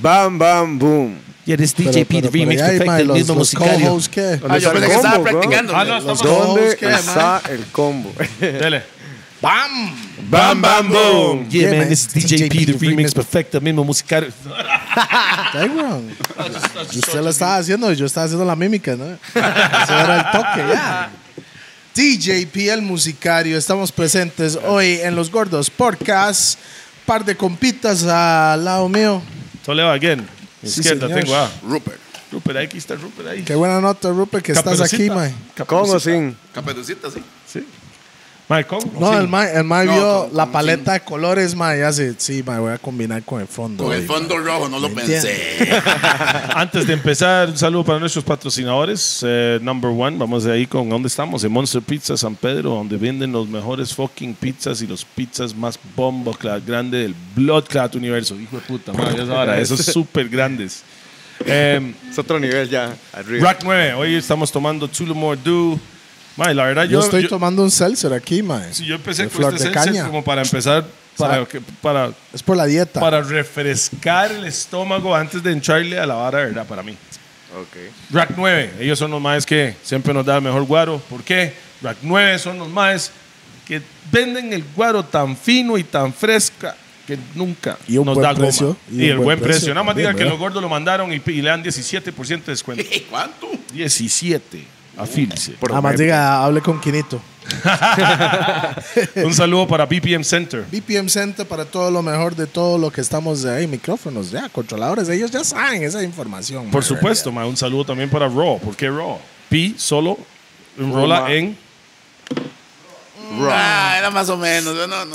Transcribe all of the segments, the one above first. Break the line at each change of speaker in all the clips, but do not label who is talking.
Bam, bam, boom.
Y eres DJ Pete
pero
Remix
allá hay,
Perfecto,
mae,
el
los-
mismo
los
musicario.
co-hosts, ¿qué?
¿Dónde
Ah, yo
está el
pensé que estaba
combo, bro?
practicando.
Ah, no, estamos
¿Dónde
Todos, ¿qué,
está el combo?
Dele. ¡Bam!
Bam, bam, boom.
Yeah,
Yeah,
man,
man.
this is DJ Pete Remix Perfecto, el mismo musicario.
Ay, weón. Y usted lo estaba haciendo y yo estaba haciendo la mímica, ¿no? Eso era el toque, ya. DJ PL Musicario, estamos presentes hoy en Los Gordos Podcast. Par de compitas al lado mío.
Toledo again.
Sí,
Izquierda
señor.
tengo, ah.
Rupert.
Rupert, ahí está Rupert ahí.
Qué buena nota, Rupert, que estás aquí,
Caperucita.
mae.
¿Con o sin?
Caperucita, sí.
Sí. Mae, ¿cómo?
No,
Sí.
el mae, el mae
No,
vio
con-
la
con-
paleta de colores, mae, y hace, sí, mae, voy a combinar con el fondo.
Con el
hoy,
fondo rojo, no lo pensé.
Antes de empezar, un saludo para nuestros patrocinadores. Eh, number one, vamos de ahí con dónde estamos, en Monster Pizza San Pedro, donde venden los mejores fucking pizzas y los pizzas más bombo clat grande del Blood Clat Universo. Hijo de puta, madre, esa vara, esos súper grandes. Eh,
Es otro nivel ya. Arriba.
Rack 9, hoy estamos tomando Chulo More Do. Mae, la verdad,
Yo,
yo,
estoy
yo-
tomando un seltzer aquí, mae.
si yo empecé
de
con
flor
este
de
seltzer
caña.
como para empezar, para, que- para,
Es por la dieta.
para refrescar el estómago antes de entrarle a la vara, ¿verdad? Para mí.
Ok.
Rack 9, ellos son los maes que siempre nos dan el mejor guaro. ¿Por qué? Rack 9 son los maes que venden el guaro tan fino y tan fresca que nunca
Y un
nos
buen
da goma.
precio,
Y, el buen precio. Nada más
también,
digan que
¿verdad?
los gordos lo mandaron y, y le dan 17% de descuento.
¿Cuánto?
17. Afílse.
Por
Nada más
momento.
diga, hable con Quinito.
Un saludo para BPM Center.
BPM Center para todo lo mejor de todo lo que estamos ahí, micrófonos, ya, controladores, ellos ya saben esa información.
Por
mae,
supuesto, ma, un saludo también para Raw. ¿Por qué Raw? Pi solo enrola
ma.
en
Ah, era más o menos. No, no, no.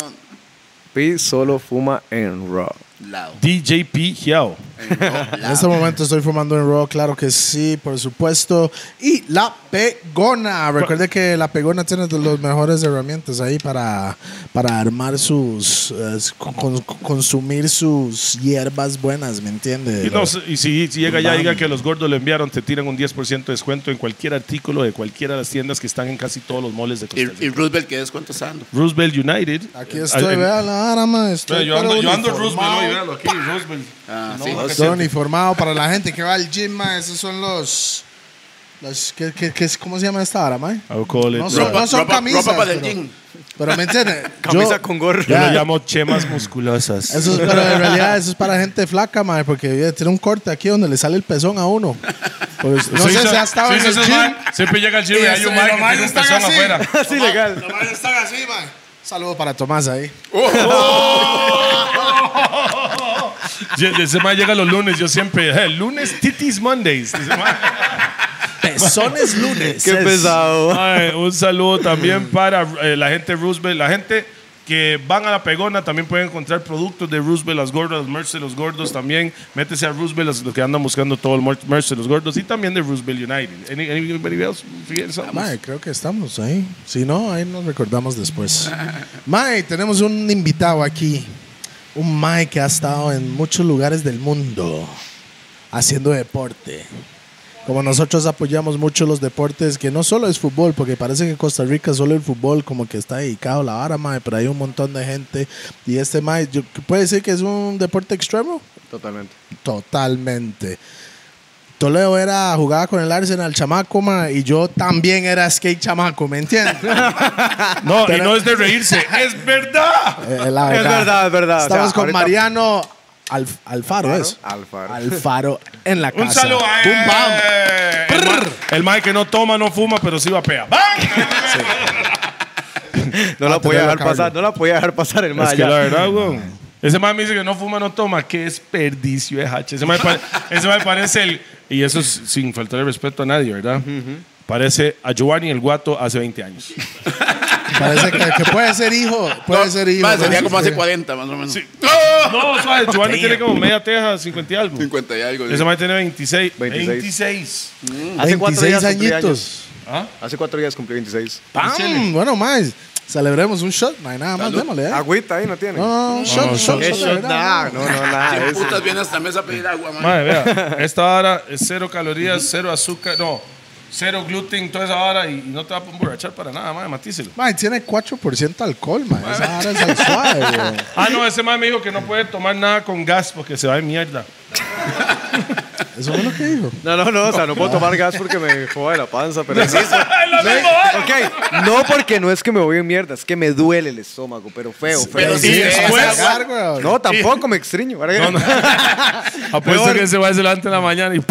P solo fuma en raw.
Lado.
DJP Hiao.
En este momento estoy formando en Raw, claro que sí, por supuesto. Y la pegona. Recuerde que la pegona tiene de las mejores herramientas ahí para, para armar sus. eh, con- con- consumir sus hierbas buenas, ¿me entiende?
Y, no, y si, si llega ya, diga que los gordos lo enviaron, te tiran un 10% de descuento en cualquier artículo de cualquiera de las tiendas que están en casi todos los moles de
Y,
Costa
y
Rica.
Roosevelt, ¿qué descuento está dando?
Roosevelt United.
Aquí
eh,
estoy,
en-
vea la ara, ma, estoy
Yo ando,
pero
yo ando
uniformado.
Roosevelt hoy, véalo aquí, Roosevelt.
Ah,
No,
sí.
no,
Estoy uniformado para la gente que va al gym, ma, esos son los. los ¿qué, qué- qué es- cómo se llama esta vara, ma?
I'll call it
No
that.
son, no son
ropa-
camisas.
ropa para el
pero-
gym.
Pero me entiende. Yo-
Camisa con gorro.
Yo lo
Ya.
llamo chemas musculosas.
Eso es, pero en realidad eso es para gente flaca, mae, porque eh, tiene un corte aquí donde le sale el pezón a uno. Pues, no
Sí,
sé
sí,
si ha estado
sí,
en
sí,
el
esos
gym.
mae, Siempre llega al gym y
Y
hay
eso,
un
y
man
los
que
manes
tiene un
están
pezón
así.
afuera.
Es ilegal.
están así, mae. Saludo para Tomás ahí.
Ye- Ese man llega los lunes, yo siempre, "Eh, lunes, titis Mondays. Dice, "Man".
Pezones lunes.
Qué pesado.
Ay, un saludo
Mm.
también para eh, la gente de Roosevelt, la gente que van a la pegona también pueden encontrar productos de Roosevelt, las gordas, los merch de los gordos también. Métese a Roosevelt, los los que andan buscando todo el mer- merch de los gordos y también de Roosevelt United. Any- anybody else feel something?
Ah, Mae, creo que estamos ahí. Si no, ahí nos recordamos después. Mae, tenemos un invitado aquí. Un Mae que ha estado en muchos lugares del mundo haciendo deporte. Como nosotros apoyamos mucho los deportes, que no solo es fútbol, porque parece que en Costa Rica solo el fútbol como que está dedicado a la vara, mae, pero hay un montón de gente. Y este mae, yo- ¿puede decir que es un deporte extremo?
Totalmente.
Totalmente. Toledo era jugaba con el Arsenal chamaco, ma, y yo también era skate chamaco, ¿me entiendes?
No, y no es de reírse, es verdad.
Eh, la
Es verdad, es verdad. O sea,
Estamos con
ahorita-
Mariano Alf- Alfaro, ¿es?
Alfaro.
Alfaro en la casa.
Un saludo a él.
Pum, pam.
El ma- El Mike que no toma, no fuma, pero sí vapea. ¡Bam!
No Ah, la
Antes
podía
de
dejar
sacarlo.
pasar. No la podía dejar pasar el
Es
más
que la verdad, weón. Ese man me dice que no fuma, no toma. Qué desperdicio de hacha. Ese man, pare- ese man parece el. Y eso es sin faltar el respeto a nadie, ¿verdad? Parece a Giovanni el Guato hace 20 años.
Parece que, que puede ser hijo. Puede
No,
ser hijo.
Ah, mae,
ma.
sería como hace 40, más o menos. ¡Ah!
No, suave, Giovanni tiene como media teja, 50 y algo.
50 y algo.
Ese man tiene 26.
26.
26.
Hace cuatro
26
días cumplí
añitos.
¿Ah?
Hace cuatro días cumplí 26.
Pam. Bueno, más. Celebremos un shot, ma, y nada más,
Salud.
démosle. eh.
Agüita ahí Ah, no tiene.
No, no, no, un shot, un shot,
¿Qué
shot de
shot? ah.
verdad,
Nah, no, no, nada.
¿Qué
es-
putas viene hasta mesa a pedir agua, man?
Madre, vea. Esta hora es cero calorías, cero azúcar, no. Cero gluten, toda esa hora. Y no te va a emborrachar para nada, madre. Matíselo.
Mae, tiene 4% alcohol, mae. Esa vara es al suave, güey.
Ah, no, ese man me dijo que no puede tomar nada con gas porque se va de mierda.
Eso fue lo que dijo.
No, no, no, o sea, no puedo tomar gas porque me jode la panza, pero sí.
lo mismo, vale.
Ok, no porque no es que me voy en mierda, es que me duele el estómago, pero feo, feo.
Pero sí,
Y
es
después-
agua.
Cagar, weón.
No, tampoco me extraño.
Apuesto
Peor.
que se va a hacer antes de la mañana y.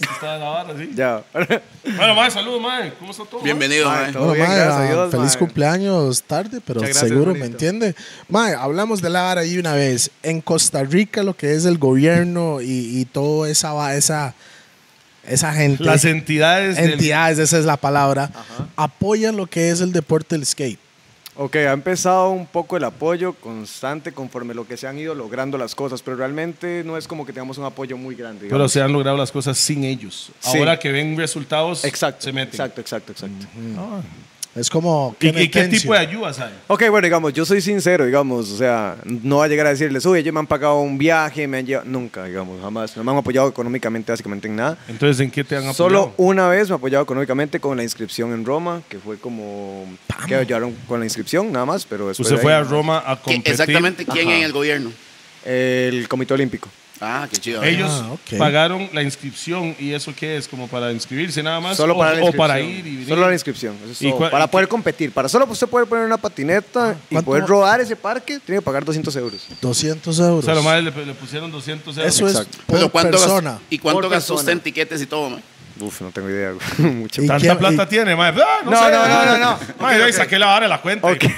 Está la barra, sí.
Ya.
Bueno, mae, saludos, mae. ¿Cómo está todo?
Bienvenido,
Ay,
mae.
todo
Bueno,
bien,
mae,
gracias a
ah,
Dios,
feliz
mae.
cumpleaños tarde, pero
Muchas gracias,
seguro, ¿me
hermanito.
entiende? Mae, hablamos de la vara ahí una vez. En Costa Rica, lo que es el gobierno y, y todo esa, va- esa, esa gente,
Las entidades del-
entidades, esa es la palabra, apoyan lo que es el deporte del skate.
Ok, ha empezado un poco el apoyo constante conforme lo que se han ido logrando las cosas, pero realmente no es como que tengamos un apoyo muy grande.
Pero
digamos.
se han logrado las cosas sin ellos.
Sí.
Ahora que ven resultados,
exacto,
se meten.
exacto, exacto, exacto.
Es como...
¿Y,
Kenneth
y qué
Tencio.
tipo de ayudas hay?
Ok, bueno, digamos, yo soy sincero, digamos, o sea, no va a llegar a decirles, uy, ellos me han pagado un viaje, me han llevado, nunca, digamos, jamás, no me han apoyado económicamente básicamente en nada.
Entonces, ¿en qué te han apoyado?
Solo una vez me ha apoyado económicamente con la inscripción en Roma, que fue como que ayudaron con la inscripción nada más, pero después
Usted
de
fue
ahí,
a Roma a
¿Qué-
competir.
Exactamente, ¿quién en el gobierno?
el Comité Olímpico.
Ah, qué chido.
Ellos
Ah, ok.
pagaron la inscripción y eso qué es, como para inscribirse nada más.
Solo
o,
para la
o
inscripción.
para ir y venir.
Solo la inscripción. eso es
¿Y
todo.
cua- y
para
qué- Ah,
poder competir. Para solo usted poder poner una patineta y
¿cuánto
poder
va-
rodar ese parque, tiene que pagar 200 euros.
200 euros.
O sea, lo más le, le pusieron 200 euros.
Eso
Exacto.
es por
Pero ¿cuánto gas-
persona.
¿Y cuánto
Por
gastó usted
persona.
en tiquetes y todo, mae?
Uf, no tengo idea. güey. Mucho.
Y-
¿Tanta
¿Quién-
plata
y-
tiene, mae? Ah,
No,
sé.
no, no, no, no.
Mae,
Ok,
ahí
ok.
saqué la vara de la cuenta.
Ok.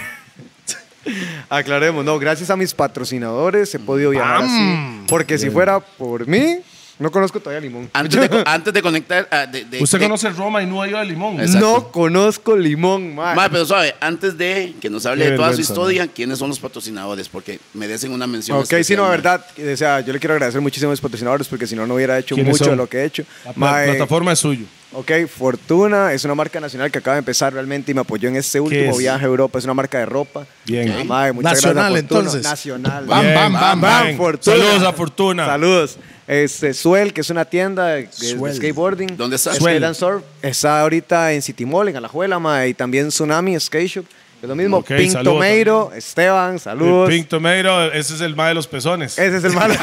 Aclaremos, no, gracias a mis patrocinadores he podido viajar así. Porque si fuera por mí, no conozco todavía Limón.
Ah,
Antes de, co- antes de conectar. ah, de- de-
Usted
de-
conoce Roma y no ha ido a Limón.
Exacto.
No conozco Limón, ma.
Mae, Ah, pero sabe, antes de que nos hable
Ah. Qué
de toda su
vergüenza,
historia, ¿quiénes son los patrocinadores? Porque merecen una mención.
Ok, sí, no,
especial,
la
mae.
verdad. O sea, yo le quiero agradecer muchísimo a mis patrocinadores porque si no, no hubiera hecho
¿Quiénes
mucho de
son?
lo que he hecho.
La pla-
Ma, eh,
plataforma es suyo.
Ok, Fortuna es una marca nacional que acaba de empezar realmente y me apoyó en este último
es?
viaje a Europa. Es una marca de ropa.
Bien.
Ah, madre, muchas
Nacional,
gracias a Fortuna.
entonces.
Nacional.
Bam,
Bien,
bam, bam, bam.
Fortuna.
Saludos a Fortuna.
Saludos. Este, Suel, que es una tienda de, de- de
Suel.
skateboarding.
¿Dónde está?
Skate
Suel.
and Surf. Está ahorita en City Mall, en Alajuela, ma, y también Tsunami Skate Shop. Es lo mismo.
Ok,
Pink
saludos
Tomato, Esteban, saludos.
Pink Tomato, ese es el mae de los pezones.
Ese es el malo.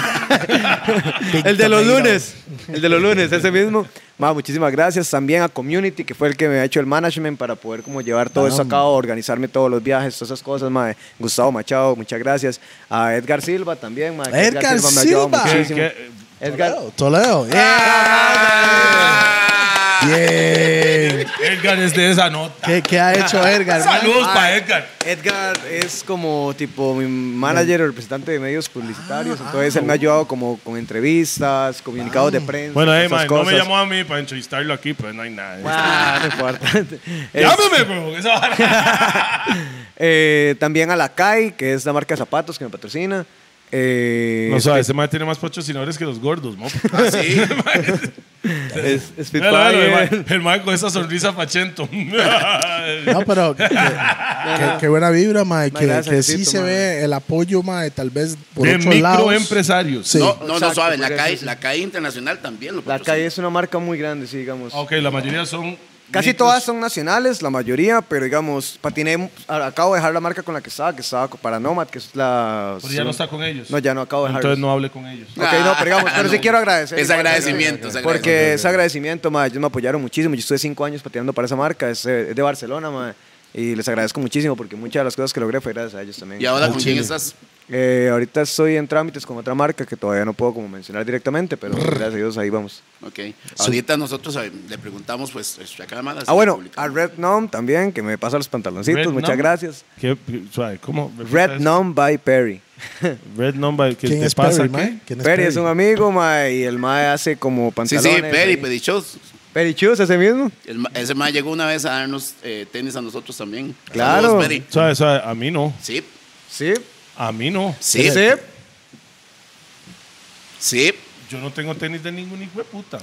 el de los lunes. El de los lunes, ese mismo. Ma, muchísimas gracias también a Community, que fue el que me ha hecho el management para poder como llevar todo eso a cabo, organizarme todos los viajes, todas esas cosas, ma. Gustavo Machado, muchas gracias. A Edgar Silva también, ma, que
Edgar
me ha ayudado
Silva.
¿Qué-
muchísimo.
qué-
Edgar,
Toledo, Toledo.
Ah,
Yeah. Bien.
Edgar es de esa nota.
¿Qué, qué ha hecho Edgar? man?
Saludos para Edgar.
Edgar es como tipo mi manager o representante de medios
Ah,
publicitarios, entonces él me ha ayudado como con entrevistas, comunicados
Ah.
de prensa.
Bueno, eh,
esas
mae, no me
cosas.
llamó a mí para entrevistarlo aquí, pero no hay nada.
Ah, no importa. Es-
Llámeme, bro. Esa vara.
Eh, también a la CAI, que es la marca de zapatos que me patrocina. Eh,
No sabes, ese mae tiene más patrocinadores que los gordos, mo.
Ah, sí.
es- es
Mira, mira, el
Spitfire.
mae- el mae con esa sonrisa pachento.
No, pero que- que- qué buena vibra, mae.
Ma,
Que,
gracias,
que sí
Tito,
se
ma.
ve el apoyo, mae, tal vez por
de
otros lados.
microempresarios.
Sí.
No, no, no,
Exacto,
suave. La
podría
calle,
ser, sí.
la calle internacional también. lo
La
patrocina.
CAI es una marca muy grande, sí, digamos.
Ok, la mayoría son.
Casi
micros.
todas son nacionales, la mayoría, pero digamos, patiné, a- acabo de dejar la marca con la que estaba, que estaba para Nomad, que es la...
Pero Pues ya no está con ellos.
No, ya no, acabo de dejar.
Entonces no hable con ellos.
Ok, no, pero digamos, pero sí
Ah,
No.
quiero agradecer.
Es agradecimiento, es
Porque
agradecimiento.
es agradecimiento, ma, ellos me apoyaron muchísimo. Yo estuve cinco años pateando para esa marca, es, eh, es de Barcelona, ma, y les agradezco muchísimo porque muchas de las cosas que logré fue gracias a ellos también.
¿Y ahora con quién estás?
Eh, ahorita estoy en trámites con otra marca que todavía no puedo como mencionar directamente, pero gracias a Dios ahí vamos.
Ok. Ahorita nosotros eh, le preguntamos, pues, a cámara.
Ah, bueno, a Red Gnome también, que me pasa los pantaloncitos,
Red
muchas
Gnome.
gracias.
¿Qué, suave, ¿Cómo?
Red Gnome by Perry.
Red Number, ¿qué
¿Quién
te
es
pasa?
Perry,
qué?
mae? ¿Quién
Perry, es un amigo, mae, y el mae hace como
Sí,
pantalones.
sí, Peri,
ahí.
Pedichos.
Perry Shoes, ese mismo.
El ma- ese más llegó una vez a darnos eh, tenis a nosotros también.
Claro.
Saludos, Peri.
Suave, suave, a mí no.
Sí,
Sí.
A mí no.
sí, sí.
Sí.
Yo no tengo tenis de ningún hijo de puta.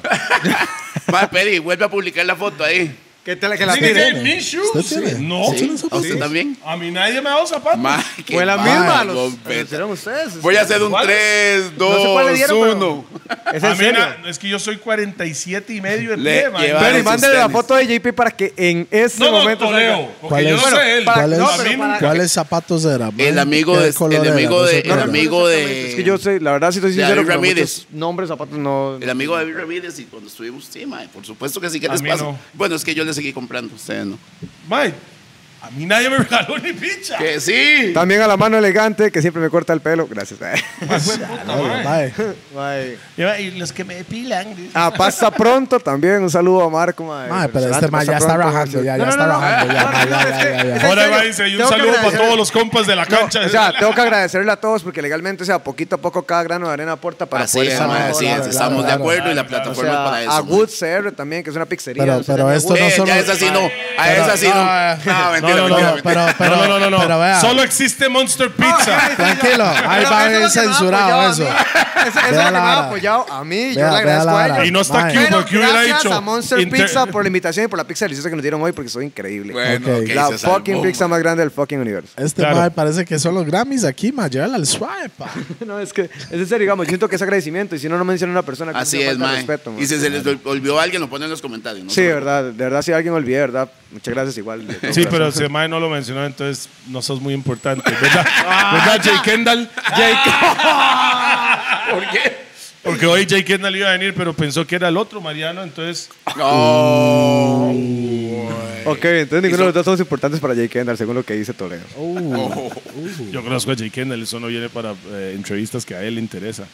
Más, Peri, vuelve a publicar la foto ahí.
¿Qué tal que la
¿Tiene
tiene?
mis shoes?
¿Usted tiene?
No.
Sí, ¿A usted también?
A mí nadie me ha dado zapatos.
Ma, qué
Fue la
mal,
misma, los,
competa.
los hicieron ustedes.
Voy a hacer un
¿Cuál?
3,
No sé cuál le
2,
dieron,
1.
¿Es en
A mí
serio?
na- no, es que yo soy 47 y medio de
Le
pie, man.
lleva-
Pero
Para
y
esos
mándale la
tenis.
foto de JP para que en ese
No, no,
momento. salga.
Toreo. Porque
¿Cuál
yo
es?
no sé él.
¿Cuál
A
¿Cuáles
No,
mí
pero para-
nunca-
¿cuáles zapatos era? man?
El amigo
¿Qué
de-
color
el
era?
amigo
No
de-
No
sé
el
cuál
me
era.
acuerdo
amigo de-
exactamente, Es que yo soy, la verdad, sí soy
de
sincero.
David
pero
Ramírez.
muchos Nombres, zapatos, no.
El amigo David Ramírez, y cuando estuvimos, sí, mae, por supuesto que sí que
A
les
mí
pasa.
no.
Bueno, es que yo le seguí comprando, ustedes no.
Mae, a mí nadie me regaló ni pincha.
Que sí.
También a la mano elegante, que siempre me corta el pelo. Gracias.
Mae, fue puta, mae.
Mae,
Mae.
Y los que me depilan.
Ah, pasta pronto también. Un saludo a Marco. Mae,
Mae, pero
Impresionante,
este mae ya
Pasta
está
Pronto,
rajando, ya,
no,
ya
no,
está
no, no.
rajando, ya, mae, ya, ya, ya, ya.
Es en
Ahora
serio,
va, dice, y un
tengo que
saludo para
agradecer.
todos los compas de la cancha.
O sea, tengo que agradecerle a todos porque legalmente, o sea, poquito a poco cada grano de arena aporta para
Así
poder
es,
estar
mae,
mejor,
así
la
es.
claro,
verdad.
Estamos de
claro,
acuerdo y la
claro,
O
plataforma es para
sea,
eso.
a
mae.
Good CR también, que es una pizzería.
Pero-
o sea,
pero
de
esto no
Wood.
Eh,
solo-
ya es así, no. A
Pero-
esa sí, no.
no, eh.
No, mentira,
no, no,
mentira,
no,
mentira.
pero- pero-
no, no, no, no.
pero vea.
Solo existe Monster Pizza.
Tranquilo, ahí
Pero eso es
va a
lo que me ha
censurado
apoyado
eso.
a mí. Eso eso es
Vea
lo que
la
me ha
vara.
apoyado a mí. Yo
Vea-
le
vea
agradezco
la
a
vara.
ellos.
y no está
Mae.
aquí
Pero
porque hubiera
gracias
hecho.
a Monster
Inter-
Pizza por la invitación y por la pizza deliciosa que nos dieron hoy porque soy increíble.
Bueno,
Ok.
ok,
la
se salvó,
fucking pizza
mae.
más grande del fucking universo.
Este
Claro.
mae parece que son los Grammys aquí, mae. Llévala al suave, pa.
No, es que, es en serio, digamos, yo siento que es agradecimiento y si no, no menciona una persona que
Así
no se
es,
falta al
mae.
respeto. man.
Y si se les ol- olvidó a alguien, lo ponen en los comentarios. ¿no?
Sí, de verdad, de verdad, si alguien olvidé, de verdad, muchas gracias igual. de todo
Sí,
corazón.
pero si el Mae no lo mencionó, entonces no sos muy importante. ¿Verdad, ¿verdad Jay Kendall? Jay-
¿Por qué?
porque hoy Jay Kendall iba a venir, pero pensó que era el otro Mariano, entonces.
No.
Ok, entonces ninguno de los dos somos importantes para Jay Kendall, según lo que dice Toledo.
Yo conozco a Jay Kendall, eso no viene para eh, entrevistas que a él le interesa.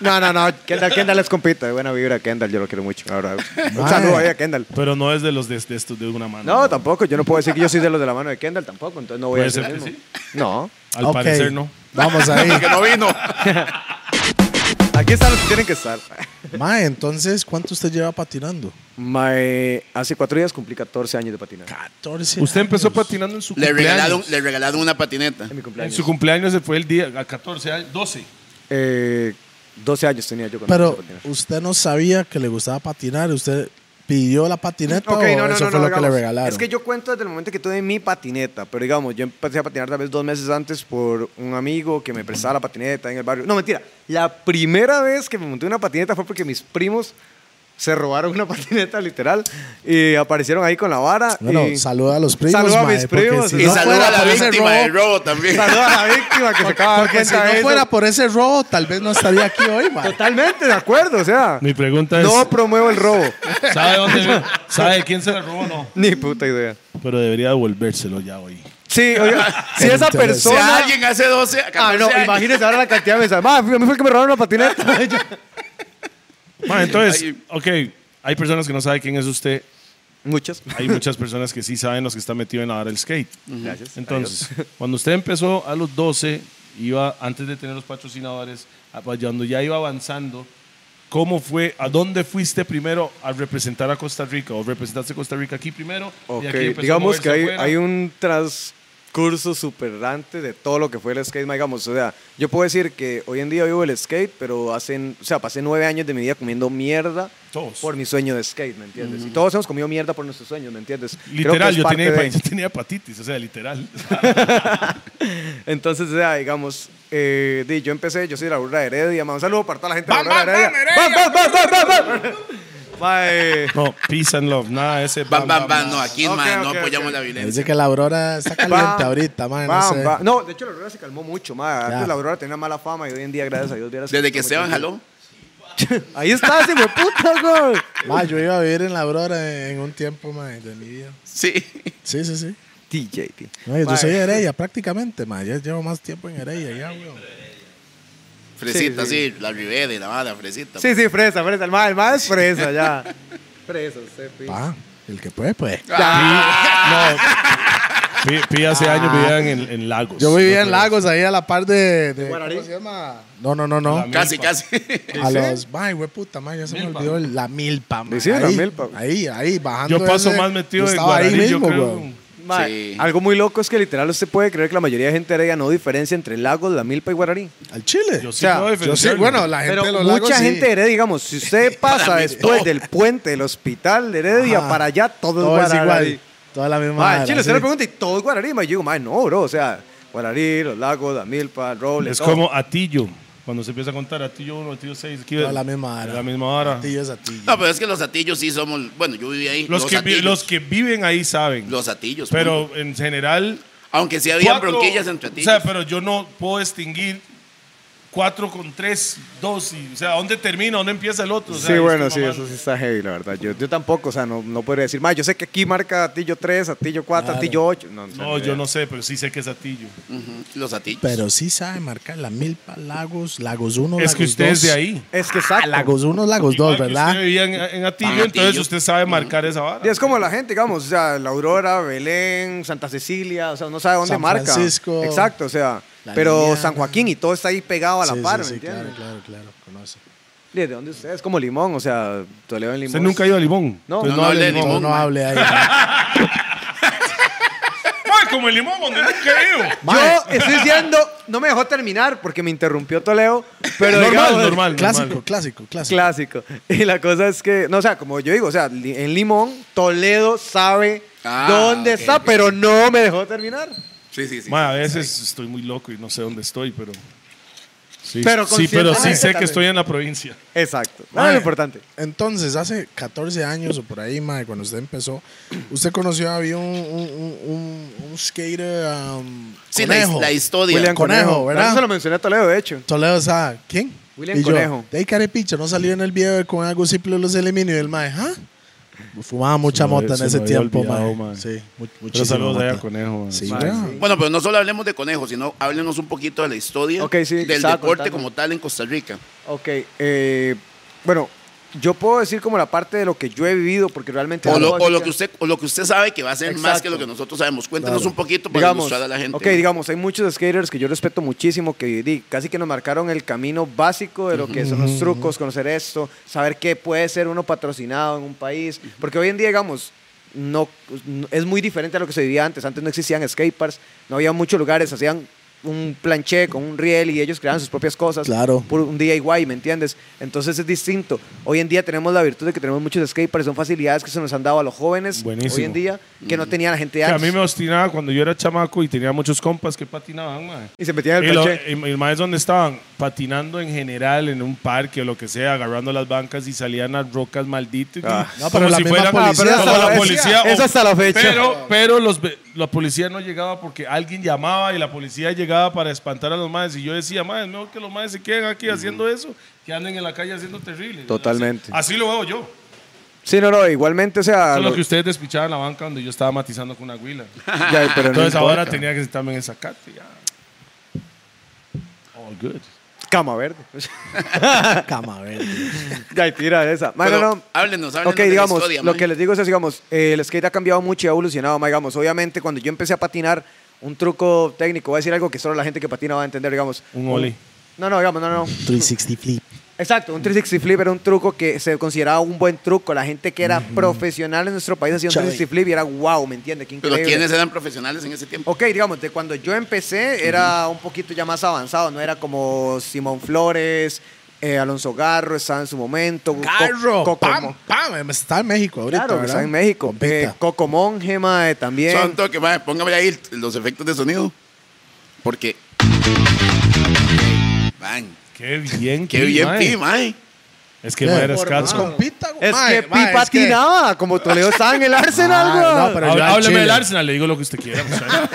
No, no, no, Kendall, Kendall es compita, de buena vibra, Kendall, yo lo quiero mucho. Ahora, un saludo ahí a Kendall.
Pero no es de los de, de estos de una mano.
No, tampoco, yo no puedo decir que yo soy de los de la mano de Kendall tampoco, entonces no voy a
Puede
decir
ser
lo
que
mismo. No.
Al
Ok,
parecer no.
Vamos ahí.
Que no vino.
Aquí están los que tienen que estar.
Mae, entonces, ¿cuánto usted lleva patinando?
Mae, hace cuatro días cumplí 14 años de patinar.
14.
Usted empezó
años.
patinando en su
Le
cumpleaños.
regalaron, le regalaron una patineta.
En mi
En
cumpleaños.
su cumpleaños se fue el día, a 14 años, 12.
Eh, 12 años tenía yo cuando
Pero
empecé a patinar.
usted no sabía que le gustaba patinar. ¿Usted pidió la patineta
Ok,
o
no, no,
eso
no,
fue
no,
lo que le
digamos,
regalaron?
Es que yo cuento desde el momento que tuve mi patineta, pero digamos, yo empecé a patinar tal vez dos meses antes por un amigo que me prestaba la patineta en el barrio. No, mentira, la primera vez que me monté una patineta fue porque mis primos se robaron una patineta literal y aparecieron ahí con la vara.
Bueno,
y
saluda a los primos,
Saluda a
mae,
mis
porque
primos.
si
Y
no
saluda a
fuera
la
por ese
víctima
robo-
del robo también.
saluda a la víctima que se acaba de dar
Porque si
Ah, cuenta de
no
eso.
fuera por ese robo, tal vez no estaría aquí hoy, mae.
Totalmente de acuerdo, o sea,
Mi pregunta es,
no promuevo el robo.
¿sabe dónde? ¿Sabe quién se la robó o no?
Ni puta idea.
Pero debería devolvérselo ya hoy.
Sí, oiga, si esa
Interesante.
Si a
persona...
alguien hace 12, a 14
Ah, no,
años.
imagínese ahora la cantidad de mensajes. Ma, a mí fue el que me robaron la patineta. Yo-
Ma, entonces,
Ay.
ok, hay personas que no saben quién es usted.
Muchas.
Hay muchas personas que sí saben los que están metidos en la hora del skate.
Gracias.
Entonces, cuando usted empezó a los 12, iba, antes de tener los patrocinadores, a- cuando ya iba avanzando, ¿cómo fue, a dónde fuiste primero a representar a Costa Rica? ¿O representaste a Costa Rica aquí primero? y
Ok,
aquí empezó a
digamos
moverse
que hay,
afuera?
hay un transcurso superante de todo lo que fue el skate, ma, digamos. O sea, yo puedo decir que hoy en día vivo el skate, pero hacen, o sea, pasé nueve años de mi vida comiendo mierda
Todos. Mm.
por mi sueño de skate, ¿me entiendes? Y todos hemos comido mierda por nuestros sueños, ¿me entiendes? Creo que
Literal,
es
yo
parte
tenía,
de-
yo tenía hepatitis, o sea, literal.
Entonces, o sea, digamos, eh, di, yo empecé, yo soy de la burra de Heredia, ma, un saludo para toda la gente de la burra de Heredia. ¡Bam, bam, bam, bam, bam! Ma, eh,
No, peace and love, nada, ese...
Bam, bam, bam. No, aquí
Ok,
mae, no
ok,
apoyamos
ok.
la
Dice
violencia.
que la Aurora está caliente
Bam,
ahorita, mae. No
bam,
sé.
bam. No, de hecho la Aurora se calmó mucho, más.
Ya.
Antes la Aurora tenía mala fama y hoy en día, gracias a Dios, vieras
Desde
está
que
mucho
Esteban
mejor.
jaló.
Ahí está, ese me puta, güey.
Mae, yo iba a vivir en la Aurora en un tiempo, mae, de mi vida.
Sí.
Sí, sí, sí.
DJ, tío.
No, yo
Mae.
soy de Heredia prácticamente, mae. Ya llevo más tiempo en Heredia, ya, weón.
Fresita,
Sí,
sí. La Rivera y la mala fresita.
Sí, sí, fresa, fresa. El más, el más es fresa, ya. Fresa, usted, pi.
Pa, el que puede, pues. puede.
Ah,
No, Pi, Pi hace años
Ah.
vivían en, en Lagos.
Yo vivía en Lagos, ahí a la par de. de
Guararí?
¿Cómo se llama? No, no, no, no.
Casi, casi.
A los. Ay, güey, puta, mae, ya se me olvidó el- la milpa, mae.
Sí, la
Ahí,
milpa.
Ahí, ahí, bajando.
Yo paso
ese-
más metido
yo
en
estaba ahí
Guaraní, yo
mismo,
creo.
weón.
Mae,
Sí.
Algo muy loco es que literal usted puede creer que la mayoría de gente de Heredia no diferencia entre Lagos, La Milpa y Guararí.
Al Chile.
Yo
Yo
sí
O sea,
puedo
sí,
defenderlo.
bueno, la gente
Pero
de los lagos.
mucha
sí.
gente de Heredia, digamos, si usted pasa después del puente del hospital de Heredia
Ajá.
para allá, todo,
Ah, Todo
es
es
Guararí.
igual. Toda la misma.
Ma,
vara,
Chile, usted
sí.
le pregunta y todo es Guararí, ma. Y yo digo, ma, no, bro, o sea, Guararí, Los Lagos, Damilpa, Roble,
Es como Atillo. Cuando se empieza a contar atillo 1, atillo 6, aquí
Toda la misma hora.
La misma hora.
Atillo es atillo.
No, pero es que los atillos sí somos. Bueno, yo viví ahí.
Los, que vi-
atillos.
los que viven ahí saben.
Los atillos. punto.
pero en general.
Aunque sí había
cuatro-
bronquillas entre
O
atillos.
sea, pero yo no puedo distinguir 4 con 3, 2. o sea, ¿dónde termina? ¿Dónde empieza el otro? O sea,
Sí,
es
bueno,
como
sí,
mal.
eso sí está heavy, la verdad. Yo, yo tampoco, o sea, no, no podría decir, más, yo sé que aquí marca Atillo 3, Atillo 4,
Claro.
Atillo 8. No, o sea,
No,
ni
yo
idea.
no sé, pero sí sé que es atillo.
Ujú, Los atillos.
Pero sí sabe marcar la milpa, lagos, lagos 1,
Es
lagos 2.
que usted es de ahí.
Es que exacto.
Lagos 1, lagos 2,
Igual que
¿verdad?
Usted vivía en, en Atillo,
Ah,
entonces
Atillo.
usted sabe marcar esa vara.
Y es como la gente, digamos, o sea, la Aurora, Belén, Santa Cecilia, o sea, no sabe dónde
San
marca.
Francisco.
Exacto, o sea,
La
pero
Línea.
San Joaquín y todo está ahí pegado a la
Sí,
par,
sí,
¿me
sí,
entiendes?
claro, claro, claro, conoce.
Y ¿De dónde usted es? Como Limón, o sea, Toledo en Limón.
Usted nunca ha ido a Limón.
No.
Entonces
No, no
hable
hable de
de
Limón.
No, no
man.
hable ahí.
Ah, como el Limón, donde nunca he ido.
Yo estoy diciendo, no me dejó terminar porque me interrumpió Toledo, pero
normal,
digamos,
normal, normal.
clásico, clásico, clásico.
clásico. Y la cosa es que, no, o sea, como yo digo, o sea, li- en Limón, Toledo sabe
Ah,
dónde
ok,
está,
ok.
pero no me dejó terminar.
Sí, sí, sí.
Ma, a veces estoy muy loco y no sé dónde estoy, pero. Sí,
Pero
sí, pero sí
conscientemente
sé que
también.
estoy en la provincia.
Exacto. No
Mae,
es importante.
Entonces, hace 14 años o por ahí, mae, cuando usted empezó, usted conoció, había un, un, un, un- un skater um,
Sí, la,
conejo.
la historia.
William
Conejo,
Conejo,
¿verdad?
Eso se lo mencioné a Toledo, de hecho.
Toledo sabe, ¿quién?
William
Y yo,
Conejo.
De ahí, carepicho, no salió en el video con algo simple los elimino y el mae, ¿ah? Fumaba mucha
Se me había-
mota en
se me
ese
había
tiempo,
olvidado,
mae.
mae.
Sí, mu-
Pero
muchísima
saludos allá,
mota.
Conejo. ma.
Sí,
Mae,
¿verdad?
sí.
Bueno, pero no solo hablemos de conejos, sino háblenos un poquito de la historia
Ok, sí,
del
estaba
deporte
contando.
como tal en Costa Rica.
Ok, eh, bueno, yo puedo decir como la parte de lo que yo he vivido, porque realmente...
O
no
lo, o
puedo decir
lo que usted, o lo que usted sabe que va a ser más
Exacto.
que lo que nosotros sabemos. Cuéntenos
Claro.
un poquito para
digamos,
ilustrar a la gente.
ok, digamos, hay muchos skaters que yo respeto muchísimo, que di, casi que nos marcaron el camino básico de lo que son los trucos, conocer esto, saber qué puede ser uno patrocinado en un país, porque hoy en día, digamos, no, no- es muy diferente a lo que se vivía antes, antes no existían skateparks, no había muchos lugares, hacían un planche con un riel y ellos creaban sus propias cosas,
Claro.
por un DIY, ¿me entiendes? Entonces es distinto. Hoy en día tenemos la virtud de que tenemos muchos skateparks, son facilidades que se nos han dado a los jóvenes hoy en
Buenísimo.
día que no tenía la gente
Que
antes.
a mí me obstinaba cuando yo era chamaco y tenía muchos compas que patinaban, ma.
Y se metían en
Y
el
lo-
planche.
y- y más donde estaban patinando en general en un parque o lo que sea, agarrando las bancas y salían a rocas malditas. y-
Ah.
No, pero la misma policía-
como
Ah, pero
la
esa-
policía,
esa
o-
hasta la fecha.
Pero, pero los, ve- la policía no llegaba porque alguien llamaba y la policía llegaba para espantar a los madres. Y yo decía, madres, mejor que los madres se queden aquí haciendo eso que anden en la calle haciendo terribles.
Totalmente.
Así, así lo veo yo.
Sí, no, no, igualmente, o sea.
Solo
lo-
que ustedes despichaban la banca donde yo estaba matizando con una huila.
ya, pero no
Entonces ahora
importa.
tenía que sentarme en el zacate. Ya. All good.
Cama verde.
Ah, Cama verde.
ya, y tira esa. Ma,
Pero
no, no.
Háblenos, háblenos
Ok,
de
digamos,
la historia.
lo
man.
que les digo es así, digamos, eh, el skate ha cambiado mucho y ha evolucionado, ma, digamos, obviamente cuando yo empecé a patinar, un truco técnico, voy a decir algo que solo la gente que patina va a entender, digamos.
Un ollie.
No, no, digamos, no, no.
360 flip.
Exacto, un 360 flip era un truco que se consideraba un buen truco, la gente que era profesional en nuestro país hacía un
Chale.
360 flip y era wow, ¿me entiendes?
Pero ¿quiénes eran profesionales en ese tiempo?
Ok, digamos, de cuando yo empecé era un poquito ya más avanzado, no era como Simón Flores, eh, Alonso Garro, estaba en su momento. Co-
Carro,
Coco
pam,
Mo-
pam. em, Está en México ahorita.
Claro, que
¿verdad?
está en México.
Compita.
Eh, Coco Monge, mae, también.
Son toque, mae, póngame ahí los efectos de sonido. Porque. Man,
Qué bien,
qué bien,
mae.
pi, mae.
Es que
Bien.
mae, eres
Es
catso.
compita,
es
mae,
que
mae,
Pi
es que-
patinaba, como Toledo estaba en el Arsenal,
Ah,
weón.
no, pero- yo
Hable-
al
Hábleme
chile.
del Arsenal, le digo lo que usted quiera. pues, muchacho.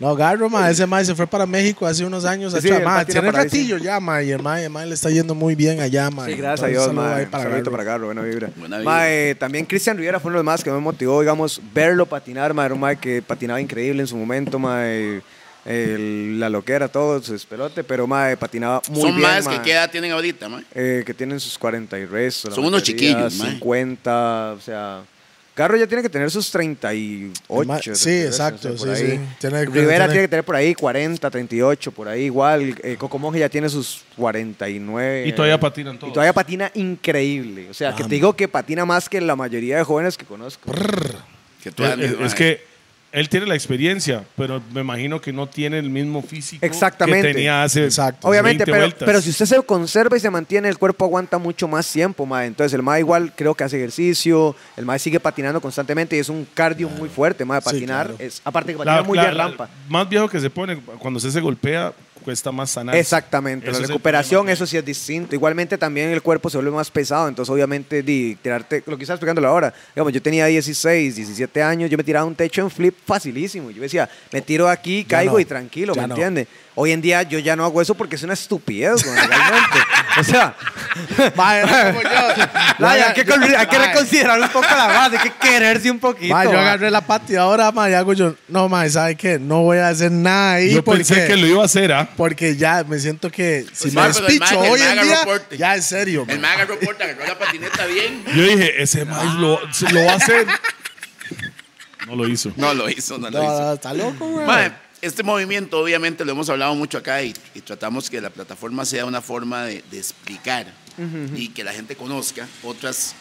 No, Garro, ma, ese mae se fue para México hace unos años.
Sí,
atrás,
el
ma,
patina
tiene
por ahí, sí.
ratillo ya, ma, y el mae, el mae le está yendo muy bien allá, ma.
Sí, gracias a
Entonces,
Dios,
saludo
mae.
ahí
Un saludito
Garro.
para Garro, buena vibra.
Buena vibra.
Mae, también Cristian Rivera fue uno de los más que me motivó, digamos, verlo patinar, mae. Era un mae que patinaba increíble en su momento, mae. El- la loquera, todo, su espelote, pero mae, patinaba muy
Son
bien.
más
mae.
que qué edad tienen ahorita, mae.
Eh, que tienen sus 40 y resto. la
Son unos
mayoría,
chiquillos, mae.
50, o sea. Garro ya tiene que tener sus 38.
Ma- sí,
38,
exacto,
por
sí,
ahí.
sí. Tiene-
Rivera
tiene-
tiene que tener por ahí 40, 38, por ahí igual. Eh, Coco Monge ya tiene sus 49.
Y todavía patinan todos.
Y todavía patina increíble. O sea, que te digo que patina más que la mayoría de jóvenes que conozco.
Que tú
Es,
andes,
Eh, es
mae.
que él tiene la experiencia, pero me imagino que no tiene el mismo físico
Exactamente.
que tenía hace
Exacto.
Obviamente,
20
pero,
vueltas.
pero si usted se conserva y se mantiene, el cuerpo aguanta mucho más tiempo, mae. Entonces, el mae igual creo que hace ejercicio, el mae sigue patinando constantemente y es un cardio muy fuerte, mae.
Sí,
Patinar,
claro.
es, aparte que
La-
patina muy
la-
bien
la-
rampa.
más viejo que se pone, cuando usted se golpea, cu- cuesta más sanar.
Exactamente,
Ese
la
es el
recuperación,
problema.
eso sí es distinto. Igualmente también el cuerpo se vuelve más pesado, entonces obviamente di, tirarte, lo que estaba explicándolo ahora, digamos, yo tenía 16, 17 años, yo me tiraba un techo en flip facilísimo. Yo decía, me tiro aquí, caigo
no,
y tranquilo,
ya
¿me
no.
entiendes? Hoy en día yo ya no hago eso porque es una estupidez, güey, realmente. O sea,
Mae, no como yo.
Laya, hay que,
Yo-
con- hay que
Mae,
reconsiderar un poco la base, hay que quererse un poquito.
mae, yo
mae.
agarré la pata y ahora, mae, hago yo. No, mae, ¿sabe qué? No voy a hacer nada ahí.
Yo
porque,
pensé que lo iba a hacer, ¿ah?
Porque ya me siento que si
Sí,
me
pero el
despicho
mae- el
hoy
mae
en
agarró
día,
porte.
ya en serio.
El man agarró puerta, agarró la patineta bien.
Yo dije, ese más lo, lo va a hacer. No lo hizo.
No lo hizo, no, lo
No,
hizo.
no, está loco, güey.
Mae, este movimiento obviamente lo hemos hablado mucho acá y, y tratamos que la plataforma sea una forma de, de explicar y que la gente conozca otras,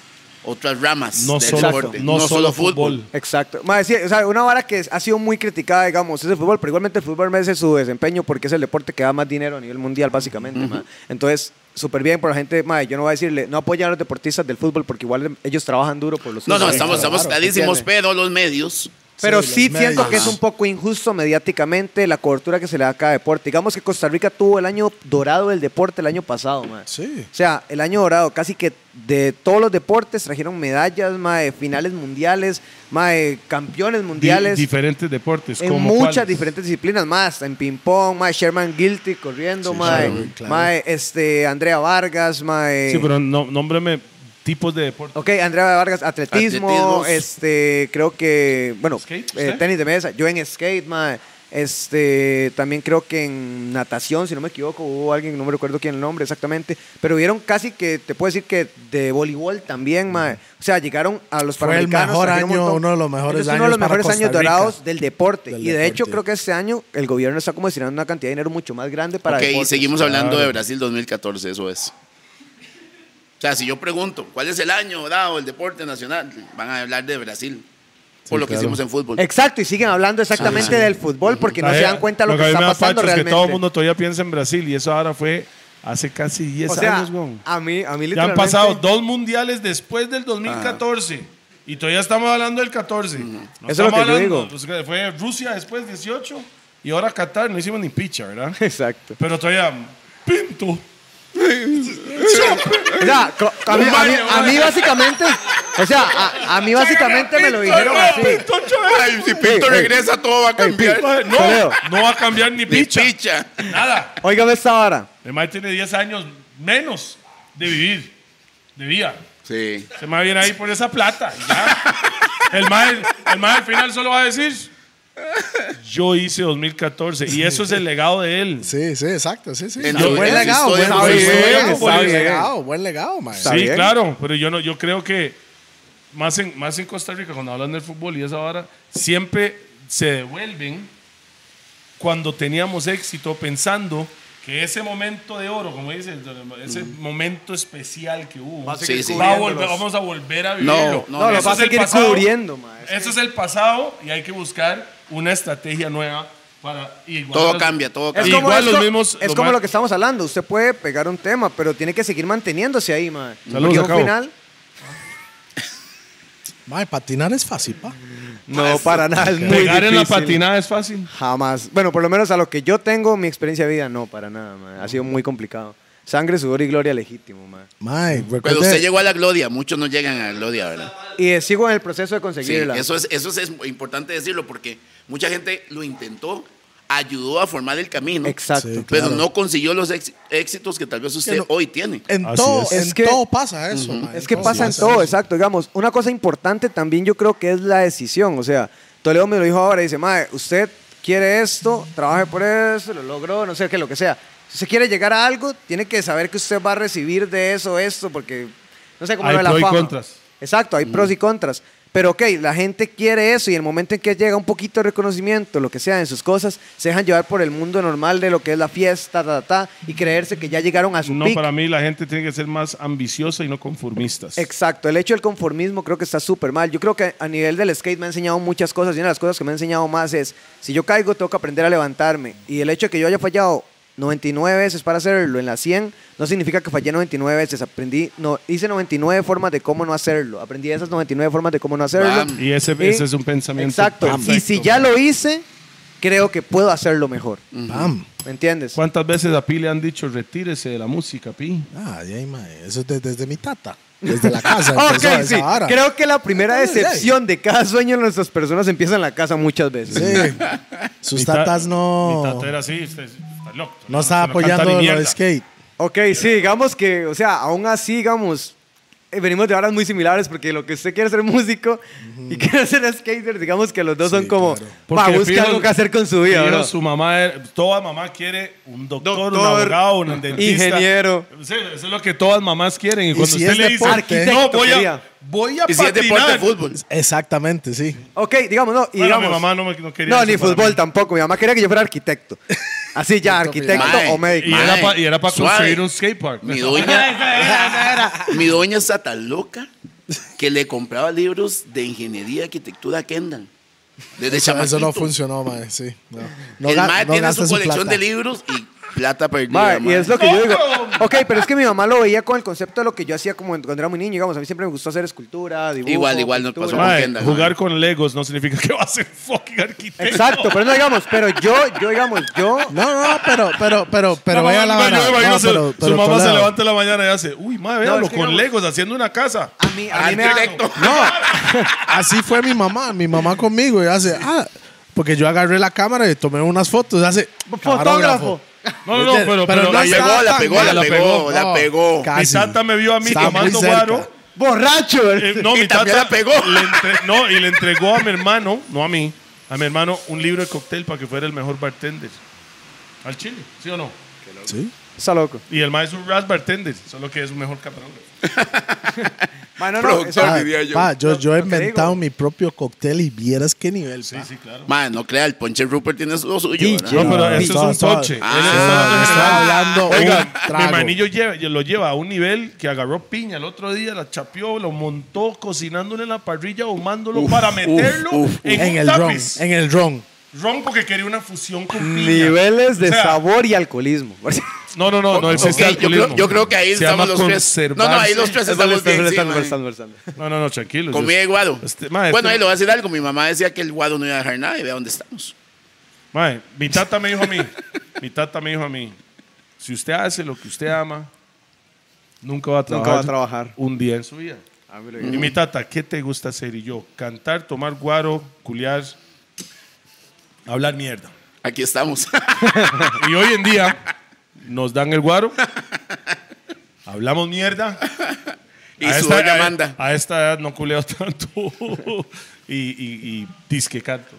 otras ramas
No
del
solo,
deporte.
no solo fútbol.
Exacto. Mae, sí, o sea, una vara que ha sido muy criticada, digamos, es el fútbol, pero igualmente el fútbol merece su desempeño porque es el deporte que da más dinero a nivel mundial, básicamente. mae. Entonces, súper bien por la gente, mae, yo no voy a decirle, no apoyan a los deportistas del fútbol porque igual ellos trabajan duro por los
No, no,
suyos.
estamos, estamos
Claro,
clarísimos,
¿entiende?
pero los medios.
Pero
Sí, los
sí, siento
medios.
que es un poco injusto mediáticamente la cobertura que se le da a cada deporte. Digamos que Costa Rica tuvo el año dorado del deporte el año pasado, mae.
Sí.
O sea, el año dorado, casi que de todos los deportes trajeron medallas, mae, finales mundiales, mae, campeones mundiales.
Di- diferentes deportes.
en
como
muchas
cuáles.
diferentes disciplinas más, en ping pong, mae, Sherman Guilty corriendo, mae,
claro, claro.
mae, este Andrea Vargas, mae.
Sí, pero no, nómbrame tipos de deportes.
Ok, Andrea Vargas, atletismo,
Atletismos.
este, creo que, bueno,
Skate,
eh,
¿usted?
tenis de mesa, yo en skate, mae, este, también creo que en natación, si no me equivoco, hubo alguien, no me recuerdo quién el nombre exactamente, pero vieron casi que, te puedo decir que de voleibol también, mae, o sea, llegaron a los
Fue el
Panamericanos,
mejor
trajeron un
año,
montón.
uno de los mejores
Entonces, uno de los
años para
mejores
Costa
años
Rica.
dorados del deporte,
Del
y de hecho
deporte.
creo que este año el gobierno está como destinando una cantidad de dinero mucho más grande para
ok, y
deportes.
seguimos hablando de Brasil 2014, eso es. O sea, si yo pregunto, ¿cuál es el año dado el deporte nacional? Van a hablar de Brasil, por lo que
claro.
hicimos en fútbol.
Exacto, y siguen hablando exactamente del fútbol porque no se dan cuenta de lo que
a mí
está
me da
pasando
pacho es
realmente.
que todo el mundo todavía piensa en Brasil y eso ahora fue hace casi 10
O sea,
años, weón.
a mí, a mí literalmente...
Ya han pasado dos mundiales después del 2014 y todavía estamos hablando del 14. No
Ah. Mm. es lo
estamos
que yo
hablando-
digo.
pues, fue Rusia después 18 y ahora Qatar, no hicimos ni picha, ¿verdad?
Exacto.
Pero todavía, Pinto.
O sea, co- a mí, a mí- a mí básicamente... O sea, a, a mí básicamente me lo dijeron así.
Pinto, chaval.
Ay, si Pinto
Ey,
regresa, todo va a cambiar.
Madre,
Toledo.
No, no va a cambiar ni
Ni
picha.
picha.
Nada.
Óigame esta vara.
El mae tiene 10 años menos de vivir, de vida.
Sí.
Se me viene ahí por esa plata. ya. El mae, el mae al final solo va a decir, yo hice 2014 y eso es el legado de él.
Sí, sí, exacto, sí, sí.
En
Ah,
su-
buen
en su
legado, buen
historia
fue
buen legado,
bueno,
buen
está
legado, buen legado, mae.
Está
sí,
bien.
claro, pero yo no, yo creo que más en, más en Costa Rica, cuando hablan del fútbol y esa vara, siempre se devuelven cuando teníamos éxito pensando que ese momento de oro, como dice, ese momento especial que hubo,
Mm. Va a
seguir
va a
cubriéndolos.
volver- Ah, vamos a volver a
No,
vivirlo.
no,
No,
no,
lo
Eso
va a
es el
seguir
pasado.
cubriendo, mae.
Eso es el pasado y hay que buscar una estrategia nueva para igual
Todo
los-
cambia, todo
Es
cambia.
como,
Igual
es
los
co-
mismos-
es
lo
como
ma-
lo que estamos hablando. Usted puede pegar un tema, pero tiene que seguir manteniéndose ahí, mae.
Saludos,
Porque un
acabo.
final...
Mae, patinar es fácil, pa.
No, para nada, es muy
Pegar en la
difícil.
patinada es fácil.
Jamás. Bueno, por lo menos a lo que yo tengo, mi experiencia de vida, no, para nada, mae. Ha sido muy complicado. Sangre, sudor y gloria legítimo, mae.
Mae, recuerde.
Pero usted llegó a la gloria, muchos no llegan a la gloria, ¿verdad?
Y eh, sigo en el proceso de
Sí,
conseguirla.
eso es, eso es- es importante decirlo porque mucha gente lo intentó, ayudó a formar el camino,
Exacto.
Sí.
pero
claro.
no consiguió los éxi- éxitos que tal vez usted
no-
hoy tiene.
En
Así
todo,
es.
en
Es que-
todo pasa eso, mae,
Es que
todo
pasa en todo, exacto. Digamos, una cosa importante también yo creo que es la decisión. O sea, Toledo me lo dijo ahora, dice, madre, usted quiere esto, trabaje por eso, lo logró, no sé qué, lo que sea. Si usted quiere llegar a algo, tiene que saber que usted va a recibir de eso, esto, porque no sé cómo
Hay
lo de la
pros y
fama.
contras.
Exacto, hay pros y contras. Pero ok, la gente quiere eso y el momento en que llega un poquito de reconocimiento, lo que sea, en sus cosas, se dejan llevar por el mundo normal de lo que es la fiesta, ta, ta, ta, y creerse que ya llegaron a su
No,
pic.
para mí la gente tiene que ser más ambiciosa y no conformistas.
Exacto, el hecho del conformismo creo que está súper mal. Yo creo que a nivel del skate me ha enseñado muchas cosas y una de las cosas que me ha enseñado más es, si yo caigo, tengo que aprender a levantarme. Y el hecho de que yo haya fallado 99 veces para hacerlo en las 100, no significa que fallé 99 veces. Aprendí, no, hice 99 formas de cómo no hacerlo. Aprendí esas 99 formas de cómo no hacerlo.
Bam.
Y ese- ese es un pensamiento
Exacto. Y
perfecto,
si ya lo hice, creo que puedo hacerlo mejor.
Bam.
¿Me ¿Me entiendes?
¿Cuántas veces a Pi le han dicho retírese de la música, Pi?
Ah, ya, mae. Eso es de- desde mi tata. Desde la casa.
Ah,
empezó
ok,
esa
sí.
vara.
Creo que la primera
Entonces, ya.
decepción de cada sueño de nuestras personas empieza en la casa muchas veces.
Sí. Sus
Mi ta-
tatas no.
Mi tata era así, usted está loco.
No estaba
se lo canta
apoyando
ni
lo
mierda.
de skate.
Ok, sí, digamos que, o sea, aún así, digamos, eh, venimos de horas muy similares porque lo que usted quiere ser músico y quiere ser skater, digamos que los dos son
Sí,
como,
claro.
va,
Porque
busca
fijo-
algo que hacer con su vida,
fijo,
bro.
su mamá, era- toda mamá quiere un doctor, un
Doctor,
abogado, un dentista.
ingeniero.
Sí, eso es lo que todas mamás quieren. Y,
Y
cuando
si
usted
es
le dice,
deporte-
no, voy a,
Arquitecto
voy a
Y si es deporte,
patinar.
fútbol.
Exactamente, sí.
Ok, digamos, no, y
Bueno,
digamos,
mi mamá no, me- no quería
no,
eso
ni
para
fútbol
mí.
tampoco, mi mamá quería que yo fuera arquitecto. Así ya, arquitecto
Mae,
o médico.
Y
Mae,
era, pa- y era para
suave.
construir un skatepark.
Mi doña, mi doña está tan loca que le compraba libros de ingeniería y arquitectura a Kendall. Desde
Eso,
chamaquito.
eso no funcionó, mae. Sí. No, no
el
ga-
mae
no
tiene
gasta
su colección
plata.
de libros y plata perdida.
Mae, y
mae.
es lo que yo digo. Ok, pero es que mi mamá lo veía con el concepto de lo que yo hacía como cuando era muy niño, digamos, a mí siempre me gustó hacer escultura, dibujo.
Igual, igual nos
pintura.
pasó.
Mae,
Kendall,
jugar
mae.
con Legos no significa que va a ser fucking arquitecto.
Exacto, pero no digamos, pero yo, yo digamos, yo
No, no, pero, pero, pero, pero
No,
vaya la
no,
vara.
yo me imagino
No,
su-
pero-
su
pero
mamá se
Toledo.
levanta en la mañana y hace, uy, madre,
No,
véalo,
es que
con
digamos-
Legos haciendo una casa.
a mí, a mí me da-
Arquitecto.
No, así fue mi mamá, mi mamá conmigo. Y hace, ah, porque yo agarré la cámara y tomé unas fotos. Hace,
Fotógrafo.
No, no, no, pero, pero,
La
mi
llegó,
estaba
la
tan
pegó,
mal.
la pegó, la
No,
pegó.
ca- casi.
tata me vio a mí
Está muy
tomando
cerca.
guaro.
borracho.
Eh, no,
Y
mi
también
tata
la pegó.
le entre- no, y le entregó a mi hermano, no a mí, a mi hermano un libro de cóctel para que fuera el mejor bartender. Al chile, ¿sí o no?
Sí.
Está loco.
Y el maestro es un ras bartender, solo que es un mejor camarógrafo.
Bueno, no,
Productor.
esa-
Pa,
diría yo.
Ah, pa, yo, yo he
Lo que digo.
inventado mi propio cóctel y vieras qué nivel.
Sí,
pa.
sí, claro.
Mae, no crea, el Ponche Rupert tiene lo suyo.
DJ.
¿verdad?
No, pero
Ah,
eso es
todo,
un
todo.
coche.
Ah,
Él está-
Ah.
Estaba hablando
Oiga,
un
mi
trago.
manillo lleva, lo lleva a un nivel que agarró piña el otro día, la chapeó, lo montó cocinándole en la parrilla, ahumándolo para meterlo
uf, uf.
en,
en
un
el ron,
tapiz.
en el ron.
Ron porque quería una fusión con
Mm,
piña.
niveles de
O sea,
sabor y alcoholismo.
No, no, no, no
Ok,
existe
yo, creo,
alcoholismo.
yo creo que ahí
Se
estamos
llama
los tres. No, no, ahí los tres estamos bien. sí, mae.
No, no, no, tranquilo.
Comida y
yo-
guado.
Este, mae,
bueno,
este-
ahí lo voy a decir algo. Mi mamá decía que el guado no iba a dejar nada y vea dónde estamos.
Mae, mi tata me dijo a mí, mi tata me dijo a mí, si usted hace lo que usted ama, nunca va a trabajar,
Nunca va a trabajar.
un día en su vida.
Ah,
Y mi tata, ¿qué te gusta hacer? Y yo, cantar, tomar guaro, culiar, hablar mierda.
Aquí estamos.
Y hoy en día nos dan el guaro, hablamos mierda.
y su doña
eh,
manda.
a esta edad no culeo tanto y, y, y disque canto.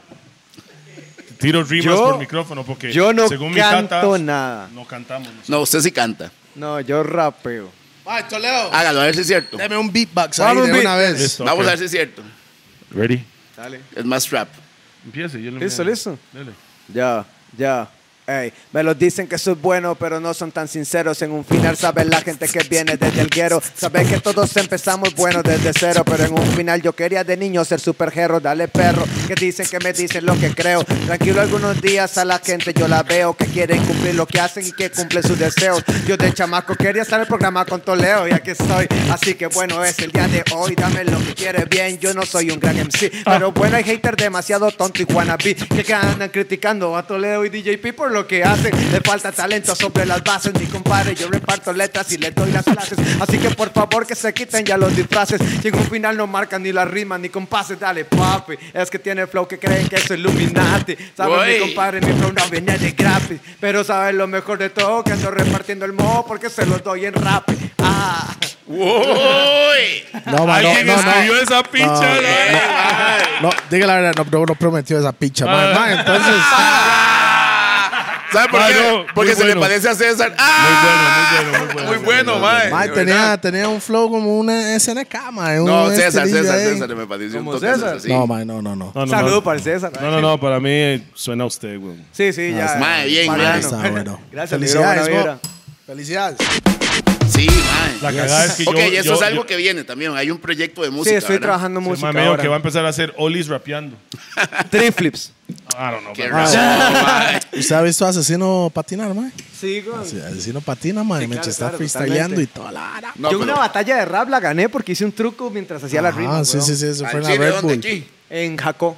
Tiro rimas
Yo-
por micrófono porque
yo no
según mi
canto
tata,
nada.
No cantamos. nosotros.
No, usted sí canta.
No, yo rapeo.
Ay, Toledo,
Hágalo, a ver si es cierto.
dame un beatbox ahí
Dame un
de
beat.
una vez.
Listo,
Vamos
ok.
a ver si es cierto.
Ready.
Dale.
Es más trap.
Empiece, yo le
Listo, listo.
Dale.
Ya, ya. Ey, me lo dicen que soy bueno, pero no son tan sinceros. En un final saben la gente que viene desde el guero. Saben que todos empezamos buenos desde cero, pero en un final yo quería de niño ser superhero. Dale perro, que dicen que me dicen lo que creo. Tranquilo algunos días a la gente yo la veo que quieren cumplir lo que hacen y que cumplen sus deseos. Yo de chamaco quería estar en el programa con Toleo y aquí estoy. Así que bueno, es el día de hoy. Dame lo que quieres bien. Yo no soy un gran MC, pero bueno, hay hater demasiado tonto y wannabe que que andan criticando a Toledo y DJP por lo que hacen. Le falta talento sobre las bases, mi compadre. Yo reparto letras y les doy las clases. Así que por favor que se quiten ya los disfraces. Si en un final no marcan ni las rimas ni compases, dale papi. Es que tiene flow que creen que es Illuminati. ¿Sabes, mi
Uy.
compadre? Mi flow no viene de gratis. Pero sabes lo mejor de todo que ando repartiendo el moho porque se los doy en rap. Ah.
Oh.
¡Uy!
No, ma, no,
Alguien
no, no.
escribió esa pinche.
No, diga la verdad, no, no, no prometió esa picha. ma. Ma, entonces,
¿Sabe por
Ah,
qué?
no,
Porque
muy
se
bueno.
le parece a César. ¡Ah!
Muy bueno, muy bueno, muy
Muy bueno, mae.
ma,
de
tenía,
verdad.
tenía un flow como una SNK, ma. un
No, César,
estirillo
César,
ahí.
César, me pareció un
Como
toque César.
César.
sí.
No, ma, no, no, no.
No, no,
Saludos
no.
para el César.
No, no, no, para mí eh, suena a usted, güey.
Sí, sí, ya.
Mae, bien,
Mariano.
mae.
Está bueno.
Gracias, le dieron buena vibra.
Bob. Felicidades.
Sí,
La
mae.
cagada es que yo.
Ok, y eso
yo-
es algo
yo-
que viene también. Hay un proyecto de música.
Sí, estoy
¿verdad?
trabajando
Se
música
me dijo
ahora.
que va a empezar a hacer Olis rapeando. Ah,
Three flips.
I don't know.
Qué
man.
raro, mae.
¿Usted ha visto a Asesino patinar, ma?
Sí, güey.
Sí, Asesino patina, ma.
Sí,
mientras
claro,
está
claro,
freestyleando
totalmente.
y toda la vara.
No,
Yo una
pero-
batalla de rap la gané porque hice un truco mientras hacía la rima.
Ah, sí,
weón.
sí, sí, eso
¿Al
fue en la
chile
Red
dónde?
Bull.
Aquí.
En Jacó.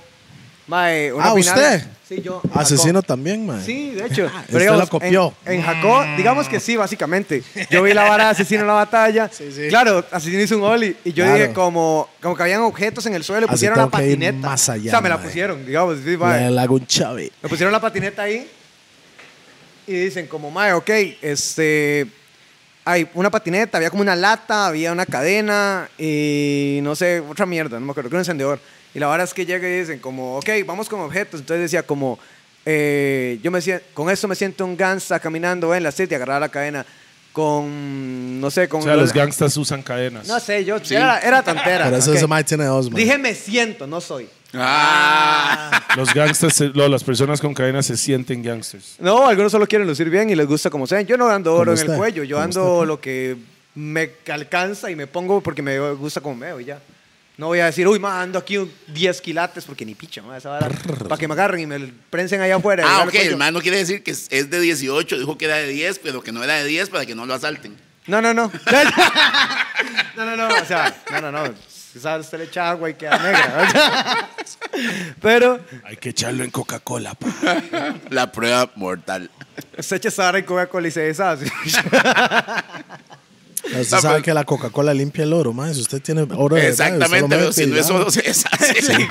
Mae, una
Ah,
final-
¿usted?
Sí, Sí, yo.
Asesino
Jacó.
también, man.
Sí, de hecho.
Ah,
Pero
usted
digamos,
la copió.
En, en Jacó, digamos que sí, básicamente. Yo vi la vara de asesino en la batalla.
sí.
Claro, asesino hizo un ollie. Y yo
Claro.
dije, como, como que habían objetos en el suelo,
Así
pusieron la
tengo que ir
patineta.
más
o
allá,
sea, me la
mae.
pusieron, digamos. sí, mae.
La Lagún Chávez.
Me pusieron la patineta ahí y dicen como, mae, ok, este, hay una patineta, había como una lata, había una cadena y no sé, otra mierda, no me acuerdo, que un encendedor. Y la verdad es que llega y dicen como, ok, vamos con objetos. Entonces decía como, eh, yo me siento, con esto me siento un gangsta caminando en la city, agarraba la cadena con, no sé, con...
O sea, los gangsters usan cadenas.
no sé, yo era, era tontera.
Pero eso
ok.
ese mae tiene dos, man. Ah.
Dije me siento, no soy. Ah.
Ah,
Los gangsters, se- lo- las personas con cadenas se sienten gangsters.
No, algunos solo quieren lucir bien y les gusta como sean. Yo no ando oro en
usted,
el cuello, yo
como
ando lo que me alcanza y me pongo porque me gusta como me veo y ya. No voy a decir, uy, ma, ando aquí un 10 quilates porque ni picha, ma, esa vara. Para que me agarren y me prensen allá afuera.
Ah,
Agarrar
ok,
el cuello.
el man no quiere decir que es es de 18, dijo que era de 10, pero que no era de 10 para que no lo asalten.
No, no, no. no, no, no, o sea, no, no, no. Quizás usted le echa agua y queda negra. Pero
Hay que echarlo en Coca-Cola, pa.
La prueba mortal.
se echa esa vara y Coca-Cola y se deshace.
Usted
No,
sabe
pero-
que la Coca-Cola limpia el oro, man. Si usted tiene oro de verdad,
Exactamente,
usted lo
pero
mete
si
y
no
ya.
es solo se deshace.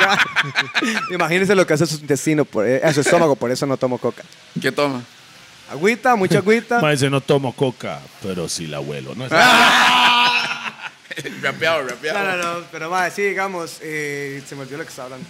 Imagínense lo que hace su intestino, por, eh, a su estómago, por eso no tomo coca.
¿Qué toma?
Agüita, mucha agüita.
Mae, dice, no tomo coca, pero sí la abuelo. No es
rapeado,
No, no,
rapeado.
no, pero va, sí, digamos, eh, se me olvidó lo que estaba hablando.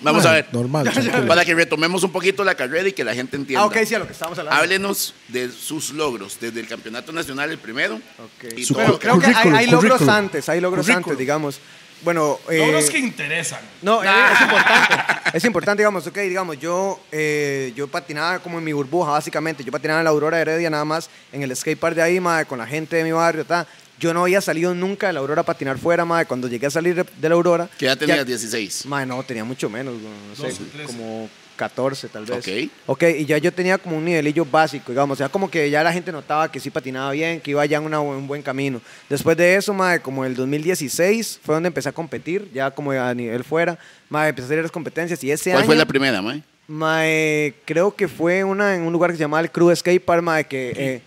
Vamos a
Mae,
ver.
Normal. tranquilo.
Para que retomemos un poquito la carrera y que la gente entienda.
Ah, ok, sí, a lo que estábamos hablando.
Háblenos de sus logros, desde el campeonato nacional el primero.
Ok.
Y
Su
todo lo
Pero
que-
creo que hay,
currículum,
hay logros
currículum.
antes, hay logros antes, digamos. Bueno, eh,
interesan.
no, eh, es importante. Es importante, digamos, ok, digamos, yo, eh, yo patinaba como en mi burbuja, básicamente. Yo patinaba en la Aurora Heredia nada más, en el skatepark de ahí, madre, con la gente de mi barrio, ta. Yo no había salido nunca de la Aurora a patinar fuera, madre. Cuando llegué a salir de, de la Aurora...
que ya tenías
ya-
16.
Mae, no, tenía mucho menos, güey, no sé,
12, 13.
como 14 tal vez.
Ok.
Ok, y ya yo tenía como un nivelillo básico, digamos, o sea, como que ya la gente notaba que sí patinaba bien, que iba ya en una bu- un buen camino. Después de eso, mae, como el 2016 fue donde empecé a competir, ya como a nivel fuera, mae, empecé a hacer las competencias y ese
¿Cuál
Este año...
fue la primera, mae?
Mae, creo que fue una en un lugar que se llamaba el Crew Skate Park, mae, que... eh,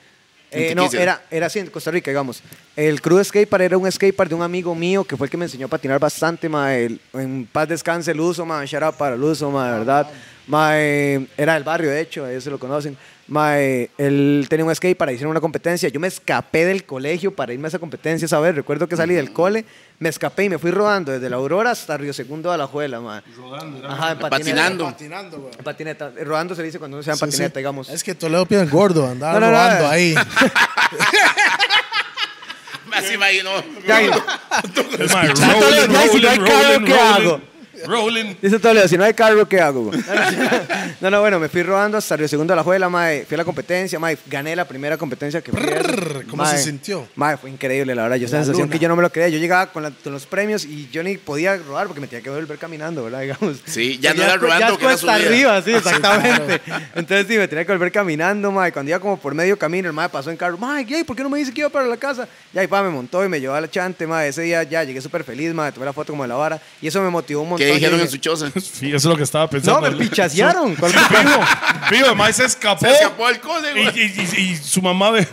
¿En
eh,
qué
no,
quise?
era, era así en Costa Rica, digamos. El Crew Skate Park era un skate park de un amigo mío que fue el que me enseñó a patinar bastante, mae. El- En paz descanse el uso, mae. Shout out para el uso, mae, de verdad. Mae, era del barrio, de hecho, ellos se lo conocen. Mae, él tenía un skate para hicieron una competencia. Yo me escapé del colegio para irme a esa competencia, ¿sabes? Recuerdo que salí del cole, me escapé y me fui rodando desde la Aurora hasta Río Segundo a la Juela, mae. Rodando, Ajá, en patineta.
Patinando.
En patineta. Rodando se le dice cuando uno se va en
Sí,
patineta,
sí.
digamos.
Es que Toledo pide el gordo, andaba
No, no, no,
robando
eh.
ahí.
Mae, se imaginó.
Ya, y- Toledo, ya, si no hay carro, ¿qué hago?
Rolling.
Dice Toledo, si no hay carro, ¿qué hago? güey? no, no, bueno, me fui rodando hasta Río Segundo de la Juela, mae. Fui a la competencia, mae. Gané la primera competencia que fui a esa.
Brrr, ¿cómo se sintió?
Mae, fue increíble, la verdad. Yo esa sensación
luna.
que yo no me lo creía. Yo llegaba con, la- con los premios y yo ni podía rodar porque me tenía que volver caminando, ¿verdad? Digamos.
Sí, ya
Porque
no era
es cu-
rodando,
ya es
que era
cuesta
subida.
arriba, sí, exactamente. Entonces sí, me tenía que volver caminando, mae. Cuando iba como por medio camino, el mae pasó en carro. Mae, ¿qué? ¿por qué no me dice que iba para la casa? Ya, y pa, me montó y me llevó a la chante, mae. Ese día ya llegué súper feliz, mae. Tomé la foto como de la vara. Y eso me motivó un montón.
¿Qué
Yo
dijeron en
dije,
su choza? Se
Sí, eso es lo que estaba
no,
pensando.
me pichasearon. ¿Cuál-
Vivo, vivo, Mae se escapó.
escapó el cole,
Y,
güey.
y- y- y su mamá, ve-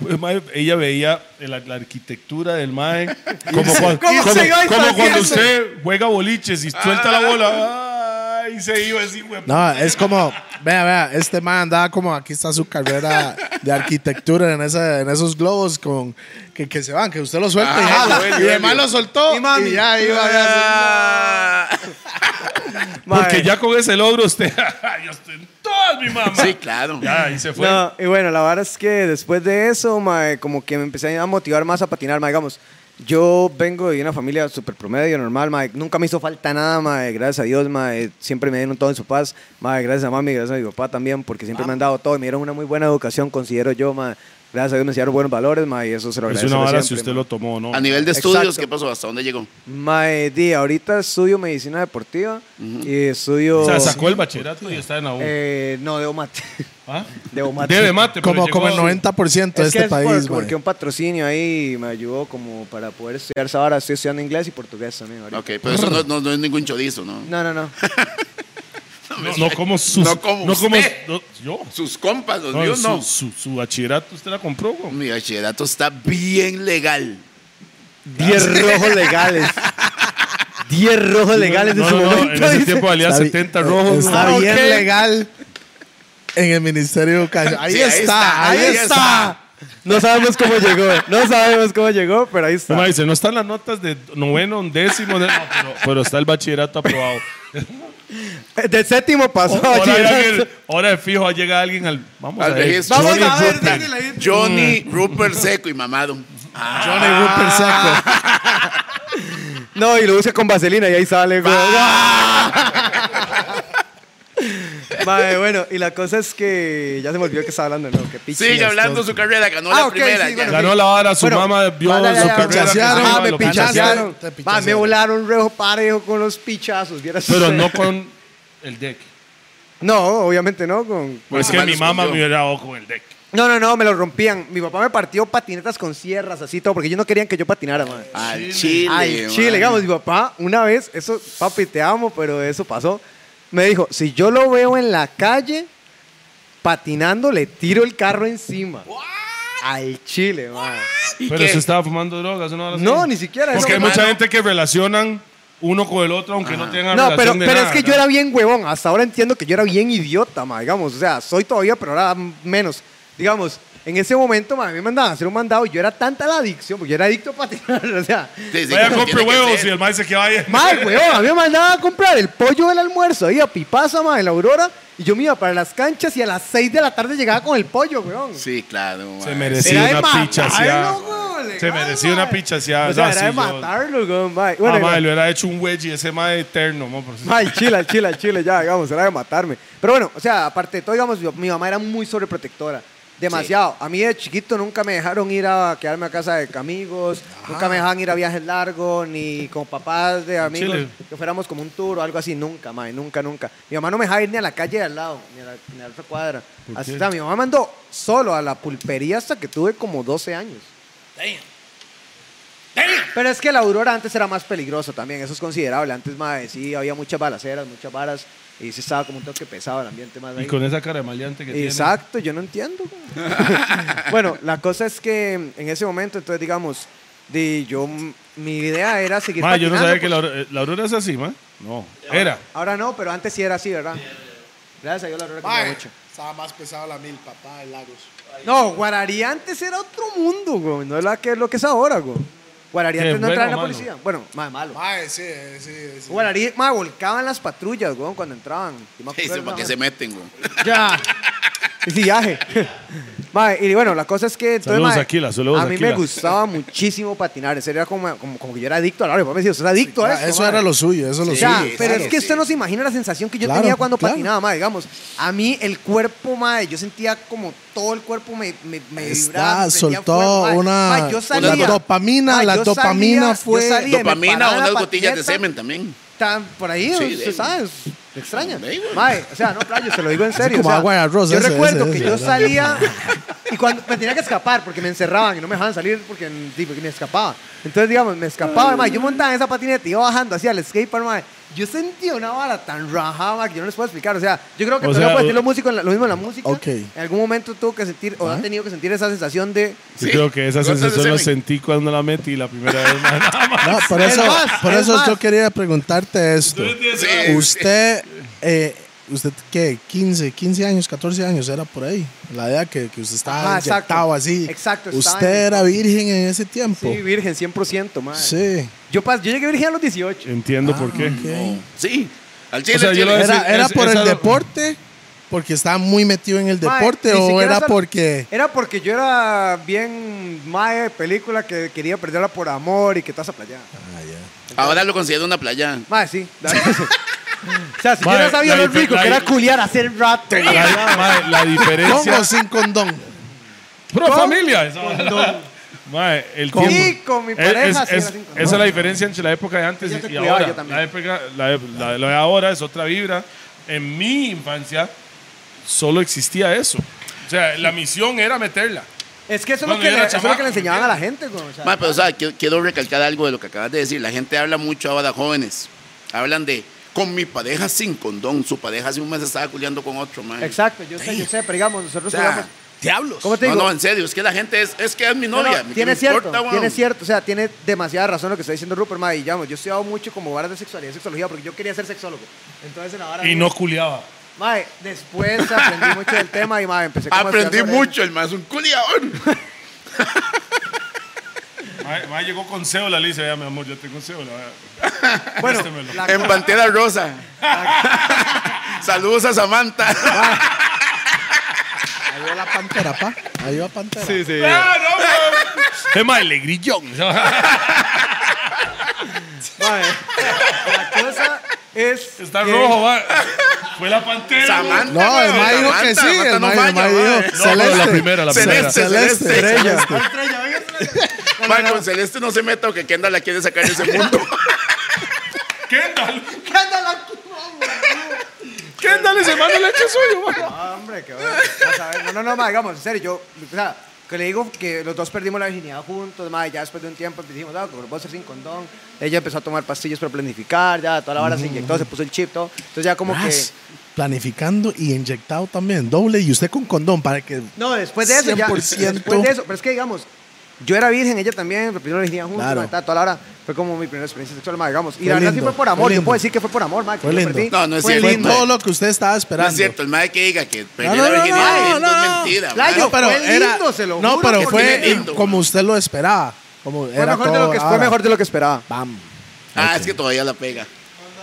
pues, mae, ella veía la, la arquitectura del mae. Como, cuando,
¿Cómo
como-
se iba
como
expandiendo?
cuando usted juega boliches y suelta la bola. ay, Y se iba así, güey.
No, es como, vea, vea, este man andaba como, aquí está su carrera de arquitectura en, esa- en esos globos con que, que se van, que usted lo suelta y
Ah,
jala.
bueno,
y el
bueno.
man lo soltó
Y
y,
mami. Ah.
ya iba.
Ah.
Mae.
Porque ya con ese logro usted. yo estoy en todas, mi mamá.
Sí, claro.
Ya, ahí se fue.
No, y bueno, la verdad es que después de eso, mae, como que me empecé a motivar más a patinar, mae, digamos. Yo vengo de una familia súper promedio, normal, mae, nunca me hizo falta nada, mae, gracias a Dios, mae, siempre me dieron todo en su paz, mae, gracias a mami, gracias a mi papá también, porque siempre me han dado todo y me dieron una muy buena educación, considero yo, mae, gracias a Dios me enseñaron buenos valores, mae, y eso se lo
es
agradezco
una vara si
siempre,
usted lo tomó o no.
A nivel de
Exacto.
estudios, ¿qué pasó? ¿Hasta dónde llegó?
mae. Mae, di, ahorita estudio medicina deportiva y estudio...
O sea, sacó el bachillerato y está en la U.
eh, no, debo mate,
¿Ah?
debo mate.
Debe mate. pero
Como,
llegó
como el
a-
90% de
Es que
este
es por-
país,
porque
man.
un patrocinio ahí me ayudó como para poder estudiar esa hora. Estoy estudiando inglés y portugués también ahorita.
Ok, pero eso no, no- no es ningún chorizo, ¿no?
No, no, no.
No, no como sus.
No como usted.
no, yo.
Sus compas, los
No,
míos
su,
no.
Su, su bachillerato usted la compró, güey.
Mi bachillerato está bien legal.
10 rojos legales. 10 rojos legales de
no,
su
no, no,
momento.
en ese
dice.
tiempo valía
Está bi-
70
eh,
rojos. güey.
Está
Ah,
bien
ok.
legal en el Ministerio de Educación. Ahí,
Sí, ahí
está,
está,
ahí
ahí
está.
está.
No sabemos cómo llegó. eh. No sabemos cómo llegó, pero ahí
No, ma,
está.
dice, no están las notas de noveno, décimo, de- no, pero, pero está el bachillerato aprobado.
Del séptimo pasó a
Ahora,
bachillerato.
llega el- ahora de fijo llega alguien al. Vamos
Al
a ver.
registro. Vamos
a ver,
Johnny
dile la gente.
Johnny Rupert Seco y mamado.
Johnny Rupert
Ah.
Seco.
No, y lo busca con vaselina y ahí sale, güey. Mae, bueno, y la cosa es que ya se me olvidó que estaba hablando, ¿no? Que pichi
Sigue
esto.
hablando su carrera, ganó
Ah,
la
ok,
primera.
sí,
ya.
bueno.
Ganó la vara, su
Bueno,
mamá vio
vale,
su
ya, ya,
carrera. que se
pichasearon.
llama,
Ah, me
lo
pichasearon.
Te pichasearon.
Mae, me volaron rejo parejo con los pichazos, vieras
Pero
usted.
no con el deck.
No, obviamente no, con...
Pues
Mamá
que mi
los
mamá me
cogió.
hubiera dado con el deck.
No, no, no, me lo rompían. Mi papá me partió patinetas con sierras, así todo, porque ellos no querían que yo patinara, mae.
Al Chile.
Ay,
man.
chile, digamos, mi papá, una vez, eso, papi, te amo, pero eso pasó. Me dijo, si yo lo veo en la calle patinando, le tiro el carro encima. Al chile, man.
¿Y
Pero
qué?
se estaba fumando drogas. No,
No, ni siquiera.
Porque hay
eso,
Porque
mucha
mano-
gente que relacionan uno con el otro, aunque no tengan
no,
relación
pero,
de
pero es
nada,
que yo
¿no?
era bien huevón. Hasta ahora entiendo que yo era bien idiota, ma, digamos. O sea, soy todavía, pero ahora menos. Digamos, en ese momento, ma, a mí me mandaban a hacer un mandado y yo era tanta la adicción, porque yo era adicto a patinar. O sea,
Sí, sí,
Vaya,
como
compre
tiene que
huevos
ser.
y el maíz se queda ahí.
Mae, weón, a mí me mandaban a comprar el pollo del almuerzo ahí a Pipasa, mae, en la Aurora. Y yo me iba para las canchas y a las 6 de la tarde llegaba con el pollo, weón.
Sí, claro.
Se
man.
merecía
de
una
matarlo,
pichaseada.
weón,
Se
legal,
merecía una
mae.
pichaseada.
O sea, era
así
de
yo-
matarlo, weón, mae. Bueno,
Ah,
era-
madre, le hubiera hecho un wedgie ese madre eterno. mo, por-
Ay, chile, chile, chile, ya, digamos, era de matarme. Pero bueno, o sea, aparte de todo, digamos, yo- mi mamá era muy sobreprotectora. Demasiado. A mí de chiquito nunca me dejaron ir a quedarme a casa de amigos, nunca me dejaban ir a viajes largos, ni con papás de amigos,
Chile.
que fuéramos como un tour o algo así, nunca, mae, nunca, nunca. Mi mamá no me dejaba ir ni a la calle de al lado, ni a la, ni a la otra cuadra. Así está, mi mamá mandó solo a la pulpería hasta que tuve como 12 años. Pero es que la Aurora antes era más peligrosa también, eso es considerable. Antes, madre, sí, había muchas balaceras, muchas varas, y se estaba como un toque pesado el ambiente más
Y
ahí.
con esa cara de maleante que tiene.
Exacto, yo no entiendo. güey. bueno, la cosa es que en ese momento, entonces, digamos, de, yo, m- mi idea era seguir
Ma, yo no
patinando,
sabía que
pues.
la, aurora- eh, la aurora es así, ma. No, era.
Ahora no, pero antes sí era así, ¿verdad? Gracias a Dios la Aurora cambió mucho.
Estaba más pesado la mil, papá, el Lagos.
No, Guarari antes era otro mundo, güey. No es la que, lo que es ahora, güey. Guarari
Qué
antes no entraba en la
bueno, mano.
policía. Bueno, más malo.
Mae, sí, sí, sí.
Guararí, ma, volcaban las patrullas, weón, cuando entraban. Yo me acuerdo,
Dice, ¿para qué se meten, güey?
Ya. Ese viaje. Ma, y bueno, la cosa es que. entonces,
Saludos,
ma,
Aquila, saludos,
A mí me
Aquila.
gustaba muchísimo patinar. En serio, era como, como, como que yo era adicto a la hora. Mi papá me decía, usted es adicto a esto,
eso
ma".
era lo suyo, eso es lo
O
Sí,
sea,
suyo.
pero
claro.
es que usted no se imagina la sensación que yo
Claro,
tenía cuando
claro.
patinaba, ma, digamos. A mí el cuerpo, ma, yo sentía como todo el cuerpo me, me, me vibraba.
Está,
me prendía
soltó
fuego, ma.
una-
Ma, yo
una
salía,
dopamina,
ma,
la
yo
dopamina
salía- yo
fue-
salía y me
Dopamina
paraba
o
en la
unas gotillas de
patineta.
semen también.
Están por ahí,
Sí,
usted
de-
sabe, es- me extraña.
De ahí, güey.
Mae, o sea, no, playo, se lo digo en serio.
como
o sea,
agua de arroz,
Yo
ese,
recuerdo
ese,
que
ese,
yo
¿verdad?
salía y cuando me tenía que escapar porque me encerraban y no me dejaban salir porque, sí, porque me escapaba. Entonces, digamos, me escapaba, mae, yo montaba en esa patineta y iba bajando hacia el skatepark, mae. Yo sentía una vara tan rajada mae, que yo no les puedo explicar. O sea, yo creo que
O
todavía
sea,
puedo
o-
decir lo, músico en la- lo mismo en la música.
Ok.
En algún momento tuvo que sentir o ha tenido que sentir esa sensación de.
Yo
Sí.
creo que esa
Gotas de
sensación la
semen.
sentí cuando la metí la primera vez, ma. Nada más.
No, por
Es
eso,
más,
por
es
eso
más.
yo quería preguntarte esto.
Sí.
Usted, eh, usted qué, 15, 15 años, 14 años, era por ahí. La edad que, que usted estaba
Ajá, exacto.
inyectado así.
Exacto, estaba
Usted era virgen en ese tiempo.
Sí, virgen, 100%, mae.
Sí.
Yo, pas- yo llegué virgen a los 18.
Entiendo por
Ah,
qué.
ok.
Sí, al chile.
O sea, yo
chile.
lo-
Era,
Ese-
era
ese-
por
esa
el
lo-
deporte, porque estaba muy metido en el
Mae,
deporte,
ni
o
siquiera
era
solo-
porque.
Era porque yo era bien mae de película que quería perderla por amor y que estás a playa.
Ahora lo considero una playa.
Mae, sí. la verdad. o sea, si
Mae,
yo no sabía
la
lo
dif-
rico
la
que era
dif-
culiar hace rato.
La, ma, la
Con
diferencia.
o sin condón.
Pro familia. esa vara. Ma, el
Con-
tiempo.
Sí, con mi pareja,
Es-
sí,
es-
era
es-
sin condón.
esa es la diferencia entre la época de antes
Ella te
y, y
cuidaba,
ahora.
yo también.
La época, la, la- la de ahora es otra vibra. En mi infancia solo existía eso. O sea, la misión era meterla.
Es que eso es lo
Cuando
que,
yo era
le, eso es lo que
chamaco,
le enseñaban a la gente. güey, o sea.
Ma, pero, o sea, quiero, quiero recalcar algo de lo que acabas de decir. La gente habla mucho ahora, jóvenes. Hablan de con mi pareja sin condón. Su pareja hace un mes estaba culiando con otro, man.
Exacto, yo sé, yo sé, pero digamos,
O
nosotros jugamos-
sea, diablos.
¿Cómo te
no,
digo?
no, en serio, es que la gente es, es que es mi
No, no,
novia. ¿qué
tiene
me
cierto,
importa, weón?
tiene cierto, o sea, tiene demasiada razón lo que está diciendo Rupert, madre, y digamos, yo he estudiado mucho como varas de sexualidad y sexología porque yo quería ser sexólogo. Entonces en la vara...
Y no culiaba.
Madre, después aprendí mucho del tema y madre, empecé como a estudiar
Aprendí
sobre
mucho, el más es un culiador.
Ma- ma llegó con cédula, le dice, "Vea, mi amor, yo tengo cédula. vea,
eso. Bueno,
préstemelo".
la-
Este En Pantera Rosa. Saludos a Samantha.
Ahí va la pantera, pa. Ahí va pantera.
¡Ah, no, weón! Es más, el negrillón.
madre, la cosa es...
Está
que-
rojo, va. Fue la pantera.
Samantha.
No, el
weón,
Mae dijo que
Samantha,
sí.
Samantha
El
no
Mae el
falla,
mae dijo
weón.
No, no, la primera, la primera.
Celeste,
Estrella.
Mae, con Celeste no se meta o que Kendall la quiere sacar de ese mundo.
Kendall.
Ah, hombre, qué bueno. Vas a ver. No, no, no, ma, digamos, en serio, yo, o sea, que le digo que los dos perdimos la virginidad juntos, ma, y ya después de un tiempo dijimos, ah, vos a ser sin condón. Ella empezó a tomar pastillas para planificar, ya, toda la vara se inyectó, se puso el chip, todo. Entonces ya como
Más,
que...
Planificando y inyectado también. Doble y usted con condón para que.
No, después de eso, ya,
100%.
después de eso, pero es que digamos, yo era virgen, ella también, pues, la primera virginidad juntos,
Claro.
ma, ta, toda la hora, fue como mi primera experiencia sexual, ma, digamos. Y
Fue
la verdad sí
lindo,
fue por
fue
amor, yo
lindo.
puedo decir que fue por amor, ma, que
Fue
yo
lindo.
perdí.
No, no es
Fue
cierto.
Fue
lindo.
todo lo que usted estaba
No
esperando.
es cierto, el mae que diga que perdió
no,
la
no,
virginidad
no,
no,
no.
es mentira. mae.
Playo,
No, pero
Fue
era,
lindo, se lo
no,
juro,
pero
porque
fue
fue lindo.
como usted lo esperaba. Como
Fue
era
mejor de
todo
lo que, fue
ahora.
mejor de lo que esperaba.
Bam.
Ah, es que todavía la pega.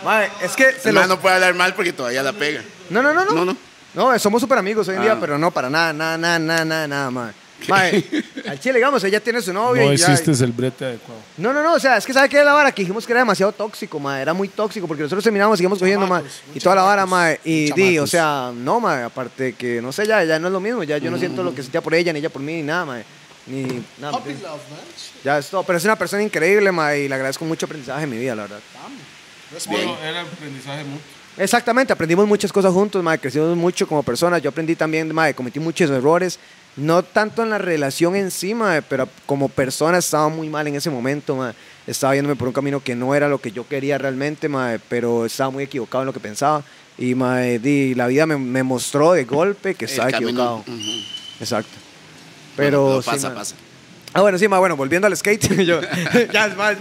Ma, es que se
El
lo...
mae no puede hablar mal porque todavía la pega.
No, no, no, no.
No, no.
No, somos súper amigos hoy en
Ah.
día, pero no, para nada, nada, nada, nada, nada, nada, mae. Mae, al chile, digamos, ella tiene su novio
No
y ya-
hiciste el brete adecuado.
No, no, no, o sea, es que ¿sabe qué es la vara? Que dijimos que era demasiado tóxico, mae, era muy tóxico, porque nosotros terminamos, seguimos cogiendo, mae, y toda la vara, mae, y di, o sea, no, mae, aparte que, no sé, ya, ya no es lo mismo, ya yo no siento lo que sentía por ella, ni ella por mí, ni nada, mae, ni nada. mae. Ya es todo, pero es una persona increíble, mae, y le agradezco mucho aprendizaje en mi vida, la verdad. Pues
Bueno, era aprendizaje mutuo.
Exactamente, aprendimos muchas cosas juntos, mae, crecimos mucho como personas. Yo aprendí también, mae, cometí muchos errores, no tanto en la relación encima, pero como persona estaba muy mal en ese momento, mae. Estaba yéndome por un camino que no era lo que yo quería realmente, mae, pero estaba muy equivocado en lo que pensaba. Y mae, di, la vida me, me mostró de golpe que
El
estaba
camino-
equivocado.
Ujú.
Exacto. Pero
Bueno,
sí,
pasa,
mae.
pasa.
Ah, bueno, sí, mae, bueno, volviendo al skate, yo, ya es más.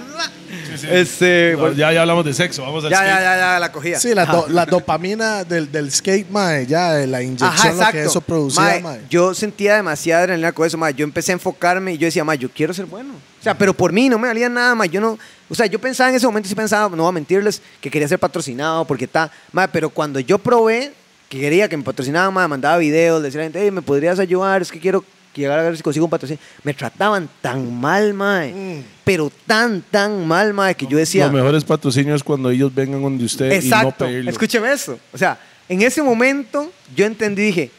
Este,
No,
vol-
ya, ya hablamos de sexo, vamos al
ya,
skate.
ya, ya, ya, la cogía.
Sí, la,
Ajá.
do- la dopamina del, del skate, mae, ya, de la
Ajá,
inyección, lo
exacto.
que eso producía,
Mae,
mae.
Yo sentía demasiada adrenalina con eso, mae. Yo empecé a enfocarme y yo decía, mae, yo quiero ser bueno. O sea, pero por mí no me valía nada, mae. Yo no, o sea, yo pensaba en ese momento, sí pensaba, no voy a mentirles, que quería ser patrocinado porque está, mae, pero cuando yo probé que quería que me patrocinaban, mae, mandaba videos, le decía a la gente, "Ey, me podrías ayudar, es que quiero llegar a ver si consigo un patrocinio. Me trataban tan mal, mae.
Mm.
Pero tan, tan mal, mae, que yo decía,
Los mejores patrocinios es cuando ellos vengan donde usted y no
Exacto.
pedirlo.
Escúcheme eso. O sea, en ese momento yo entendí y dije,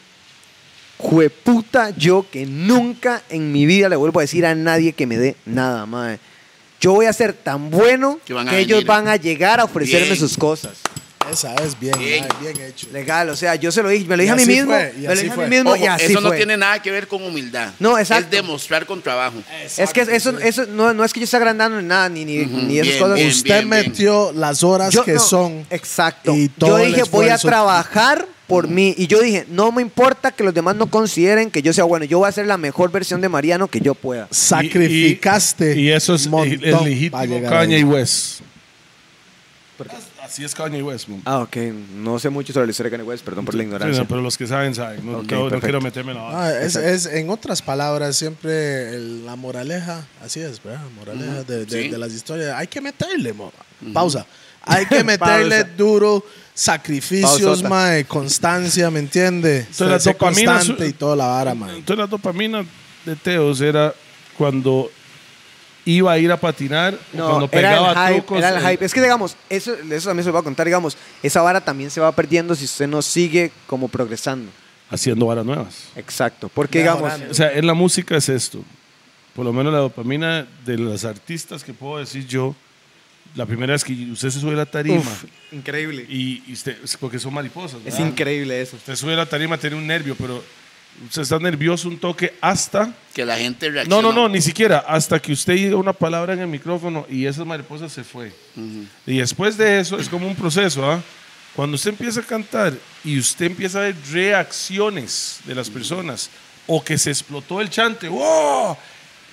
jueputa yo que nunca en mi vida le vuelvo a decir a nadie que me dé nada, madre. Yo voy a ser tan bueno
Que
que,
van a
ellos
venir.
van a llegar a ofrecerme
Bien.
sus cosas.
Esa es bien, mae,
Bien.
bien, hecho.
Legal, o sea, yo se lo dije, me lo
Y
dije a mí
así
mismo,
fue, y
me lo
así
dije a
fue.
mí mismo
Ojo,
y así
eso no
fue.
tiene nada que ver con humildad.
No, exacto.
Es demostrar con trabajo.
es que eso, eso no, no es que yo esté agrandando en nada, ni, ni, ni esas
bien,
cosas.
bien,
Usted
bien.
metió las horas
Yo
que
no,
son.
Exacto.
y
yo
todo el
dije, voy a
esfuerzo".
trabajar por mí. Y yo dije, no me importa que los demás no consideren que yo sea bueno. Yo voy a ser la mejor versión de Mariano que yo pueda.
Sacrificaste.
Y, y eso es,
montón
el es legítimo
para llegar
Kanye
ahí.
West. Así es Kanye West. mon.
Ah, ok. No sé mucho sobre la historia de Kanye West. Perdón por la
Sí,
ignorancia.
no, pero los que saben, saben. No,
Ok,
no- no
perfecto.
quiero meterme en la
Ah, es, es, en otras palabras, siempre el- la moraleja, así es, ¿verdad? Moraleja de, de-
sí.
de las historias. Hay que meterle, mo- pausa. Hay que meterle duro, sacrificios,
Pausota.
mae, constancia, ¿me entiende?
Entonces, la
Ser
dopamina es-
constante y toda la vara, mae.
Entonces la dopamina de Teos era cuando iba a ir a patinar, o
No,
cuando
era
pegaba
el hype,
trucos.
era el
eh,
hype. Es que digamos, eso, eso también se lo voy a contar, digamos, esa vara también se va perdiendo si usted no sigue como progresando.
Haciendo varas nuevas.
Exacto. Porque
Mejorando.
O
digamos,
sea, en la música es esto. Por lo menos la dopamina de los artistas que puedo decir yo, la primera vez que usted se sube a la tarima
increíble.
y, y usted, porque son mariposas.
Es
¿verdad?
increíble eso.
Usted sube a la tarima, tiene un nervio, pero Usted está nervioso un toque hasta.
Que la gente reacciona.
No, no, no, ni siquiera. Hasta que usted diga una palabra en el micrófono y esa mariposa se fue. Y después de eso es como un proceso, ¿ah? Cuando usted empieza a cantar y usted empieza a ver reacciones de las personas o que se explotó el chante, ¡wow!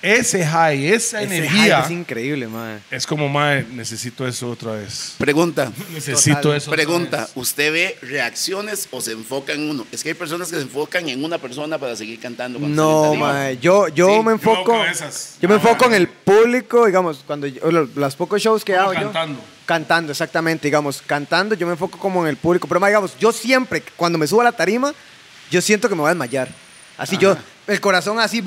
Ese high, esa
Ese
energía.
hype es increíble, madre.
Es como, mae, necesito eso otra vez.
Pregunta.
Necesito
Total.
eso. otra
Pregunta,
vez.
¿usted ve reacciones o se enfoca en uno? Es que hay personas que se enfocan en una persona para seguir cantando. cuando se
No,
sientan arriba.
mae. Yo, yo
Sí,
me enfoco.
yo hago cabezas.
Yo me
Ah,
enfoco en
mae.
el público, digamos, cuando yo- lo- los pocos shows que
Como
hago. yo-
cantando.
cantando, exactamente, digamos. Cantando, yo me enfoco como en el público. Pero, mae, digamos, yo siempre, cuando me subo a la tarima, yo siento que me voy a desmayar. Así yo, el corazón así.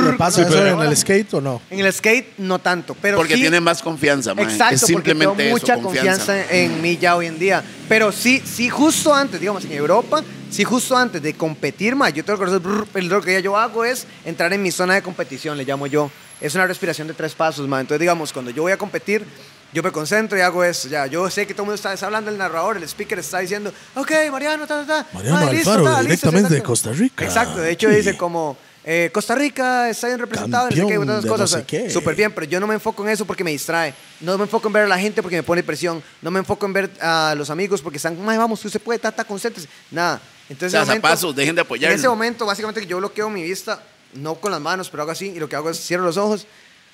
¿Le pasa
Sí,
eso
pero-
en el skate o no?
En el skate, no tanto. Pero
Porque
sí,
tiene más confianza, mae.
Exacto,
es
porque
simplemente
tengo mucha
eso,
confianza.
confianza.
en mí ya hoy en día. Pero sí, sí, justo antes, digamos, en Europa, sí, justo antes de competir, más, yo tengo que conocer, brr, el- lo que yo hago es entrar en mi zona de competición, le llamo yo. Es una respiración de tres pasos, más. Entonces, digamos, cuando yo voy a competir, yo me concentro y hago eso. Ya, yo sé que todo el mundo está, está hablando, el narrador, el speaker está diciendo, ok, Mariano, ta, ta, ta.
Mariano
Ah, listo,
Alfaro,
ta, listo,
directamente
sí,
de
ta, ta".
Costa Rica.
Exacto, de hecho
Sí.
dice como eh, Costa Rica está bien representado, no sé qué,
Campeón
todas
de
esas
no
cosas.
sé qué.
Súper bien, pero yo no me enfoco en eso porque me distrae. No me enfoco en ver a la gente porque me pone presión. No me enfoco en ver a los amigos porque están, "Mae, vamos, usted puede, tata, concéntrese. Nada. Entonces, en ese momento-
Zapasos, dejen de apoyarlo.
En ese momento, básicamente, que yo bloqueo mi vista, no con las manos, pero hago así, y lo que hago es cierro los ojos,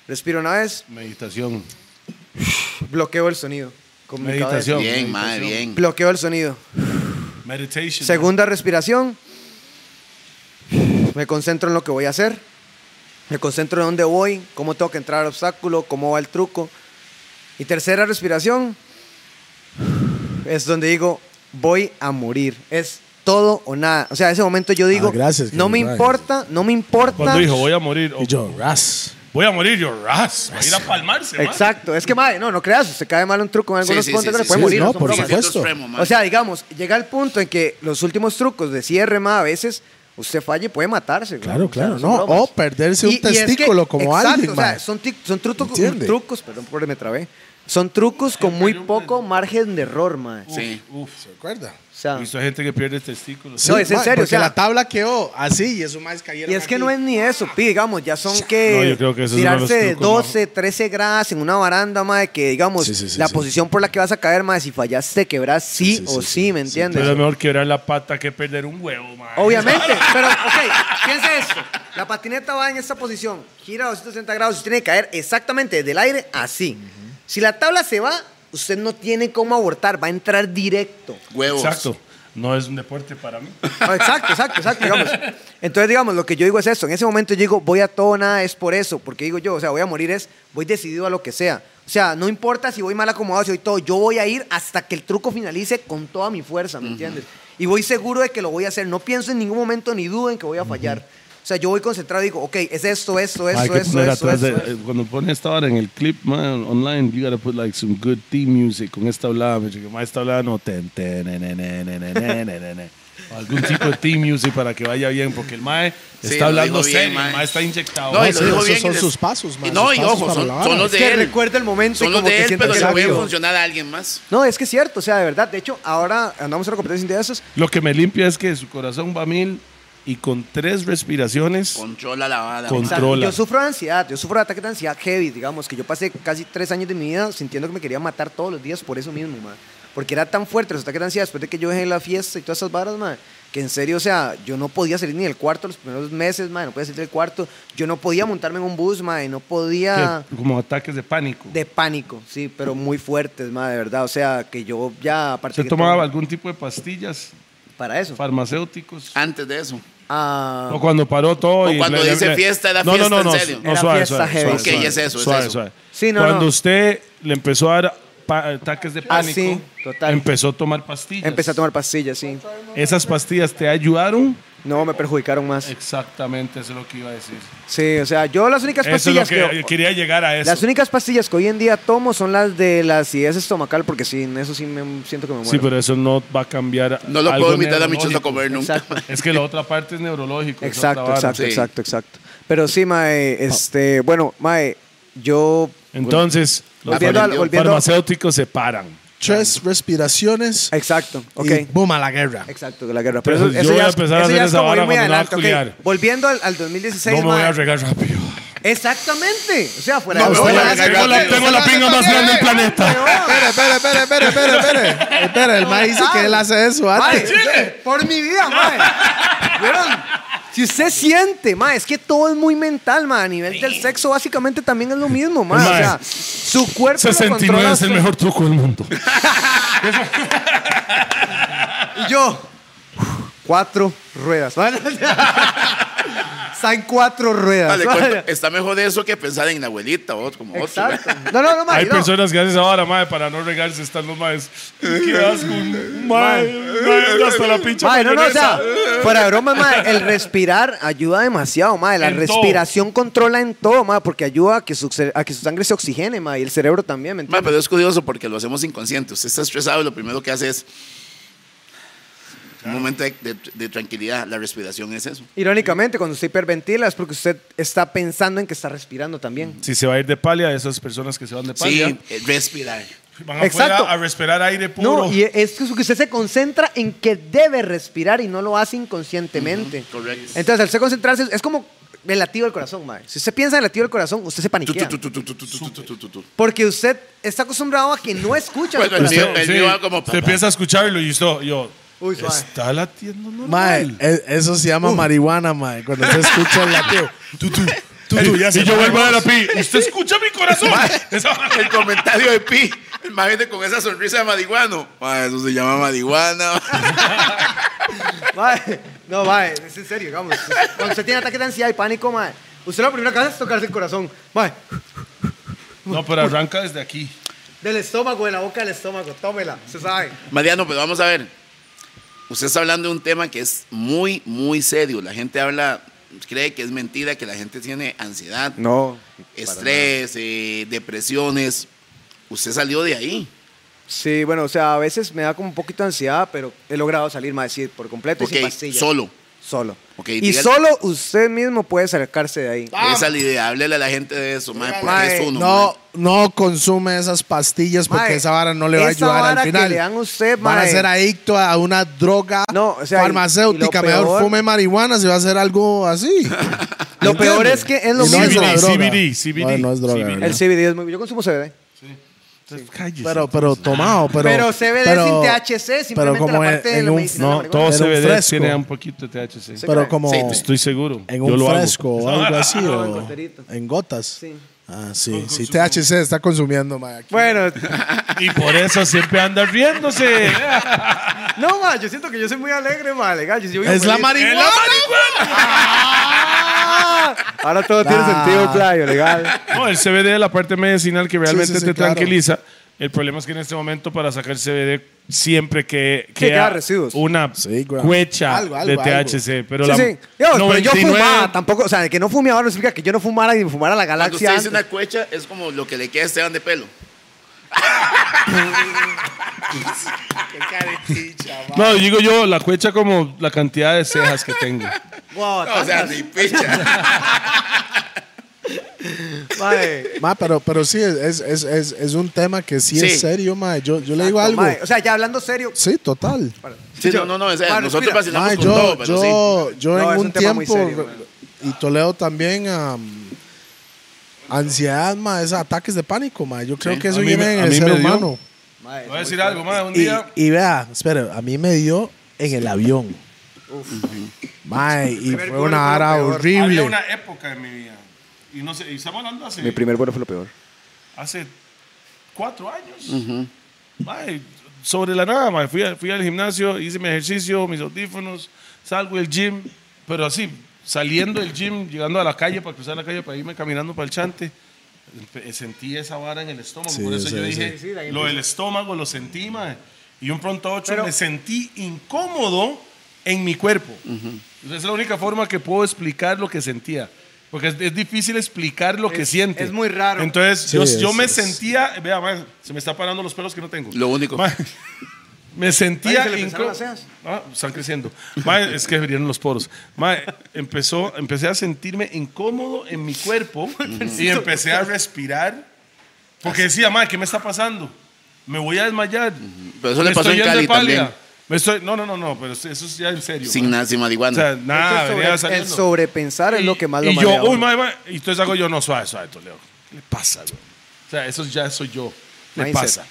respiro una vez,
Meditación.
bloqueo el sonido. Con mi cabeza.
Meditación.
Bien, mae, bien.
Bloqueo el sonido.
Meditation.
Segunda respiración. Me concentro en lo que voy a hacer. Me concentro en dónde voy, cómo tengo que entrar al obstáculo, cómo va el truco. Y tercera respiración es donde digo, voy a morir. Es todo o nada. O sea, ese momento yo digo,
Ah, gracias,
no me
Kevin Ryan.
importa, no me importa.
Cuando dijo, voy a morir. o
Y yo, ras.
Voy a morir, yo, ras. Voy a ir a palmarse, mae.
Exacto, es que madre, no, no creas, se cae mal un truco en algunos
Sí, sí,
puntos,
sí,
pero
sí,
puede
sí,
morir,
no,
no son
por
Sigue
bromas.
siendo
supuesto.
extremo, mae.
O sea, digamos, llega el punto en que los últimos trucos de cierre, ma, a veces usted falla y puede matarse. güey.
Claro,
O sea,
claro,
son
no,
bromas.
o perderse un
Y- y es que-
testículo como
exacto,
alguien,
o sea,
ma.
son, tic- son trucos,
¿Entiende?
trucos, perdón, pobre, me trabé. Son trucos con muy poco margen de error, ma. O
Sí.
Uf.
¿Se acuerda?
sea,
Ah.
He visto gente que pierde testículos.
No, es en
ma,
serio, o
Porque
sea-
la tabla quedó así y eso más cayeron
y es que
aquí.
no es ni eso, pi, digamos, ya son que,
No, yo creo que eso es uno de los
tirarse de
trucos más-
12, 13 grados en una baranda, ma, de que digamos,
Sí, sí, sí,
la
sí.
posición por la que vas a caer, ma, si fallas te quebras sí,
Sí, sí,
o sí,
sí, sí,
¿me
sí,
entiendes?
Pero es mejor quebrar la pata que perder un huevo, mae.
Obviamente, pero ok, piensa esto. La patineta va en esta posición, gira 260 grados, usted tiene que caer exactamente desde el aire así. Si la tabla se va, usted no tiene cómo abortar, va a entrar directo.
Huevos.
Exacto. No es un deporte para mí.
Ah, Exacto, exacto, exacto, digamos. Entonces, digamos, lo que yo digo es esto. En ese momento yo digo, voy a todo o nada, es por eso. Porque digo yo, o sea, voy a morir es, voy decidido a lo que sea. O sea, no importa si voy mal acomodado, si voy todo. Yo voy a ir hasta que el truco finalice con toda mi fuerza, ¿me entiendes? Y voy seguro de que lo voy a hacer. No pienso en ningún momento ni dudo en que voy a fallar. O sea, yo voy concentrado y digo, ok, es esto, esto, esto,
Hay
esto,
que
esto,
poner
esto,
atrás de,
esto.
eh, cuando pone esta hora en el clip man, online you gotta put like some good theme music con esta hablada me dice, "Ma, esta hablada no ten, ten, ne, ne, ne, ne, ne, ne, ne, ne, ne". O algún tipo de theme music para que vaya bien porque el mae
Sí,
está
lo
hablando
dijo bien,
serio
mae.
el mae está inyectado
No, y
sí,
lo dijo
esos
bien.
son
y les-
sus pasos, mae,
Y no,
sus
y
pasos
ojo,
para
son,
la
son
vara.
los
Es
de
que
él.
recuerda el momento y
Son los
como que
de él,
sienta
pero
que
le
la
puede
vio.
funcionar a alguien más.
No, es que es cierto, o sea, de verdad. De hecho, ahora andamos a la competencia de esos.
lo que me limpia es que su corazón va a mil y con tres respiraciones
Controla la bala.
Con-
mae.
Exacto.
Controla.
Yo sufro de ansiedad, yo sufro de ataques de ansiedad heavy, digamos, que yo pasé casi tres años de mi vida sintiendo que me quería matar todos los días por eso mismo, man. Porque era tan fuerte los ataques de ansiedad después de que yo dejé la fiesta y todas esas varas, man, que en serio, o sea, yo no podía salir ni del cuarto los primeros meses, man, no podía salir del cuarto, yo no podía montarme en un bus, man, y no
Ah.
podía...
que- como ataques de pánico
De pánico, sí, pero muy fuertes, man, de verdad, o sea, que yo ya... aparte
se
que
tomaba
todo-
algún tipo de pastillas
Para eso.
farmacéuticos
Antes de eso.
Ah,
o cuando paró todo
O
y
cuando
le-
dice
le-
fiesta, era
no,
fiesta
no, no,
en
no,
serio.
no,
Era
suave,
fiesta
suave,
heavy.
suave,
Ok,
suave,
es eso, es
suave,
eso.
suave.
Sí, no,
Cuando
no.
usted le empezó a dar pa- ataques de
Ah,
pánico,
sí, total.
empezó a tomar pastillas.
empecé a tomar pastillas, sí.
Esas pastillas te ayudaron.
No, me perjudicaron más.
Exactamente, eso es lo que iba a decir.
Sí, o sea, yo las únicas
Eso es lo
pastillas
que
que...
quería llegar a eso.
Las únicas pastillas que hoy en día tomo son las de la acidez estomacal, porque sin eso sí me siento que me muero.
Sí, pero eso no va a cambiar.
No lo
algo
puedo invitar a mi
neurológico.
a comer nunca.
Exacto.
mae.
Es que la otra parte es neurológico. es otra
Exacto,
vara.
exacto,
sí.
exacto, exacto. Pero sí, Mae, este, bueno, Mae, yo...
Ah. Entonces, los
Volviendo
far-
al- volviendo-
farmacéuticos se paran.
tres respiraciones
Exacto, ok.
y boom a la guerra.
Exacto, de la guerra. Pero eso,
Entonces,
eso
yo voy
ya
a
es-
empezar a
eso ya
hacer
es
esa
como
vara
ir muy
cuando me va a
adelante. ok.
culiar.
Volviendo al, al 2016.
No me voy
mae.
a regar rápido.
Exactamente. O sea, fuera
Ah,
No,
de
usted
joda,
la
hace
cagó,
Tengo la,
rato-
tengo la pinga más grande del planeta.
Espere, espere, espere, espere, espere, espere. Espere, el maíz dice que él hace eso
Mae,
antes.
Por mi vida, mae. ¿Vieron? Si usted siente, mae, es que todo es muy mental, mae. A nivel del sexo, básicamente también es lo mismo, mae. O
Mae.
sea, su cuerpo. lo
69
controla
es el
usted.
mejor truco del mundo.
Y yo, cuatro ruedas, ¿vale? Están cuatro ruedas.
Vale,
mae.
cuento- está mejor eso que pensar en la abuelita o otro, como otro.
Exacto. No, no, no, mae.
Hay
no.
personas que hacen esa vara, madre, para no regarse. Están los maes. Qué asco. Madre, madre, hasta la pinche
Mae, no, no, o sea,
mayonesa.
fuera de broma, mae, el respirar ayuda demasiado, mae. La
En todo.
respiración controla en todo, mae, porque ayuda a que su, cere- a que su sangre se oxigene, mae, y el cerebro también, ¿me
Ma,
entiendes?
pero es curioso porque lo hacemos inconsciente. Usted está estresado y lo primero que hace es un momento de, de- de tranquilidad. La respiración es eso.
Irónicamente, cuando usted hiperventila es porque usted está pensando en que está respirando
Mm,
también.
Si se va a ir de palia, esas personas que se van de palia
Sí, eh, respirar.
van afuera
Exacto.
a respirar aire puro.
No, y es que usted se concentra en que debe respirar y no lo hace inconscientemente.
Mm, Correcto.
Entonces, al se concentrarse, es como el latido del corazón, mae. Si usted piensa en el latido del corazón, usted se
Tu, tu,
paniquea.
tu, tu, tu, tu, tu, tu, tu, tu, tu, tu.
Porque usted está acostumbrado a que no escucha.
Bueno,
su
el
corazón.
mío, el mío va como
Usted
papá.
empieza a escucharlo y yo, yo
Uy, suave.
está latiendo normal.
Mae, e- eso se llama marihuana, mae. Cuando usted escucha el latido. Tú, tú, tú, tú, ya se
y yo
fue.
vuelvo a la pi. Usted escucha mi corazón. Esa vara.
El comentario de Pi, el más viene con esa sonrisa de madiguano. Ma, eso se llama madiguana.
Mae, no, mae, es en serio, digamos. Cuando usted tiene ataque de ansiedad y pánico, mae, usted lo primero que hace es tocarse el corazón. Mae,
No, pero arranca desde aquí.
del estómago, de la boca del estómago, tómela, se sabe.
Mariano, pero vamos a ver. Usted está hablando de un tema que es muy, muy serio. La gente habla, cree que es mentira, que la gente tiene ansiedad,
No.
estrés, eh, depresiones. Usted salió de ahí.
Sí, bueno, o sea, a veces me da como un poquito de ansiedad, pero he logrado salir, mae, sí, por completo y sin
Ok,
pastillas.
solo.
Solo.
Ok,
y
diga- Ah,
solo usted mismo puede sacarse de ahí.
Esa es la idea. Háblele a la gente de eso, mae, porque
Mae,
es uno.
No,
mae.
no consume esas pastillas porque
Mae,
esa vara no le va a
esa
ayudar
vara
al
que
final.
le dan a usted,
Van a
mae.
ser adicto a una droga
No, o sea, y-
farmacéutica.
y lo
mejor
peor-
fume marihuana si va a hacer algo así.
Lo
¿Entiende?
peor es que es lo
Y no
mismo.
una
CBD,
droga.
CBD, CBD.
No, no es droga.
CBD.
¿no?
El CBD es muy... Yo consumo CBD.
Pero, pero tomado, pero.
Pero CBD sin THC, simplemente la
en-
parte de
en
la
un-
medicina.
No,
marihuana.
todo
Era un
CBD
fresco.
tiene un poquito de THC.
Sí.
Pero como
Sí, pues,
Estoy seguro.
en
yo
un
lo hago.
fresco o algo así.
No, en
o
goterito.
en gotas.
Sí.
Ah, sí. Si THC está consumiendo, mae, aquí.
Bueno,
Y por eso siempre anda riéndose.
no, ma, yo siento que yo soy muy alegre, ma, legal. Yo soy muy
Es la
feliz.
marihuana.
¡Ah! Ahora todo tiene
Ah.
sentido, playo, legal.
No, el CBD es la parte medicinal que realmente
sí, sí,
te
claro.
tranquiliza. El problema es que en este momento para sacar CBD siempre que
Que
queda
queda residuos.
una
Sí, güey.
cuecha
Algo, algo,
de
algo.
THC, pero
Sí,
la
sí. Yo, pero yo
99
fumaba tampoco, o sea, que no fume ahora no significa que yo no fumara y fumara la
Cuando usted
galaxia.
dice
antes.
una cuecha, es como lo que le queda a Esteban de pelo.
No, digo yo, la cuecha como la cantidad de cejas que tengo.
Wow,
O sea,
tantas,
ni picha.
mae.
Ma, pero, pero sí, es, es, es, es un tema que sí,
Sí.
es serio, mae. Yo, yo le digo
Exacto,
algo.
mae. O sea, ya hablando serio.
Sí, total.
Sí, no, no, no. o sea,
Ma,
nosotros
respira.
vacilamos
Mae,
con
yo,
todo, pero sí.
yo, yo
No, es
en
un
un
tema muy
tiempo
serio,
re-
mae.
y Toledo también am, ansiedad, ma, es ataques de pánico, ma. Yo creo que eso
A mí
viene
me-
en
a
el
mí
ser
me dio.
humano.
Mae,
Voy a
es
decir
muy
algo, más un
Y,
día.
y vea, espera, a mí me dio en el avión. Mae, y
Primer
fue
vuelo
una
fue lo
hora
peor.
horrible.
Había una época en mi vida. Y no sé, y estamos hablando hace,
Mi primer vuelo fue lo peor.
hace cuatro años. Mae, sobre la nada, mae. Fui, a- fui al gimnasio, hice mi ejercicio, mis audífonos, salgo del gym, pero así, saliendo del gym, llegando a la calle para cruzar la calle para irme caminando para el chante. empe- eh, Sentí esa vara en el estómago,
Sí,
por eso
sí,
yo
sí.
dije,
Sí, sí, de ahí
lo del estómago lo sentí, mae. Y un pronto a ocho
Pero-
me sentí incómodo en mi cuerpo. Esa es la única forma que puedo explicar lo que sentía. Porque es, es difícil explicar lo que
Es-
siente.
es muy raro.
Entonces,
Sí,
yo,
es-
yo me
es-
sentía, vea, mae, se me está parando los pelos que no tengo.
Lo único. pues,
Mae, me sentía.
Ay, se le empezaron
incó-
las cejas.
Ah, están creciendo. Mae, es que abrieron los poros. Mae, empezó, empecé a sentirme incómodo en mi
Pues,
cuerpo y empecé a respirar. Porque decía, mae, ¿qué me está pasando? me voy a desmayar.
Pero eso
Me
le pasó
estoy
en
yendo
Cali
de pálida.
también.
Me estoy, no, no, no, no, pero eso es ya en serio.
Sin
man.
nada, sin
O
marihuana.
sea, nada,
Entonces, sobre-
venía saliendo.
el sobrepensar es
Y-
lo que más lo
Y yo,
malea a
uy,
uno.
madre, madre, y entonces hago yo, no, suave, suave, Toledo. ¿Qué le pasa, güey? O sea, eso ya soy yo. ¿Qué le
Mindset.
pasa?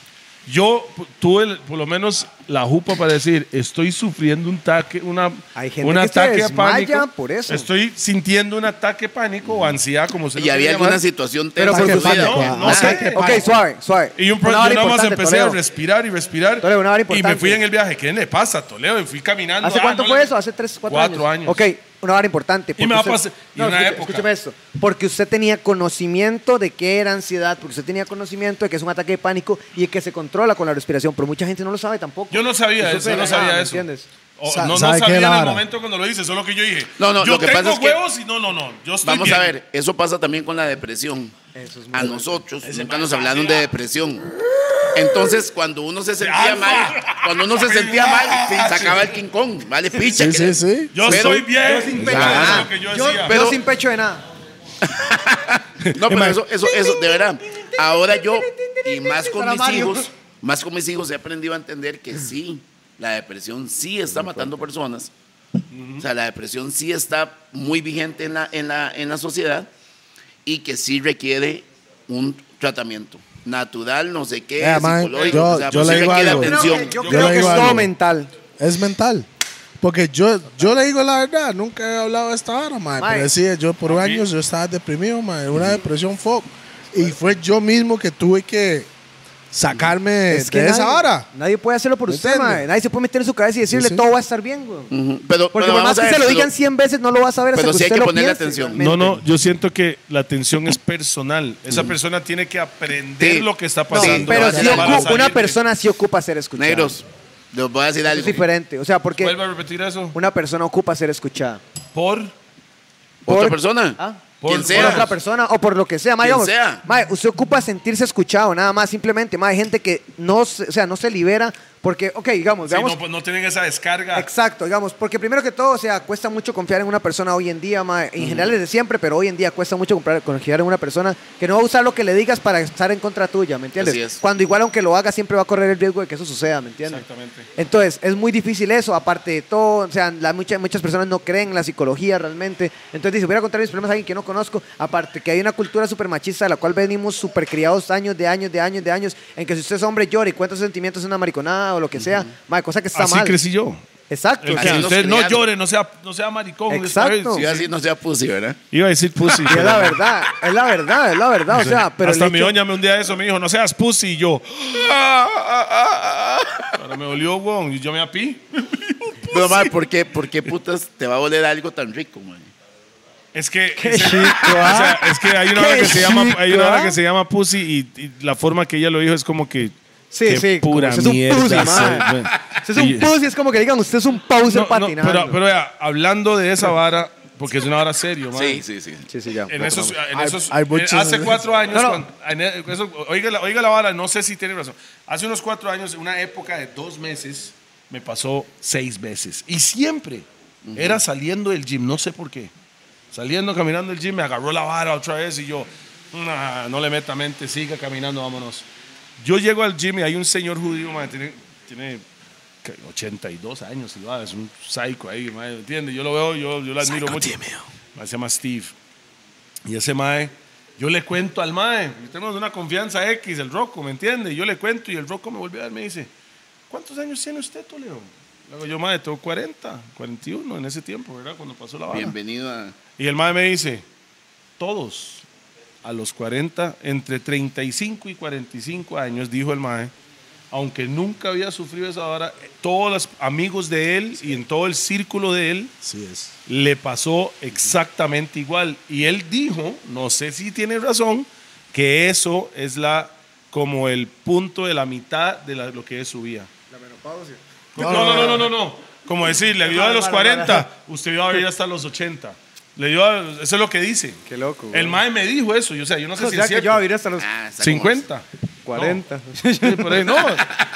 Yo p- tuve el- por lo menos la jupa para decir, estoy sufriendo un ataque, una,
Hay gente
un
que se
ataque a
desmaya
pánico.
por eso.
Estoy sintiendo un ataque pánico o ansiedad, como se
y
lo
había
quiera
alguna
llamar.
situación
Pero
tensa
por
en tu vida.
supuesto.
No, no sé qué
Ok, suave, suave.
Y un pro-
Una
yo
hora
nada más
importante,
empecé a
Toledo.
respirar y respirar.
Toledo, una hora
y me
importante.
fui en el viaje. ¿Qué le pasa, Toledo? Y fui caminando.
¿Hace
ah,
cuánto
no
fue
le-
eso? ¿Hace tres, cuatro,
Cuatro años.
Ok, una hora importante. porque
me va a
usted-
pasar- y
No,
una
escuche-
época.
escúcheme esto. Porque usted tenía conocimiento de qué era ansiedad, porque usted tenía conocimiento de que es un ataque de pánico y de que se controla con la respiración, pero mucha gente no lo sabe tampoco.
Yo no sabía
Eso
eso,
se
no
deja,
sabía
¿me
eso.
entiendes?
O-
Sa-
no, no
¿sabe qué,
sabía en el
Lara?
momento cuando lo hice, eso es lo que yo dije.
No, no,
yo
lo que
tengo
pasa es que-
huevos y no, no, no. Yo estoy
Vamos
bien.
a ver, eso pasa también con la depresión.
Eso es muy
A
bueno.
nosotros nunca nos hablaron de depresión. Entonces, cuando uno se sentía
Alfa.
mal, cuando uno se sentía mal, sacaba el King Kong, vale picha.
Sí, sí, sí.
Yo
Pero-
estoy bien.
Yo sin pecho
Eso es
de
lo
Ah,
que yo
nada. Yo-
decía.
yo
Pero-
sin pecho de nada.
No, pero eso, eso, eso, de verdad. Ahora yo, y más con
Para
mis
Mario.
hijos, más con mis hijos he aprendido a entender que sí, la depresión sí está matando personas. O sea, la depresión sí está muy vigente en la, en la, en la sociedad y que sí requiere un tratamiento natural, no sé qué,
Ah,
Eh, man,
psicológico.
yo-
o sea,
yo
pues sí
le digo
requiere
algo.
atención.
Yo creo que, yo
Yo
creo
le
que es
digo
todo
algo.
mental.
Es mental. Porque yo, yo le digo la verdad, nunca he hablado de esta hora, mae.
Mae.
Pero sí, yo por años yo estaba deprimido, mae. Una depresión fuck. Y fue yo mismo que tuve que sacarme
Es que
Eh, de esa
nadie-
hora.
Nadie puede hacerlo por
¿Me
usted,
entiende?
mae. Nadie se puede meter en su cabeza y decirle
Sí, sí.
todo va a estar bien, güey.
Ujú. Pero,
Porque
pero
por
vamos
más
a
que se
ver,
lo
pero-
digan 100 veces, no lo va a saber hasta
pero
que
sí hay
usted
que
lo
ponerle
piense,
atención.
realmente.
No, no, yo siento que la atención es personal. Esa persona tiene que aprender
Mm. Sí.
lo que está
No,
pasando.
pero
Pues sí
si
para
ocupa-
salir
una
de-
persona sí ocupa ser escuchada.
Negros, les voy a decir
Eso
algo.
es diferente. O sea, porque
Vuelve a repetir eso.
una persona ocupa ser escuchada.
Por.
¿Otra
Por-
persona?
Ah.
Quien
Por-
Por
sea.
otra persona o por lo que sea. Mae,
Quien
vamos,
sea.
mae, usted ocupa sentirse escuchado, nada más, simplemente. Mae, hay gente que no se, o sea, no se libera porque, ok, digamos,
Sí,
digamos,
no, pues no tienen esa descarga.
Exacto, digamos, porque primero que todo, o sea, cuesta mucho confiar en una persona hoy en día, mae, en general desde siempre, pero hoy en día cuesta mucho comprar- confiar en una persona que no va a usar lo que le digas para estar en contra tuya, ¿me entiendes?
Así es.
Cuando igual aunque lo haga siempre va a correr el riesgo de que eso suceda, ¿me entiendes?
Exactamente.
Entonces, es muy difícil eso, aparte de todo, o sea, la- mucha- muchas personas no creen en la psicología realmente, entonces dice, voy a contar mis problemas a alguien que no conozco, aparte que hay una cultura súper machista de la cual venimos súper criados años de años de años de años, en que si usted es hombre llora y cuenta sus sentimientos es una mariconada o lo que sea, mae, cosa que está
Así
mal.
crecí yo.
Exacto.
El
o
que
sea,
Así nos
usted no
criaron.
llore, no sea, no sea maricón.
Exacto.
Sí,
Yo así no sea pussy, ¿verdad?
Iba a decir pussy.
Y es
pero-
la verdad, es la verdad, es la verdad. O sea, pero
Hasta
el
mi
hecho-
doña me un día eso me dijo, no seas pussy. Y yo, "Ah, ah, ah, ah". Ahora me dolió, weón. Y yo me apí.
Pues
Pero, madre, ¿por qué, por qué putas te va a oler algo tan rico, man?
Es que,
Qué
es,
chico, ¿ah?
es que hay una
Qué
hora que se llama,
chico,
hay una hora
¿ah?
que se llama pussy y, y la forma que ella lo dijo es como que
Sí,
qué
sí, como
pura
si es un
mierda.
pussy,
soy,
madre.
weón.
Usted es un
Y-
pussy, es como que digan, usted es un
No,
pauser
no,
patinando.
pero, pero vea, hablando de esa vara, porque es una vara serio, man.
Sí, sí, sí.
sí, sí, ya.
En esos, en
Hay-
esos-
hay
en-
muchos-
hace cuatro años,
No, no.
cuando- en eso- oiga, la, oiga la vara, no sé si tiene razón. Hace unos cuatro años, en una época de dos meses, me pasó seis veces. Y siempre era saliendo del gym, no sé por qué. Saliendo, caminando del gym, me agarró la vara otra vez y yo, "Nah, no le meta mente, siga caminando, vámonos. Yo llego al gym y hay un señor judío, man, tiene, tiene que 82 años, el va, es un psycho ahí, man, ¿entiendes? Yo lo veo, yo, yo lo admiro mucho. Man, se llama Steve. Y ese mae, yo le cuento al mae, tenemos una confianza X, el Rocco, ¿me entiende? Yo le cuento y el Rocco me volvió a ver, me dice, ¿cuántos años tiene usted, Toledo? Le digo yo, mae, tengo 40, 41 en ese tiempo, ¿verdad? Cuando pasó la vara.
Bienvenido a...
Y el mae me dice, todos a los 40, entre 35 y 45 años, dijo el mae, aunque nunca había sufrido esa vara, eh, todos los amigos de él y en todo el círculo de él
Sí, es.
le pasó exactamente igual. Y él dijo, no sé si tiene razón, que eso es la como el punto de la mitad de la- lo que es su vida. La menopausia. No, no, no, no, no, no. Como decir, le
Ah,
dio a los 40, usted iba a vivir hasta los 80. Le dio a- eso es lo que dice.
Qué loco, güey.
El mae me dijo eso, yo, o sea, yo no sé
O
si
sea,
es
que
cierto.
yo voy a vivir hasta los
Ah, está como-
50.
40.
Sí, por ahí, no.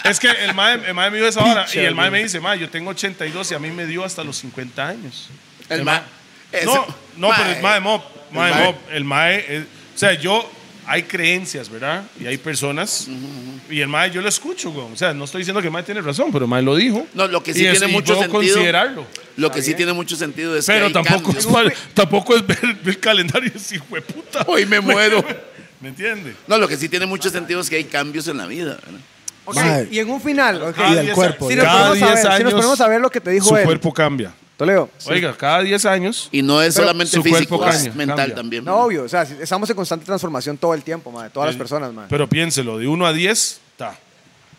Es que el mae, el mae me dio esa hora y el mae me dice, mae, yo tengo 82 y a mí me dio hasta los 50 años.
Eh,
El ma... eh,
No, no, pero el mae
mo...
Mop, mae
mae.
Mop, el mae, es- o sea, yo
hay creencias, ¿verdad? Y hay personas. Y el mae, yo lo escucho, güey. O sea, no estoy diciendo que el mae tiene razón, pero el mae lo dijo.
No, lo que sí
Y es-
tiene
y
mucho
puedo
sentido.
considerarlo.
Lo que sí tiene mucho sentido es
Pero
que hay
tampoco es,
cambios.
mal- tampoco es ver ver el calendario y decir, güey, puta.
Hoy me muero.
¿Me entiende?
No, lo que sí tiene mucho sentido es que hay cambios en la vida. ¿verdad?
Ok,
Mae.
y en un final, ok.
y del cuerpo.
Si
ya.
nos,
Cada
ponemos a
10
ver, si nos
años,
ponemos a ver lo que te dijo
Su
él,
cuerpo cambia.
Toledo.
Oiga, cada 10 años.
Y no es solamente
su cuerpo
físico, es
cambia,
mental
cambia.
también.
No, obvio, o sea, si- estamos en constante transformación todo el tiempo, madre,
Eh,
todas las personas, madre.
Pero piénselo, de 1 a 10, ta.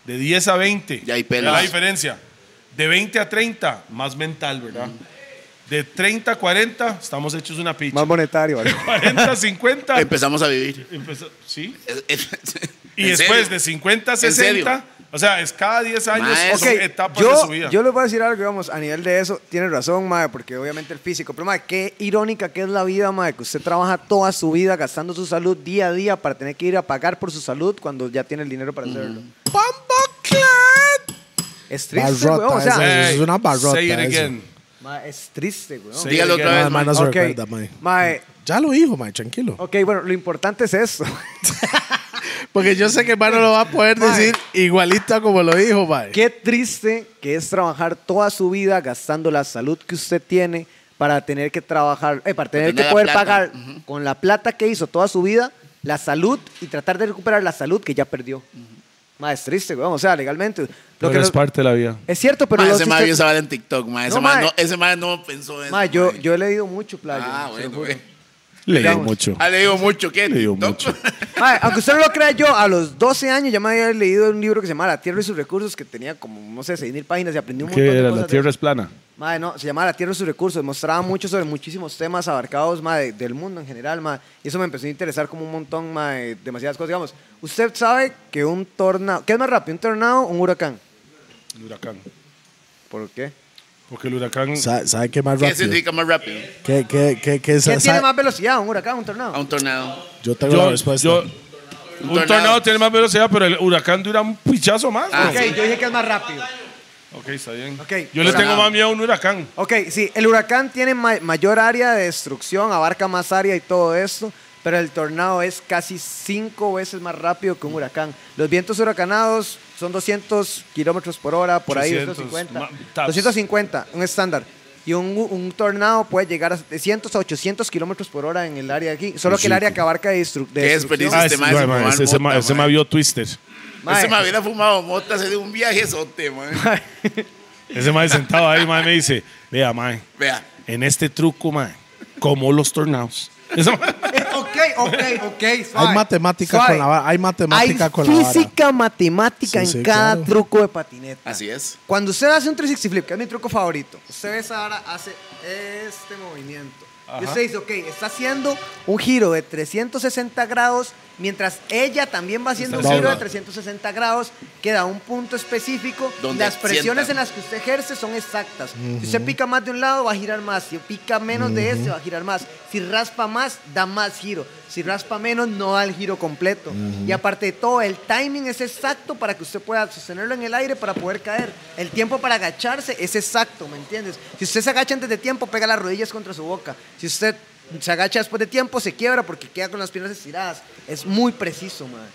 De 10 a 20.
Ya hay pelas.
La diferencia. De 20 a 30, más mental, ¿verdad? De 30 a 40, estamos hechos una picha.
Más monetario, ¿vale?
40 a 50.
Empezamos a vivir.
empezó- sí.
y
Y después de 50 a
¿En serio?
60, o sea, es cada 10 años
Mae,
son
Ok,
etapas de su vida.
yo, yo les voy a decir algo, digamos, a nivel de eso, tiene razón, madre, porque obviamente el físico, pero madre, qué irónica que es la vida, madre, que usted trabaja toda su vida gastando su salud día a día para tener que ir a pagar por su salud cuando ya tiene el dinero
Mm.
para hacerlo. Es triste,
Barrota
weón, o sea,
esa.
Ey,
es una barrota
Say it
eso.
again.
mae, es triste, weón.
Say
Dígalo
it again.
otra vez,
No, mae, no se
Ok,
recuerda, mae.
mae,
Ya lo dijo, mae, tranquilo.
ok, bueno, lo importante es eso.
Porque yo sé que Mano lo va a poder
Mae.
decir igualita como lo dijo, mae.
Qué triste que es trabajar toda su vida gastando la salud que usted tiene para tener que trabajar, eh, para tener
tener
que
la
poder
plata.
pagar
Ujú.
con la plata que hizo toda su vida la salud y tratar de recuperar la salud que ya perdió. Mae, es triste, weón. O sea, legalmente. Lo que
es
lo-
parte de la vida.
es cierto, pero
Ma,
los
ese mae
sistemas-
vio esa vara en TikTok, ma. Ese
No,
mae
mae.
no, ese mae no pensó eso.
Mae, yo,
mae.
yo he leído mucho, playa.
Ah,
se lo
bueno,
juro.
güey.
Leí
Digamos. ah,
mucho.
Ha leído mucho, ¿qué?
Leyó
TikTok?
mucho.
Mae, aunque usted no lo crea, yo a los 12 años ya me había leído un libro que se llama La Tierra y sus Recursos, que tenía como, no sé, 6.000 páginas y aprendí un montón
¿Qué
de
era?
cosas
La
de-
tierra es plana.
Madre, no, se llamaba La Tierra y sus recursos. Mostraba mucho sobre muchísimos temas abarcados madre, del mundo en general. Madre. Y eso me empezó a interesar como un montón, madre, demasiadas cosas. Digamos, usted sabe que un tornado. ¿Qué es más rápido, un tornado o un huracán?
El huracán.
¿Por qué?
Porque el huracán.
Sa- ¿Sabe qué más
¿Qué
rápido?
significa más rápido?
¿Qué, qué, qué, qué es
¿Qué
esa-
tiene más velocidad, un huracán o un tornado?
A un tornado.
Yo tengo la
Yo,
respuesta.
yo-
Un
un
tornado.
tornado. tiene más velocidad, pero el huracán dura un pichazo más.
Ah,
güey.
ok, yo dije que es más rápido.
Ok, está bien.
Ok,
Yo le
tornado.
tengo más miedo a un huracán.
Ok, sí, el huracán tiene ma- mayor área de destrucción, abarca más área y todo esto, pero el tornado es casi cinco veces más rápido que un huracán. Los vientos huracanados son 200 kilómetros por hora, por ahí
800,
250.
ma- taps.
250, un estándar. Y un, un tornado puede llegar a 700 a 800 kilómetros por hora en el área de aquí, solo que el área que abarca de, destru- de
Qué
destrucción.
experiencia.
Ah,
Este
sí,
mae
güey,
se
man,
fumaba
ese- ese
mota,
ma- ese
man.
ma vio Twister.
Mae,
Ese mae hubiera fumado mota, se dio un viaje sote, mae.
Ese mae sentado ahí, mae, me dice, vea, mae,
Vea.
en este truco, mae, como los tornados. Ese mae-
Eh, ok, ok, ok.
Hay matemática con la vara, hay matemática
Hay
con la vara.
Física, matemática
Sí,
en
sí,
cada
claro.
truco de patineta.
Así es.
Cuando usted hace un 360 flip, que es mi truco favorito, usted ves ahora hace este movimiento. Y usted dice, ok, está haciendo un giro de 360 grados, mientras ella también va haciendo un
Doble.
giro de 360 grados, queda un punto específico.
Donde
las presiones
sienta.
en las que usted ejerce son exactas. Si usted pica más de un lado, va a girar más. Si pica menos de este, va a girar más. Si raspa más, da más giro. Si raspa menos, no da el giro completo. Y aparte de todo, el timing es exacto para que usted pueda sostenerlo en el aire para poder caer. El tiempo para agacharse es exacto, ¿me entiendes? Si usted se agacha antes de tiempo, pega las rodillas contra su boca. Si usted se agacha después de tiempo, se quiebra porque queda con las piernas estiradas. Es muy preciso, madre.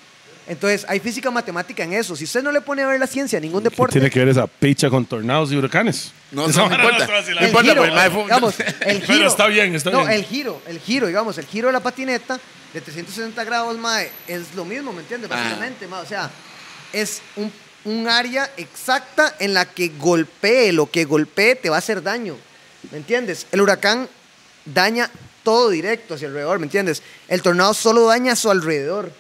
Entonces, hay física matemática en eso. Si usted no le pone a ver la ciencia a ningún
¿Qué
deporte,
tiene que ver esa picha con tornados y huracanes?
No, no, no importa.
no, sí, la- pues,
No importa,
giro,
porque el mae fue un-
digamos, el
Pero
giro.
está bien, está
no,
bien.
el giro, el giro, digamos, el giro de la patineta de 360 grados, mae, es lo mismo, ¿me entiendes?
Ah.
Básicamente, mae, o sea, es un, un área exacta en la que golpee, lo que golpee te va a hacer daño, ¿me entiendes? El huracán daña todo directo hacia alrededor, ¿me entiendes? El tornado solo daña a su alrededor.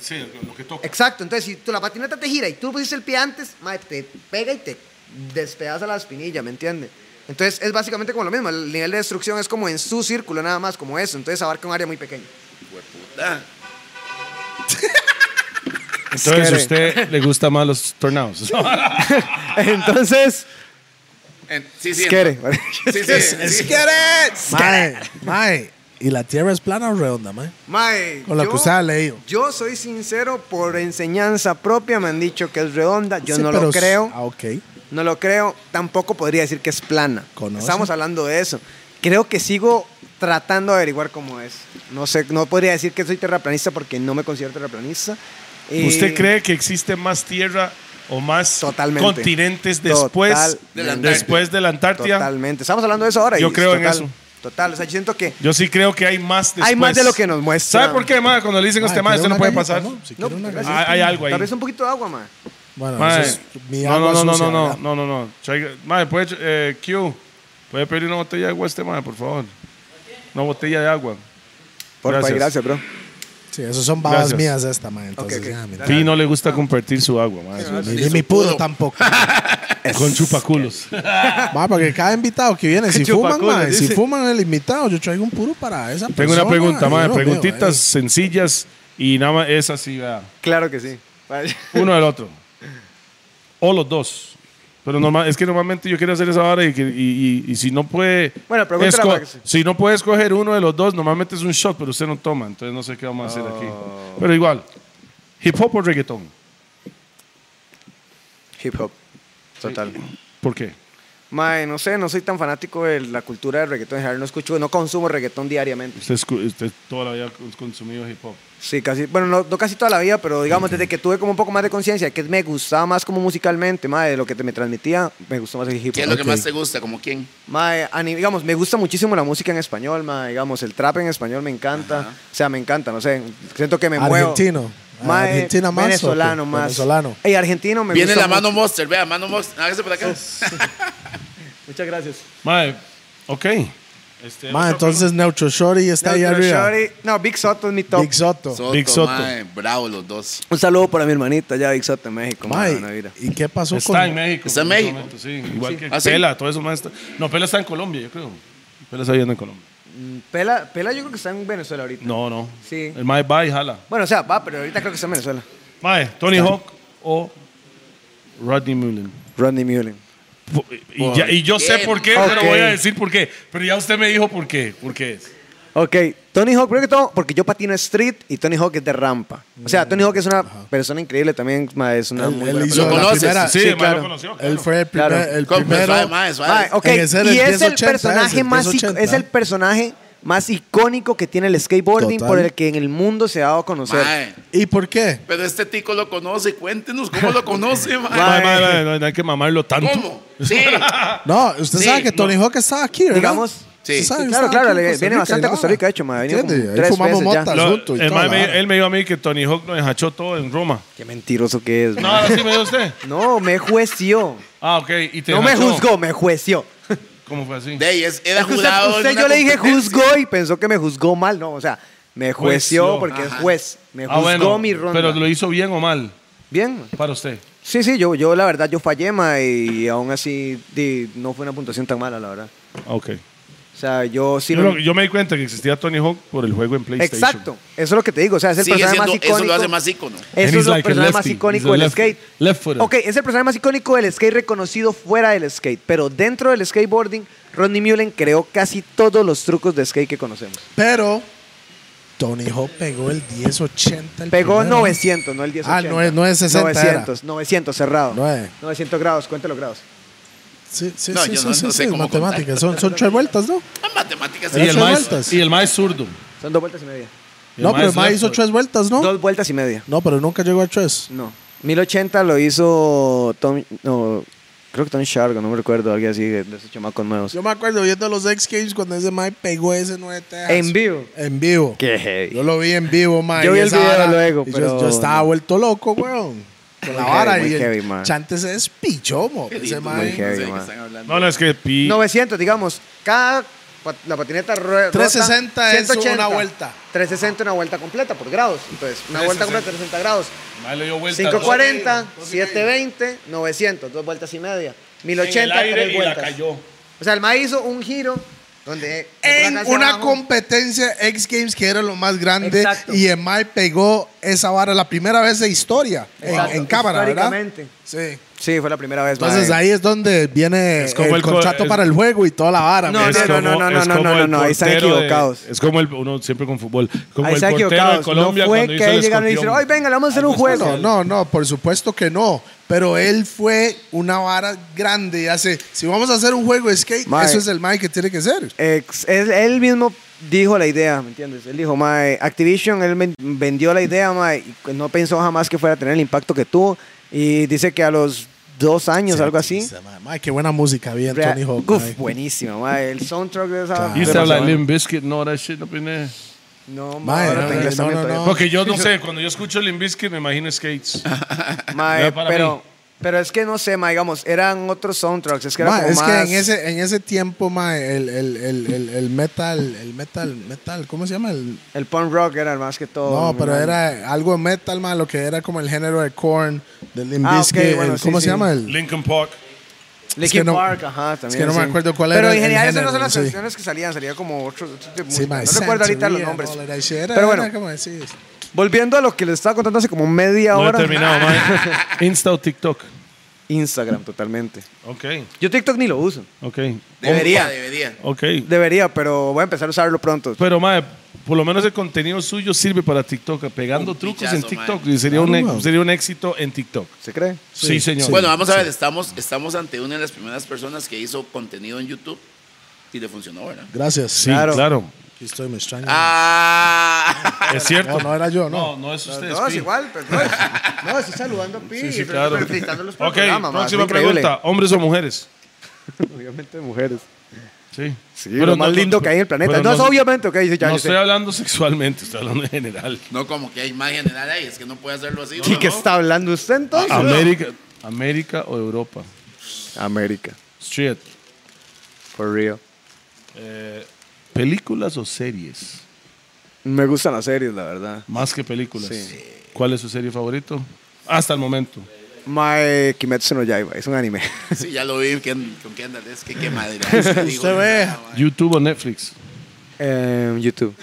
Sí, lo- lo que toca.
Exacto, entonces si tú, la patineta te gira y tú pusiste el pie antes, mae, te pega y te despedaza la espinilla, ¿me entiendes? Entonces es básicamente como lo mismo, el nivel de destrucción es como en su círculo nada más, como eso, entonces abarca un área muy pequeña.
Ah,
Entonces, ¿a usted le gusta más los tornados?
entonces,
en- Sí, sí.
esquere.
Sí, sí, sí.
Mae, mae, ¿y la tierra es plana o redonda, mae?
Mae,
Con lo
yo-
que usted ha leído.
Yo soy sincero, por enseñanza propia me han dicho que es redonda, yo
Sí,
no
pero
lo
s-
creo.
Ah, ok.
Este
No lo creo, tampoco podría decir que es plana.
¿Conoce?
Estamos hablando de eso. Creo que sigo tratando de averiguar cómo es. No sé, no podría decir que soy terraplanista porque no me considero terraplanista. Eh,
¿Usted cree que existe más tierra o más
Totalmente.
continentes después,
Totalmente.
De la Antártida.
después de la Antártida?
Totalmente. Estamos hablando de eso ahora. y
Yo
es
creo en
total-
eso.
Total. O sea, yo siento que
Yo sí creo que hay más después.
Hay más de lo que nos muestra.
¿Sabe por qué, ma? Cuando le dicen a
Mae,
usted, ma,
quiere
esto no
una
puede
galleta,
pasar.
¿no? Si
No,
quiere una
gracias.
galleta.
Hay- hay algo ahí.
Tal vez un poquito de agua, ma.
Bueno,
Mae,
eso Ah, es mi
no, no,
agua
no, no,
sucia,
no, no,
¿verdad?
no, no, no. Traiga- Mae, puede, eh, Q, puede pedir una botella de agua a este, mae, por favor. Una botella de agua.
Por
Gracias.
gracias, bro.
Sí, esos son babas
Gracias.
mías esta, mae. Entonces,
Ok, ok.
ya, mentira.
Pi no le gusta compartir su agua, mae.
Ni-
Ni
Ni mi
su pudo.
pudo tampoco.
Con chupaculos.
Ma, porque cada invitado que viene, si
Chupaculo,
fuman, ma, si
dice.
fuman el invitado, yo traigo un puro para esa
Tengo una pregunta, mae.
más
Preguntitas sencillas y nada más es así, vea.
Claro que sí. Vale.
Uno del otro. O los dos. Pero normal, es que normalmente yo quiero hacer esa hora y, que- y- y- y si no puede.
Bueno, pregúntale a
esco-
Max.
Si no puede escoger uno de los dos, normalmente es un shot, pero usted no toma, entonces no sé qué vamos a hacer aquí.
Oh.
Pero igual, hip hop o reggaetón.
Hip hop. Total.
¿Por qué?
Mae, no sé, no soy tan fanático de la cultura del reggaetón en general. No escucho, no consumo reggaetón diariamente.
Usted, es cu- usted toda la vida ha consumido hip hop.
Sí, casi, bueno, no, no casi toda la vida, pero digamos, desde que tuve como un poco más de conciencia, que me gustaba más como musicalmente, mae, de lo que te me transmitía, me gustó más el hip hop.
¿Qué es lo que más te gusta? ¿Como quién?
Mae, a ni- digamos, me gusta muchísimo la música en español, mae, digamos, el trap en español me encanta, o sea, me encanta, no sé, siento que me muevo.
Argentino.
Mae,
Argentina más o
venezolano
qué?
más.
Venezolano.
Ey, argentino me
Viene
gusta
la mano
mucho.
Monster, vea, mano Monster. Ah, Hágase por acá.
Muchas gracias.
Mae, ok. Este,
Ma,
otra
entonces Neutro Shorty está ahí
Neutro
arriba.
Shorty- No, Big Soto es mi top.
Big Soto.
Soto,
Big Soto.
mae, bravo los dos.
Un saludo para mi hermanita allá, Big Soto en México.
Ma,
mae,
¿y-
buena vida.
¿y qué pasó
Está
con
en México.
Está en
ese
México.
momento, sí. Igual que
Ah, sí.
Pela, todo eso más está- No, Pela está en Colombia, yo creo. Pela está viviendo en Colombia.
Pela, Pela yo creo que está en Venezuela ahorita.
No, no.
Sí.
El Mae va y jala.
Bueno, o sea, va, pero ahorita creo que está en Venezuela.
Mae, Tony Hawk o Rodney Mullen.
Rodney Mullen.
Po- Y, ya- y yo sé por qué,
Ok.
pero voy a decir por qué. Pero ya usted me dijo por qué. ¿Por qué es?
Ok, Tony Hawk, creo que todo, porque yo patino street y Tony Hawk es de rampa. O sea, Tony Hawk es una persona increíble también, mae, es una
Él-
muy
él
buena
hizo
persona.
¿Lo
la
conoces?
primera-
Sí,
Sí,
Mae
claro.
lo conoció. claro.
Él fue el, primer-
Claro.
el
Compa,
primero.
suave, mae, suave.
Mae, ok,
En ese era el
y es el
1080,
personaje
ese, el
más ic-
1080.
es el personaje más icónico que tiene el skateboarding
Total.
por el que en el mundo se ha dado a conocer.
Mae,
¿Y por qué?
pero este tico lo conoce. Cuéntenos cómo lo conoce, mae.
Mae, mae, mae, no, no hay que mamarlo tanto.
¿Cómo? Sí.
No, usted
Sí,
sabe que Tony Hawk estaba aquí, ¿verdad?
Digamos,
Sí.
Usted sabe que
Claro,
estaba
claro,
aquí en
le- viene
Rica
bastante
y
a
la
Costa
vara.
Rica, de hecho, mae, ha venido
¿Entiende?
como
Ahí
tres
fumamos
veces ya.
mota,
Lo-
asunto y
el
toda
mae
la
me-
vara.
él me dijo a mí que Tony Hawk nos hachó todo en Roma.
Qué mentiroso que es.
No,
mae.
así me dijo usted.
No, me jueció.
Ah, ok. Y te
No me
hachó.
juzgó, me jueció.
¿Cómo fue así?
De ahí es, era
Es que usted,
jurado. en
usted
una
yo le dije
competencia.
juzgó y pensó que me juzgó mal, no, o sea, me jueció
Jueció.
porque es
Ajá.
juez. Me juzgó
Ah, bueno.
mi ronda.
Pero lo hizo bien o mal
Bien.
para usted.
Sí, sí, yo, yo la verdad yo fallé, ma, y aún así di- no fue una puntuación tan mala, la verdad.
Ok.
O sea, yo sí
Yo,
lo-
lo- yo me di cuenta que existía Tony Hawk por el juego en PlayStation.
Exacto, eso es lo que te digo, o sea, es el
Sigue
personaje
siendo-
más icónico.
eso lo hace más ícono.
And
Eso
he's
es el
like a
personaje más
lefty.
icónico
He's a
del
left-
skate.
left footer.
Ok, es el personaje más icónico del skate reconocido fuera del skate, pero dentro del skateboarding, Rodney Mullen creó casi todos los trucos de skate que conocemos.
Pero Tony Hawk pegó el 1080. El
Pegó
primero. ¿eh?
900, no el 1080.
Ah, no es- no es 60 era.
900, 900 cerrado.
Nueve.
900 grados, cuéntelo grados.
Sí, sí,
No,
sí,
yo
sí,
no-
sí,
no sé
sí,
cómo
matemáticas. Son, son tres vueltas, ¿no?
Ah, Matemáticas.
Y el,
Ocho
mae,
vueltas.
y el mae es zurdo.
Son dos vueltas y media.
Y
No, pero el
es
Mae
left
hizo
footer.
tres vueltas, ¿no?
Dos vueltas y media.
No, pero nunca llegó a tres.
No. 1080 lo hizo Tom, no, creo que Tony Shargo, no me recuerdo, alguien así de, de esos chamacos nuevos.
Yo me acuerdo viendo los X Games cuando ese Mae pegó ese 9 tejas.
En vivo.
En vivo.
Qué heavy.
Yo lo vi en vivo, Mae.
Yo vi
y
el
esa
video
vara-
luego,
y yo-
pero
yo, estaba
no.
vuelto loco, weón. Con
Muy
la
heavy,
vara.
muy
y el
heavy, mae.
Chante se despichó, mo. Ese
Lindo,
muy
no sé
Mae.
heavy.
de qué
mae.
están hablando.
No, no, es que Pi.
900, digamos. Cada pat- la patineta ro- rota,
360 es una vuelta.
360 una vuelta completa por grados. Entonces, una vuelta completa 360 grados.
Mae le dio vuelta a todo.
540, 720, 900, dos vueltas y media.
En el
1080,
aire
tres
y la
vueltas.
cayó.
O sea, el maíz hizo un giro donde se
En
fue hacia
una
abajo.
competencia X Games que era lo más grande
Exacto.
y el Mae pegó esa vara la primera vez de historia en,
Exacto,
en cámara, ¿verdad?
históricamente.
Sí.
Sí, fue la primera vez.
Entonces
mae.
ahí es donde viene
Es como
el,
el co-
contrato
es-
para el juego y toda la vara.
No,
mae.
Es
no, no, no, no,
es
no, no,
como
no,
el
no, ahí están
portero de-
equivocados.
es como el, uno siempre con fútbol. Como
Ahí
el
están
portero de
equivocados.
Colombia
no fue
cuando
que
hizo el
llegaron y dijeron,
escorpión.
¡ay, venga, le vamos a hacer un juego!
No, no, no, por supuesto que no. Pero él fue una vara grande y hace, si vamos a hacer un juego de skate,
Mae.
eso es el Mike que tiene que ser.
Ex- él, él mismo dijo la idea, ¿me entiendes? Él dijo, mae, Activision, él ven- vendió la idea, mae, y no pensó jamás que fuera a tener el impacto que tuvo. Y dice que a los dos años, algo así.
Mae, qué buena música había en
rea-
Tony Hawk.
Uf,
mae.
buenísima, mae. El soundtrack de esa.
Claro.
You used to have like
demasiado
Limp Bizkit and all that shit up in there.
bueno. No, mae,
Mae,
ahora
no,
tengo este
no,
esa
no,
mente
no.
todavía.
Porque yo no sé, cuando yo escucho Limp Bizkit me imagino skates.
Ah. Mae,
Ya para
pero,
mí.
pero es que no sé, mae, digamos, eran otros soundtracks. Es que era
Mae,
como
es
más-
que en ese, en ese tiempo, mae, el, el, el, el, el metal, el metal, metal, ¿cómo se llama? El,
El punk rock era más que todo.
no,
mi
pero
mae.
era algo metal, mae, lo que era como el género de Korn, del Limp
Ah, ok,
Bizkit, el-
bueno, sí,
¿cómo
sí.
se llama? El,
Lincoln Park.
Linkin
que no-
Park, ajá, también.
no me
sí.
acuerdo cuál
Pero
era
en
el
general esas no
género,
son las
sí.
canciones que salían, salía como otro, otro tipo de
Sí,
música.
mae,
No recuerdo ahorita los
Santería,
nombres.
all that shit, era-
Pero bueno.
era como decir,
Volviendo a lo que les estaba contando hace como media
No he
hora.
terminado, man.
Ah.
Insta o TikTok.
Instagram, totalmente.
Ok,
Yo TikTok ni lo uso.
ok.
Debería.
Debería.
Ok.
Debería, pero voy a empezar a usarlo pronto.
Pero, mae, por lo menos el contenido suyo sirve para TikTok, pegando
Un
trucos
pichazo,
en TikTok.
mae.
Y sería,
Claro,
Ah.
un, e-
mae.
sería un éxito en TikTok.
¿Se cree?
Sí,
Sí,
señor.
sí.
Bueno, vamos a ver, estamos, estamos ante una de las primeras personas que hizo contenido en YouTube y le funcionó, ¿verdad?
Gracias.
sí,
claro.
claro.
Aquí estoy, me extraño.
Ah,
Es cierto.
no, no era yo,
No,
no.
no es usted.
No, es
Pi.
igual, pero no, es, no, estoy saludando a Pi.
Sí, sí,
estoy
claro.
felicitándolos por el
Ok,
programa, ma, es
próxima
increíble.
pregunta. ¿Hombres o mujeres?
Obviamente mujeres.
Sí.
Sí, lo más lindo que hay en el planeta.
pero
No, es
no-
obviamente, ok, dice eh, ya,
no
yo
estoy
sé.
hablando sexualmente, estoy hablando en general.
no como que hay más general ahí, es que no puede hacerlo así.
¿Y
¿no?
qué está hablando usted entonces?
Ah, América, América o Europa.
América,
Street.
for real.
¿Películas o series?
Me gustan las series, la verdad.
Más que películas.
Sí.
¿Cuál es su serie favorito? Hasta el momento.
Mae Kimetsu no Yaiba, es un anime.
Sí, ya lo vi Ken- con Kendall, es que qué madre.
Usted ve.
YouTube o Netflix.
Em, YouTube.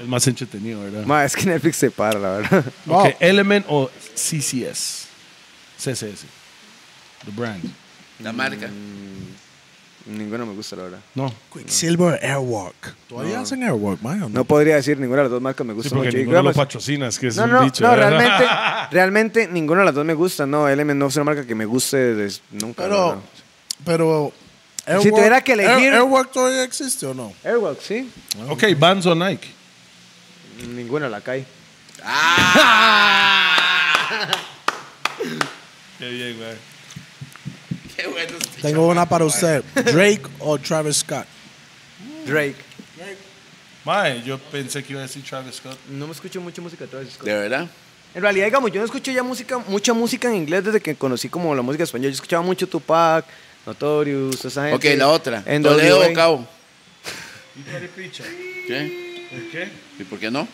Es más entretenido, ¿verdad?
Mae, es que Netflix se para, la verdad.
No.
Ok, Element o CCS. CCS. The brand.
La marca.
Ninguna me gusta, la verdad.
No.
Quicksilver Airwalk. ¿Todavía hacen Airwalk, mae, o
No podría decir ninguna de las dos marcas me gusta
Sí, porque
mucho. Y
ninguno lo
digamos-
patrocinas, que es
no,
un
no,
bicho.
no,
¿verdad?
realmente, realmente ninguna de las dos me gusta. No, Element no es una marca que me guste des- nunca. la
Pero,
verdad.
pero.
tuviera que elegir-
Air- ¿Airwalk todavía existe o no?
Airwalk, sí.
ok, Vans o Nike.
Ninguna la cae.
Ah.
Qué bien, güey.
Qué bueno. este
Tengo una para usted. Drake o Travis Scott.
Drake.
Mae, yo pensé que iba a decir Travis Scott.
No me escucho mucha música de Travis Scott.
De verdad.
En realidad, digamos, yo no escucho ya música, mucha música en inglés desde que conocí como la música española. Yo escuchaba mucho Tupac, Notorious, esa gente.
Ok, la otra.
En
Toledo
WA.
o Cabo. ¿Qué?
¿Por qué?
¿Y por qué no?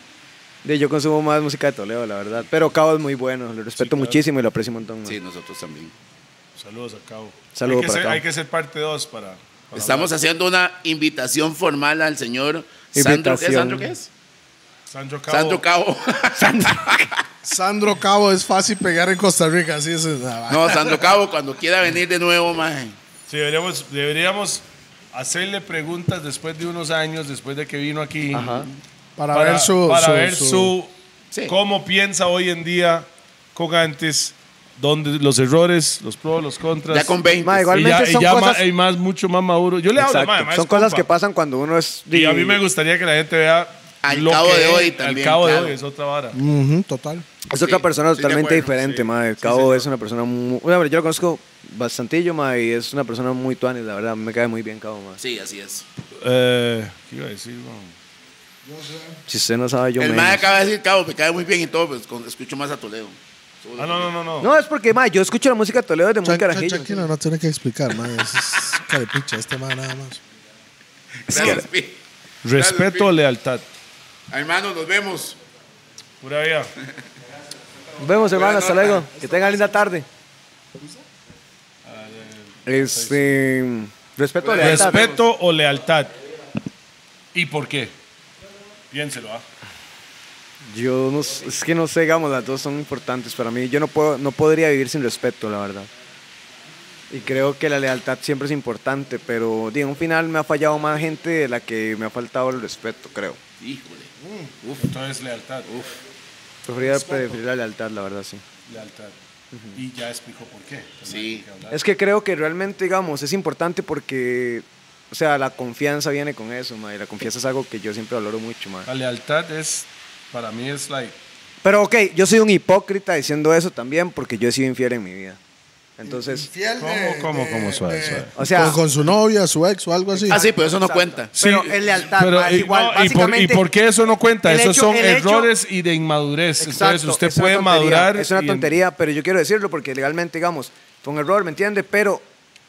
De- Yo consumo más música de Toledo, la verdad. Pero Cabo es muy bueno, lo respeto muchísimo y lo aprecio un montón. man.
Sí, nosotros también.
Saludos a Cabo.
Saludo
hay que
para
ser,
Cabo.
Hay que ser parte 2 para, para
Estamos haciendo una invitación formal al señor Sandro. ¿Qué es
Invitación.
Sandro? ¿Qué es?
Sandro Cabo.
Sandro Cabo.
Sandro Cabo es fácil pegar en Costa Rica, así es.
No, Sandro Cabo, cuando quiera venir de nuevo, maje.
Sí, deberíamos, deberíamos hacerle preguntas después de unos años, después de que vino aquí.
Ajá.
Para, ver su.
para
su-
ver
su-
su-
Sí.
cómo piensa hoy en día con antes, donde los errores, los pros, los contras.
Ya con 20.
Ma, igual-
y ya,
Igualmente
y
son
ya
cosas-
ma- y más, mucho más maduro. Yo le hablo,
Exacto.
ma, ma, es
Son cosas
compa.
que pasan cuando uno es.
Y a mí me gustaría que la gente vea
Al
lo
cabo
que
de
es,
hoy también,
Al cabo
claro.
de hoy es otra vara.
Ujú, total.
Es otra
Sí,
persona
estoy de
totalmente
acuerdo,
diferente, madre. Cabo es una persona muy. bueno, yo lo conozco bastantillo, madre, y es una persona muy tuanis, la verdad. Me cae muy bien, Cabo, madre.
Sí, así es.
Eh, ¿Qué iba a decir? man?
Si usted no sabe, yo
el
menos.
maje acaba de decir Cabo, me cae muy bien y todo, pero con- escucho más a Toledo.
Ah, no, no, no. no.
No, es porque, madre, yo escucho la música de Toledo desde muy
Tran- tran-
carajillo.
Tranquilo, no tiene que explicar, man. Es, es carepicha, este man nada más.
Gracias, Pi.
Respeto o lealtad.
Hermano, nos vemos.
Pura vida.
Nos vemos, hermano. Hasta luego. Que tengan linda tarde.
Ah,
Este. Respeto a la edad.
Respeto o lealtad. ¿Y por qué? Piénselo, ¿ah?
Yo no, s- es que no sé, digamos, las dos son importantes para mí. Yo no puedo, no podría vivir sin respeto, la verdad. Y creo que la lealtad siempre es importante, pero di, en un final me ha fallado más gente de la que me ha faltado el respeto, creo.
Híjole.
Entonces, lealtad.
Preferiría preferir la lealtad, la verdad, sí.
Lealtad.
Y ya explicó por qué. Entonces,
Sí.
hay que hablar.
Es que creo que realmente, digamos, es importante porque, o sea, la confianza viene con eso, mae. La confianza es algo que yo siempre valoro mucho, mae.
La lealtad es, para mí es like,
Pero ok, yo soy un hipócrita diciendo eso también porque yo he sido infiel en mi vida. Entonces,
Fiel
¿Cómo,
Eh,
cómo, cómo? Suave, suave.
o sea,
con, con su novia, su ex o algo así.
Ah, sí, pero eso no cuenta.
pero
Sí,
es lealtad,
pero,
mae,
y-
es igual.
no, y, por,
básicamente,
y por qué eso no cuenta?
el
Esos
hecho-
son
el hecho-
errores y de inmadurez. Entonces
Exacto,
usted
es una
puede
tontería,
madurar.
Es una
y-
tontería, pero yo quiero decirlo porque legalmente, digamos, fue un error, ¿me entiende? Pero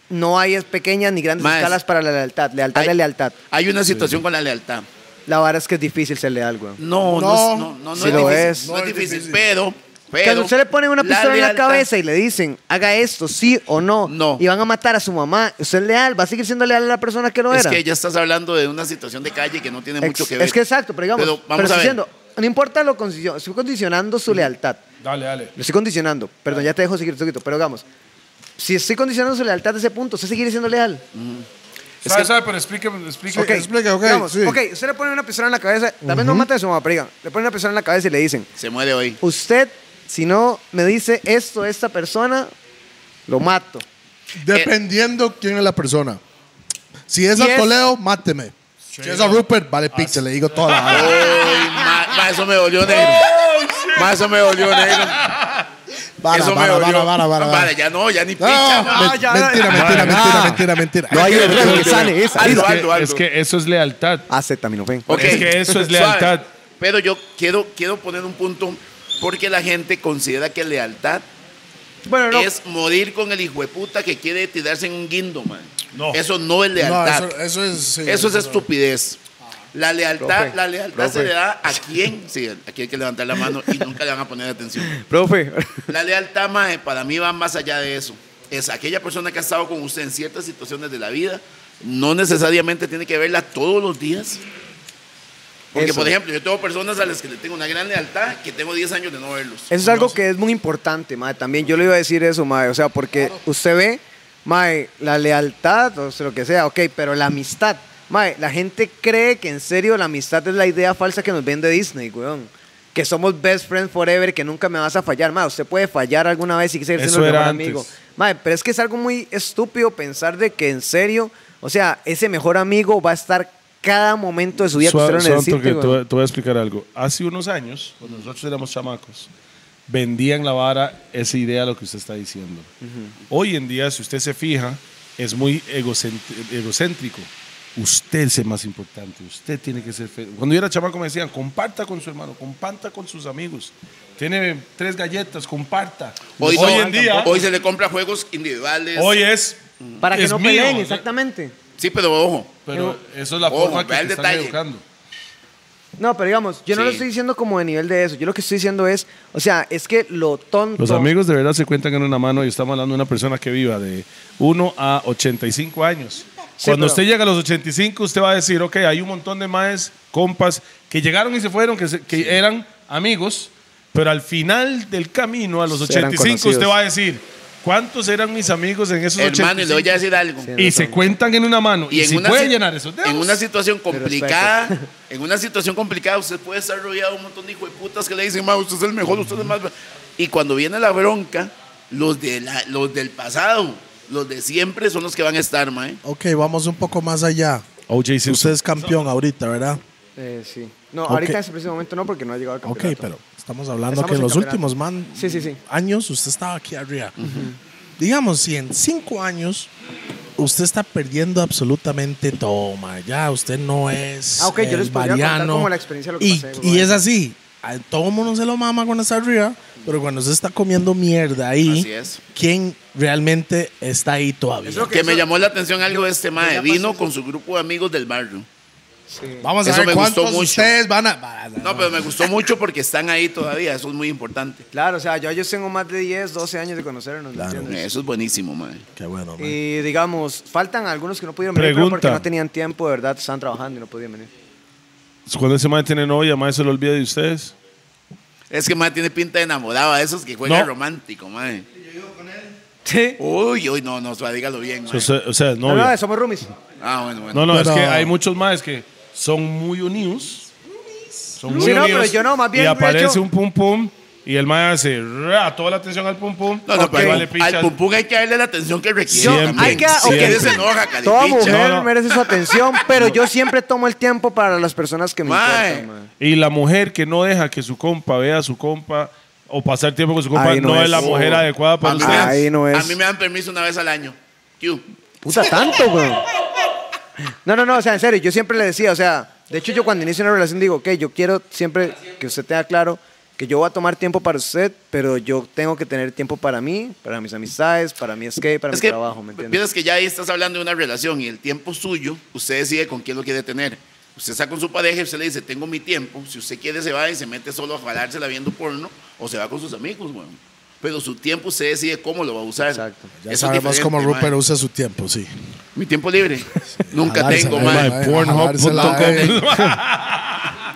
no hay es- pequeñas ni grandes
Mae,
escalas para la lealtad. Lealtad
hay-
es lealtad.
Hay una situación con la lealtad.
La vara es que es difícil ser leal, güey.
No,
No,
no, no, no, no
sí
es,
lo
difícil,
es.
No,
No
es
es
difícil,
difícil.
pero, pero.
Cuando usted le ponen una
la
pistola en la
lealtad-
cabeza y le dicen, haga esto, sí o no,
No.
y van a matar a su mamá, usted es leal, va a seguir siendo leal a la persona que no
Es
era.
que ya estás hablando de una situación de calle que no tiene
Ex-
mucho que ver.
Es que exacto, pero digamos,
Pero
pero,
vamos a
estoy
ver.
diciendo, no importa lo condicio- estoy condicionando su lealtad.
dale, dale.
Lo estoy condicionando. Perdón, ya te dejo seguir un poquito, pero digamos, si estoy condicionando su lealtad a ese punto, usted seguirá siendo leal.
¿Sabe, sabe? Pero explíqueme, explíqueme.
Ok. Explica, ok,
Digamos,
sí.
ok, usted le pone una pistola en la cabeza, tal vez no mata a su mamá, pero diga, le pone una pistola en la cabeza y le dicen,
Se muere hoy.
usted, si no me dice esto a esta persona, lo mato.
Dependiendo quién es la persona. Si es
Si
a
es-
Toledo, máteme. Si es a Rupert, vale, pizza, le digo toda la
Uy, ma, ma, eso me dolió negro. Ma, eso me dolió negro.
Vara,
eso
vara,
me dolió.
vara, vara, vara,
Vara, ya no, ya ni
No,
picha. ma.
men-
ya,
mentira,
ya.
mentira, mentira, mentira, mentira.
No hay error que sane esa.
Aldo,
Es que-
Aldo, Aldo.
es que eso es lealtad.
Acetaminofén.
Ok.
Es que eso es
Suave.
lealtad.
Pero yo quiero, quiero poner un punto porque la gente considera que lealtad
Bueno, no.
es morir con el hijo de puta que quiere tirarse en un guindo, man.
No.
Eso no es
No,
lealtad.
eso, eso es. sí,
Eso es estupidez. La lealtad,
Profe,
la lealtad se
profe.
le da a quién. Sí, aquí hay que levantar la mano y nunca le van a poner atención.
Profe.
La lealtad, mae, para mí va más allá de eso. Es aquella persona que ha estado con usted en ciertas situaciones de la vida. No necesariamente tiene que verla todos los días. Porque,
Eso.
por ejemplo, yo tengo personas a las que le tengo una gran lealtad que tengo 10 años de no verlos.
Eso es algo que es muy importante, mae. También yo le iba a decir eso, mae. O sea, porque usted ve, mae, la lealtad, o sea, lo que sea, ok, pero la amistad. Mae, la gente cree que en serio la amistad es la idea falsa que nos vende Disney, weón. Que somos best friends forever, que nunca me vas a fallar. Mae, usted puede fallar alguna vez y seguir siendo
Eso
mi
era
mejor
antes.
amigo. Mae, pero es que es algo muy estúpido pensar de que en serio, o sea, ese mejor amigo va a estar cada momento de su vida que usted
Suave,
lo
suave un
necesite,
toque, te,
weón.
voy- te voy a explicar algo. Hace unos años, cuando nosotros éramos chamacos, vendían la vara esa idea de lo que usted está diciendo. Hoy en día, si usted se fija, es muy egocent- egocéntrico. Usted es el más importante, usted tiene que ser feliz. Cuando yo era chamaco me decían, comparta con su hermano, comparta con sus amigos. Tiene tres galletas, comparta.
Hoy,
Hoy,
no,
en día,
hoy se le compra juegos individuales.
hoy es...
Para que
es
no
mío.
peleen, exactamente.
Sí, pero ojo.
Pero eso es la
Ojo,
forma que
vea el
te están
detalle.
educando.
No, pero digamos, yo no
Sí.
lo estoy diciendo como de nivel de eso. Yo lo que estoy diciendo es, o sea, es que lo tonto.
Los amigos de verdad se cuentan en una mano y estamos hablando de una persona que viva de 1 a 85 años.
Sí,
Cuando
pero-
usted llega a los 85, usted va a decir, ok, hay un montón de maes, compas, que llegaron y se fueron, que, se- que eran amigos, pero al final del camino, a los
Sí, eran
85, usted
conocidos.
va a decir, ¿cuántos eran mis amigos en esos
Hermano, y le
85?
voy a decir algo.
Sí.
Y se cuentan en una mano. Y,
en
si
una
puede
si-
llenar esos dedos.
En una situación
espera.
complicada, en una situación complicada, usted puede estar rodeado de un montón de hijos de putas que le dicen, "Ma, usted es el mejor, usted es el más. bra-". Y cuando viene la bronca, los, de la- los del pasado, los de siempre son los que van a estar, mae.
Ok, vamos un poco más allá.
OJ Simpson.
Usted es campeón ahorita, ¿verdad?
Eh, sí. No,
Ok.
ahorita en ese preciso momento no, porque no ha llegado al
Ok,
campeonato.
pero estamos hablando
Estamos
que en
en
los
campeonato.
últimos man,
Sí, sí, sí.
años usted estaba aquí arriba. Digamos, si en cinco años usted está perdiendo absolutamente todo, ma, ya usted no es
Ah, ok, yo
el
les podría contar
Mariano.
como la experiencia de lo que
y,
pasé,
y
güey.
es así. A todo mundo se lo mama cuando está arriba, pero cuando se está comiendo mierda ahí,
Así es.
¿quién realmente está ahí todavía?
Es lo
Que me
eso-
llamó la atención algo de este mae.
ya
Vino
pasó.
con su grupo de amigos del barrio.
Sí.
Vamos
Eso
a ver
me gustó
cuántos
mucho.
ustedes van a... va-
No, pero me gustó mucho porque están ahí todavía. Eso es muy importante.
Claro, o sea, yo, yo tengo más de 10, 12 años de conocernos. ¿me
Claro.
entiendes?
Eso es buenísimo, mae.
Qué bueno, man.
Y digamos, faltan algunos que no pudieron venir pero porque
Pregunta.
no tenían tiempo, de verdad, estaban trabajando y no podían venir.
Cuando ese mae tiene novia, mae se lo olvida de ustedes.
Es que mae tiene pinta de enamorado a esos que juegan
No.
romántico, mae.
Sí.
Uy, uy, no, no, suave, dígalo bien, mae.
O sea, o sea, es
No,
novia.
no, somos roomies.
Ah, bueno, bueno.
No, no,
Pero-
es que hay muchos más que son muy unidos. Son muy
Sí, no,
unidos,
pero yo no, más bien
Y
hubiera
aparece
hecho-
un pum pum
Y el mae hace ra, toda la atención al pum pum.
No, no,
Ok.
pero
Vale,
al
pichas.
pumpún hay que darle la atención que requiere.
Yo- Siempre, hay que-
Si
ok.
quieres enoja,
Toda
calipicha.
mujer
No, no.
merece su atención, pero yo siempre tomo el tiempo para las personas que me
Mae.
importan. mae.
Y la mujer que no deja que su compa vea a su compa o pasar tiempo con su compa
Ahí
no,
no
es
es.
la mujer
Oh.
adecuada para
A mí
usted.
me-
Ahí no es.
A mí me dan permiso una vez al año. Q.
Puta, tanto, güey. No, no, no, o sea, en serio, yo siempre le decía, o sea, de hecho yo cuando inicio una relación digo, ok, yo quiero siempre que usted tenga claro que yo voy a tomar tiempo para usted, pero yo tengo que tener tiempo para mí, para mis amistades, para mi skate, para
Es
mi
que
trabajo, ¿me entiendes?
piensas que ya ahí estás hablando de una relación y el tiempo suyo, usted decide con quién lo quiere tener. Usted está con su pareja y usted le dice, tengo mi tiempo. Si usted quiere, se va y se mete solo a jalársela viendo porno o se va con sus amigos, bueno. Pero su tiempo usted decide cómo lo va a usar.
Exacto.
Eso
Ya
es
sabemos
diferente,
cómo
mae.
Rupert usa su tiempo, sí.
Mi tiempo libre. Nunca
Jalársela,
tengo,
mae,
mae.
mae, jalársela, eh.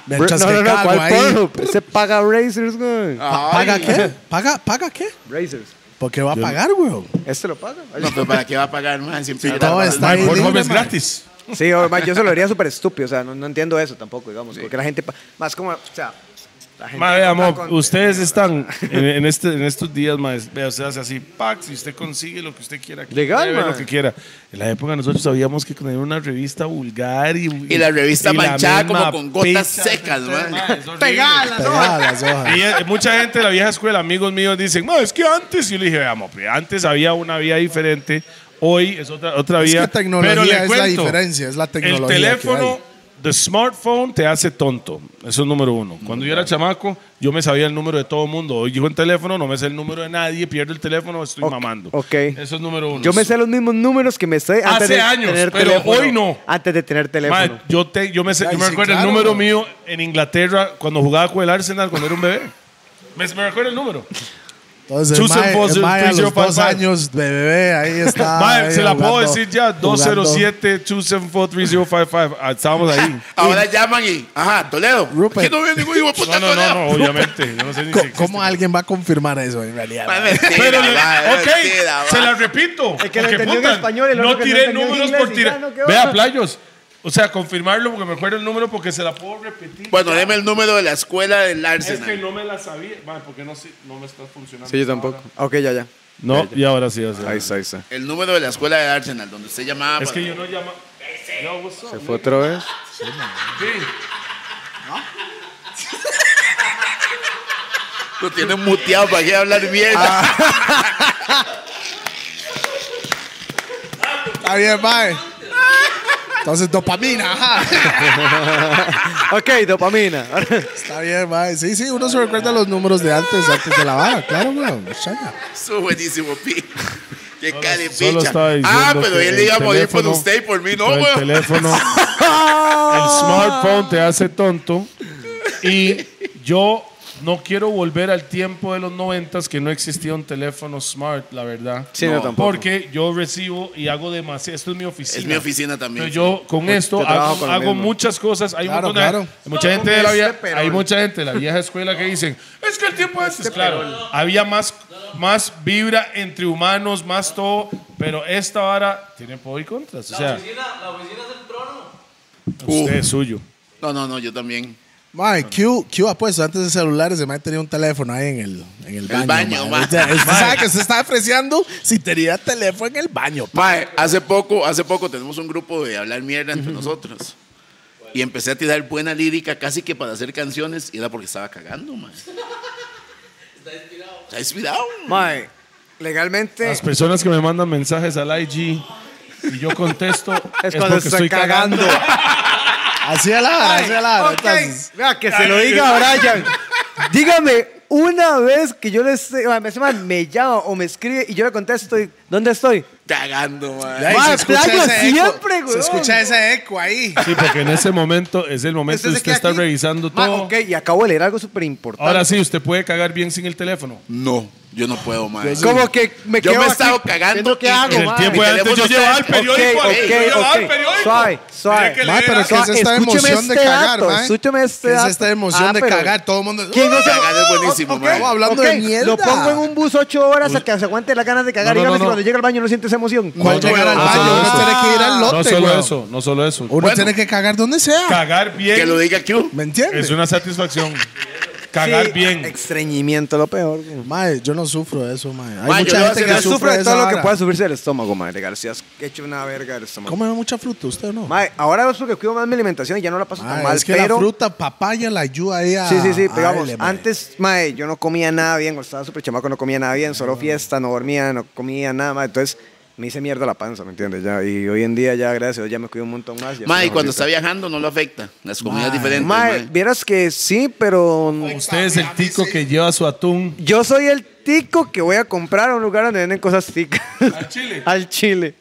Mientras
no,
que
no, no,
cago
¿cuál
ahí.
Pornhub? Ese paga Razers, güey.
Ah.
Pa- ¿Paga qué? ¿Paga, ¿Paga qué?
Razers.
Porque va a pagar, weón.
¿Este lo paga?
No, pero ¿para qué va a pagar, mae? Siempre
Sí,
paga,
todo
mae.
está ahí.
Por
Dime,
favor, es
mae.
gratis.
Sí, o- mae, yo se lo haría súper estúpido, o sea, no, no entiendo eso tampoco, digamos, porque la gente, pa- más como, o sea, la gente...
Mae, vea, mo,
con-
ustedes están en, en este, en estos días, mae, vea, usted hace así, pack, si usted consigue lo que usted quiera. que
Legal,
lleve
mae.
lo que quiera. En la época nosotros sabíamos que tener una revista vulgar y...
Y la revista
y la
manchada
misma
como con gotas
pizza.
secas, mae.
Mae, es horrible.
Pegada Ah, las hojas.
Y eh, mucha gente de la vieja escuela, amigos míos, dicen, no, es que antes, y yo le dije, veamos, pues, antes había una vía diferente, hoy es otra, otra
Es
vía.
que tecnología
pero le
es la
cuento,
diferencia, es la tecnología que
El teléfono,
hay.
the smartphone te hace tonto, eso es número uno. Cuando yo era chamaco, yo me sabía el número de todo el mundo, hoy llego en teléfono, no me sé el número de nadie, pierdo el teléfono, estoy
Ok,
mamando.
ok.
Eso es número uno.
Yo me sé los mismos números que me sé antes
Hace
de
años,
tener
pero
teléfono.
hoy no.
Antes de tener teléfono.
Mae, yo, te, yo me, sé-
Ay,
yo me
sí,
recuerdo
claro.
el número mío en Inglaterra cuando jugaba con el Arsenal cuando era un bebé. Me, me recuerdo el número.
Entonces, el
Susan
mae-
Foster,
el mae a los
3055.
dos años de bebé, ahí está.
Mae,
ahí
se la puedo
jugando-
decir ya,
jugando.
207-274-3055. Ah, Estábamos ahí.
Ahora llaman y, ajá, Toledo.
Rupert.
¿Qué no veo ningún hijo de puta
No, no, no,
Toledo?
no, obviamente. Yo no sé ni si
Co-
existe.
¿Cómo alguien va a confirmar eso en realidad?
Mae,
mae?
Ah, mentira,
Pero, le-
mae,
ok,
mentira,
se
mae.
la repito.
El que lo
porque,
entendió en
puta,
español, el
no
otro que
tiré
no entendió en
números
inglés y
por tirar.
ya, no, qué
Vea,
bueno.
playos. O sea, confirmarlo porque me acuerdo el número porque se la puedo repetir.
Bueno, deme el número de la escuela del
Es que
Arsenal.
no me la sabía. Mae, porque no, sé- no me está funcionando.
Ok, ya, ya.
No, y ahora sí. Ahora sí.
Ahí está, ahí está.
El número de la escuela del Arsenal, donde usted llamaba.
Es
para-
que yo no llamo. Yo, what's up,
¿Se
man?
fue otra vez?
Lo tienen muteado para que hablar mierda.
Ah. Está bien, mae. Entonces, dopamina, ajá.
Ok, dopamina.
Está bien, mae. Sí, sí, uno se recuerda los números de antes, antes de la vara, claro, weón. Chaca.
Eso es buenísimo, pi. Qué
Solo
calipicha.
estaba diciendo
Ah, pero
que
él
el
iba a morir por
teléfono-
usted y por mí, no,
el
weón.
teléfono. el smartphone te hace tonto. Y yo no quiero volver al tiempo de los noventas que no existía un teléfono smart, la verdad.
Sí, no, tampoco.
Porque yo recibo y hago demasiado. Esto es mi oficina.
Es mi oficina también.
Pero yo con esto
yo trabajo
hago,
con lo
hago
mismo.
muchas cosas. Hay, un
Claro,
montón de-
claro.
mucha gente de la vieja, hay mucha gente de la vieja escuela que dicen, es que el tiempo antes, claro, había más, más vibra entre humanos, más todo, pero esta vara tiene por y contras. O sea, usted es suyo.
Uh, No, no, no, yo también.
Mae, Q, Q apuesto, pues, antes de celulares, el mae tenía un teléfono ahí en el, en el baño.
baño, mae.
Usted, usted sabe que se estaba ofreciendo si tenía teléfono en el baño.
Mae, hace poco, hace poco tenemos un grupo de hablar mierda entre nosotros. Y empecé a tirar buena lírica casi que para hacer canciones y era porque estaba cagando, mae. Está inspirado.
Mae, legalmente
Las personas que me mandan mensajes al IG y yo contesto es,
es cuando
porque
estoy
estoy cagando.
cagando.
Así es la vara, así es la vara.
Ok,
Entonces,
Vea, que se lo diga a Brian. Dígame una vez que yo le sé, mae, ese mae me llama o me escribe y yo le contesto, y, ¿dónde estoy?
Cagando, mae.
ahí
Mae,
se escucha
playo
ese eco,
siempre,
Se
weón.
escucha ese eco ahí.
Sí, porque en ese momento es el momento
Usted se
usted
queda
está
aquí.
revisando
Mae,
todo.
ok, y acabo de leer algo súper importante.
Ahora sí, usted puede cagar bien sin el teléfono.
No, yo no puedo, mae.
Como que me
Yo
quedo
me he
aquí
estado cagando
viendo qué
y-
hago,
En el
mae.
tiempo de antes yo
teléfono
llevaba el
está-
periódico.
Ok,
ey, yo
ok,
llevaba el
ok.
periódico.
Suave, suave.
Tenía que
Mae,
leer
pero
algo.
¿qué es esta
Escúcheme
emoción de
este
cagar,
dato,
mae?
escúcheme este
¿Qué es
dato?
esta emoción
Ah,
de
pero-
cagar? Todo el mundo...
¿Quién no se
Cagar es buenísimo,
ok,
mae.
Estamos ¿eh? hablando de
ok,
mierda.
Lo pongo en un bus ocho horas hasta que se aguante la ganas de cagar. Dígame
No, no, no,
si
no.
cuando llega al baño no siente esa emoción.
¿Cuál
No,
llegar al
no,
baño?
no,
Uno
no.
tiene que ir al lote,
No solo
weón.
eso, no solo eso.
Uno tiene que cagar donde sea.
Cagar bien
Que lo diga Q.
¿Me entiendes?
es una satisfacción.
Cagar bien.
Extrañimiento es lo peor.
Mae, yo no sufro de eso, mae.
Mae, yo
Hay
le voy
mucha
a
gente
hacer
que
la-
sufre,
Sufre
de
de todo lo que pueda
puedas.
subirse el estómago, mae. De García, es que he hecho una verga del estómago.
Come mucha fruta, usted o no.
Mae, ahora es porque cuido más mi alimentación y ya no la paso
Mae,
tan mal,
es que
pero...
la fruta papaya la ayuda ahí a.
Sí, sí, sí,
a
pero vamos,
darle, mae.
antes, mae, yo no comía nada bien, cuando estaba súper chamaco, no comía nada bien, solo
Ah.
fiesta, no dormía, no comía nada, mae, entonces me hice mierda la panza, ¿me entiendes? Ya, y hoy en día ya, gracias, a Dios, ya me cuido un montón más. ya
Mae,
estoy
y cuando
mejorcito.
está viajando no lo afecta. Las comidas
Mae.
diferentes.
Mae,
mae.
vieras que sí, pero
Usted es el tico que lleva su atún.
yo soy el tico que voy a comprar a un lugar donde venden cosas ticas. ¿Al
chile?
Al chile.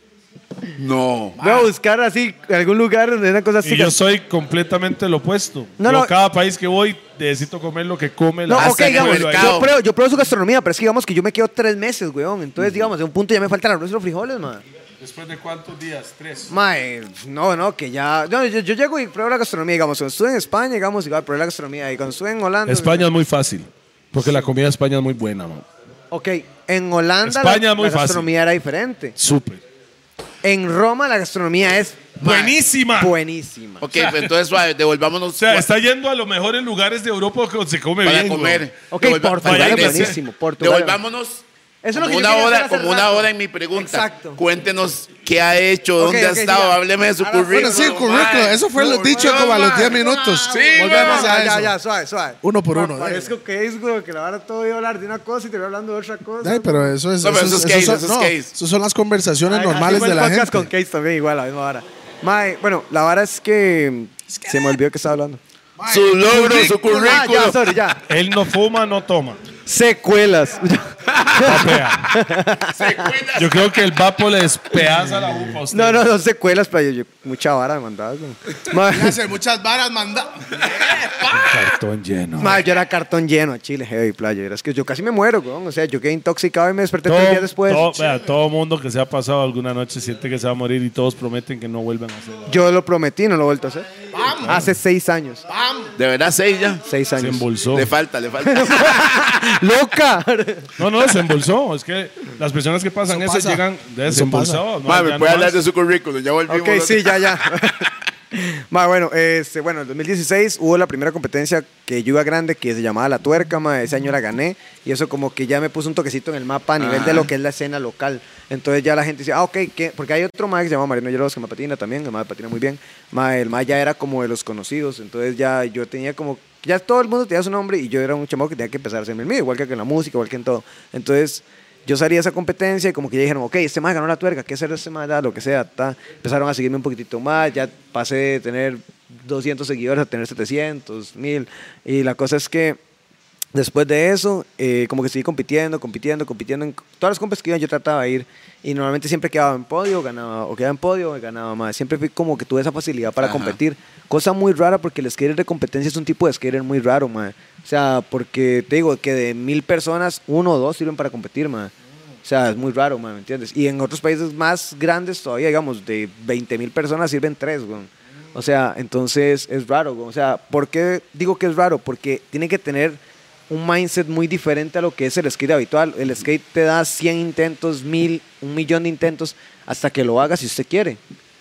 No.
Voy a buscar así algún lugar donde vendan cosas
Y yo
ticas.
soy completamente lo opuesto.
No,
Yo
no.
Cada país que voy necesito comer lo que come
No,
la
ok,
hasta que
digamos,
vuelva
yo
ahí.
pruebo, yo pruebo su gastronomía, pero es que digamos que yo me quedo tres meses, weón. Entonces, digamos, de un punto ya me faltan arroz y los frijoles, man.
¿Después de cuántos días? Tres.
Mae, no, no, que ya. no, yo, yo llego y pruebo la gastronomía, digamos. Cuando estuve en España, digamos, igual pruebo la gastronomía. Y cuando estuve en Holanda.
España es muy fácil. Porque la comida de España es muy buena, man.
Ok, en Holanda la-
España
la,
es muy fácil.
gastronomía era diferente.
Súper.
En Roma la gastronomía es
Mae.
Buenísima.
buenísima.
Ok, pues entonces suave, devolvámonos
O sea,
pues.
está yendo a los mejores lugares de Europa donde se come
para
bien.
comer.
Ok,
Devolva-
Portugal
para
es
iglesia.
buenísimo, Portugal.
Devolvámonos.
Eso es lo
como
que yo
una
quería hacer
hora,
hace
como una
rato.
hora en mi pregunta.
Exacto.
Cuéntenos qué ha hecho,
Ok,
dónde ha
ok,
estado,
siga.
hábleme de su
Ahora,
currículum.
Bueno, sí, correcto.
mae.
Eso fue lo
No,
dicho
no,
como a los
mae.
10 minutos.
Sí,
volvemos
ya,
a eso.
ya, ya, suave, suave.
Uno por
Ma,
uno,
Parezco que es, güey, que la verdad todo voy a hablar de una cosa y te voy hablando de otra cosa.
Ay, pero eso es.
No, pero eso es case,
son-
eso es
no,
case.
eso son las conversaciones
Ay, así
normales
fue
de
el
la
podcast
gente.
con Case también, igual, la misma vara. Mae, bueno, la vara es que. Se me olvidó que estaba hablando.
Su logro, su
Ah, ya,
currículum.
sorry, ya.
Él no fuma, no toma.
Secuelas.
Papea.
Secuelas.
Yo creo que el vapo le despedaza la uva a usted.
No, no, no secuelas, pero yo, yo- mucha vara mandaba. güey. Ma-
Hace muchas varas manda.
Cartón lleno.
ma, yo era cartón lleno a Chile, heavy playa. Es que yo casi me muero, weón. O sea, yo quedé intoxicado y me desperté
Todo,
tres días después.
todo- vea, todo mundo que se ha pasado alguna noche siente que se va a morir y todos prometen que no vuelven a hacerlo.
Yo lo prometí, no lo he vuelto a hacer. Hace seis años.
De verdad, seis ya.
Seis
Se
años.
embolsó.
Le falta, le falta.
¡Loca!
No, no, se embolsó. Es que las personas que pasan eso,
pasa.
llegan desembolsados. ¿no?
Mae,
Ya
me
no
puede
más.
hablar de su currículum, ya volvimos.
ok, sí, ya, ya. Ma, bueno, este, bueno, en 2016 hubo la primera competencia que yo iba grande, que se llamaba La Tuerca, ma, ese año la gané, y eso como que ya me puso un toquecito en el mapa a nivel de lo que es la escena local. Entonces ya la gente dice, ah, ok, ¿qué? porque hay otro ma que se llama Marino Lloros que me patina también, el ma patina muy bien, ma, el ma ya era como de los conocidos, entonces ya yo tenía como, ya todo el mundo tenía su nombre y yo era un chamaco que tenía que empezar a hacerme el mío, igual que en la música, igual que en todo. Entonces... Yo salí de esa competencia y como que ya dijeron, ok, este más ganó la tuerca, ¿qué será este más? Lo que sea, ta. empezaron a seguirme un poquitito más, ya pasé de tener 200 seguidores a tener 700, 1000. Y la cosa es que después de eso, eh, como que seguí compitiendo, compitiendo, compitiendo. En todas las compes que iba yo trataba de ir y normalmente siempre quedaba en podio, ganaba, o quedaba en podio, o ganaba más. Siempre fui como que tuve esa facilidad para
Ajá.
competir. Cosa muy rara porque el skater de competencia es un tipo de skater muy raro, man. O sea, porque te digo que de mil personas, uno o dos sirven para competir, man. O sea, es muy raro, man, ¿me entiendes? Y en otros países más grandes todavía, digamos, de 20 mil personas sirven tres, weón. O sea, entonces es raro, weón. O sea, ¿por qué digo que es raro? Porque tiene que tener un mindset muy diferente a lo que es el skate habitual. El skate te da 100 intentos, 1000, un millón de intentos hasta que lo haga si usted quiere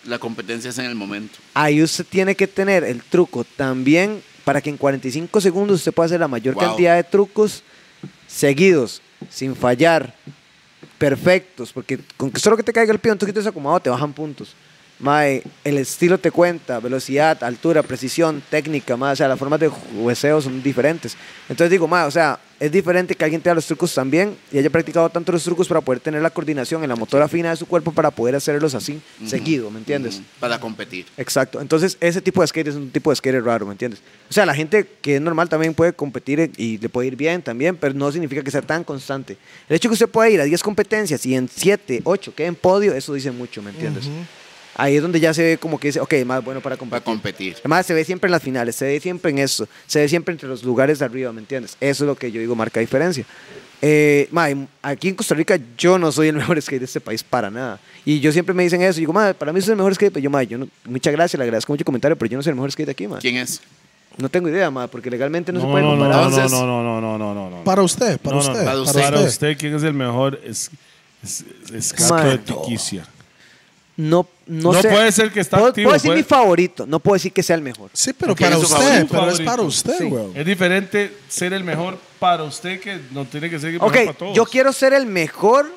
La competencia es en el momento.
ahí usted tiene que tener el truco también para que en 45 segundos usted pueda hacer la mayor
Wow.
cantidad de trucos seguidos, sin fallar, perfectos, porque con que solo que te caiga el pie un truquito desacomodado te bajan puntos. Mae, el estilo te cuenta, velocidad, altura, precisión, técnica, mae, o sea, las formas de hueseo son diferentes. Entonces digo, mae, o sea, es diferente que alguien tenga los trucos también y haya practicado tanto los trucos para poder tener la coordinación en la motora fina de su cuerpo para poder hacerlos así, seguido, ¿me entiendes?
Ujú, Mm, Para competir.
Exacto. Entonces, ese tipo de skate es un tipo de skate raro, ¿me entiendes? O sea, la gente que es normal también puede competir en- y le puede ir bien también, pero no significa que sea tan constante. El hecho que usted pueda ir a 10 competencias y en 7, 8 quede en podio, eso dice mucho, ¿me entiendes? Ahí es donde ya se ve como que dice, ok, más bueno para competir.
Para competir.
Además, se ve siempre en las finales, se ve siempre en eso, se ve siempre entre los lugares de arriba, ¿me entiendes? Eso es lo que yo digo, marca diferencia. Eh, ma, en- aquí en Costa Rica yo no soy el mejor skate de este país para nada. Y yo siempre me dicen eso, y digo, ma, para mí soy el mejor skate, pero yo, ma, yo no- muchas gracias, le agradezco mucho el comentario, pero yo no soy el mejor skate de aquí, ma.
¿Quién es?
No tengo idea, ma, porque legalmente no,
No,
se puede
no, no,
comparar.
no,
Entonces-
no, no, no, no, no, no, no.
Para usted, para
No, no,
usted.
no.
para
Para
usted.
usted, ¿quién es el mejor? Es, es, es- escato de
Mae.
Tiquicia.
no, no,
No
sé.
puede ser que está
puedo,
activo,
puedo decir
puede-
mi favorito, no puedo decir que sea el mejor.
Sí, pero
¿Quién
para
es su
usted,
favorito?
Eh, pero es
Favorito.
para usted,
Sí.
weón.
Es diferente ser el mejor para usted que no tiene que ser el mejor
Ok,
para todos.
yo quiero ser el mejor,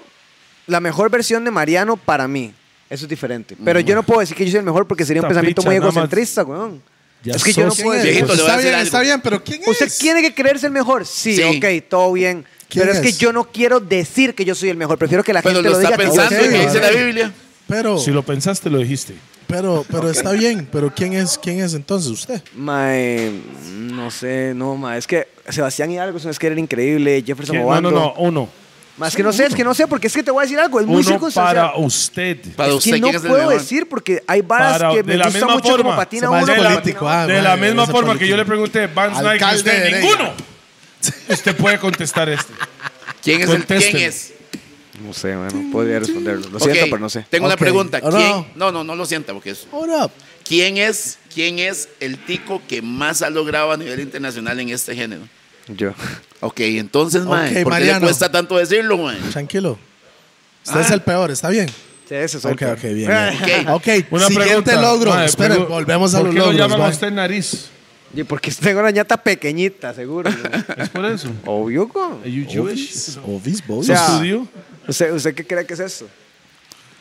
la mejor versión de Mariano para mí. Eso es diferente. Pero yo no puedo decir que yo soy el mejor porque sería un
Esta
pensamiento
picha,
muy
nada más.
egocentrista, weón.
Ya
es que yo no
sos-
puedo
¿Quién
decir-
es?
Viejito, le voy a
está
decir
bien,
algo.
está bien, pero ¿quién
¿Usted
es?
tiene que creerse el mejor? Sí,
Sí.
ok, todo bien.
¿Quién
Pero es? que
es?
yo no quiero decir que yo soy el mejor. Prefiero que la
Pero
gente
lo
lo,
está
diga. que yo
pensando
soy
y
el
que
sí,
dice
mejor.
la
sí.
Biblia.
Pero,
Si lo pensaste, lo dijiste.
pero, pero está bien, pero ¿quién es, quién es entonces usted?
Mae, no sé, no, mae. Es que Sebastián Hidalgo es un skater increíble. Jefferson
¿Quién? No,
Obando.
no, no, uno.
Más que no sé, es que no sé, porque es que te voy a decir algo. Es muy
Uno
circunstancial.
para usted.
Para
es
usted,
que no
¿quién es el
puedo
mejor?
decir porque hay varas
Para-
que me
de la
gusta
misma
mucho
forma.
como patina
Se me
uno.
hace
como
político,
patina
ah,
de
madre,
la misma
ese
forma que
político.
yo le pregunté, Vance Nike,
Alcalde
usted,
de Heredia.
ninguno. usted puede contestar este.
¿Quién es el quién
Contésteme.
es?
No sé, mae, no podría responderlo. Lo
Ok,
siento, pero no sé.
Tengo una
Ok.
pregunta.
Oh, no.
¿Quién? No, no, no lo sienta porque es.
Hold up.
¿Quién es, quién es el tico que más ha logrado a nivel internacional en este género?
Yo.
Ok, entonces, mae,
Ok,
¿por qué le
Mariano.
cuesta tanto decirlo, mae?
Tranquilo. Usted
Ah.
es el peor, ¿está bien?
Sí, ese soy
Ok,
yo.
ok, bien.
Ok.
bien. Ok, siguiente logro.
Madre,
Esperen,
pregu-
volvemos a
¿por
los
qué
logros.
lo llaman a
mae.
usted nariz?
Y porque tengo una ñata pequeñita, seguro.
Es por eso.
Obvio, co.
Are you Jewish?
Obis,
O
boys.
sea,
sea,
estudio?
¿Usted, ¿Usted qué cree que es eso?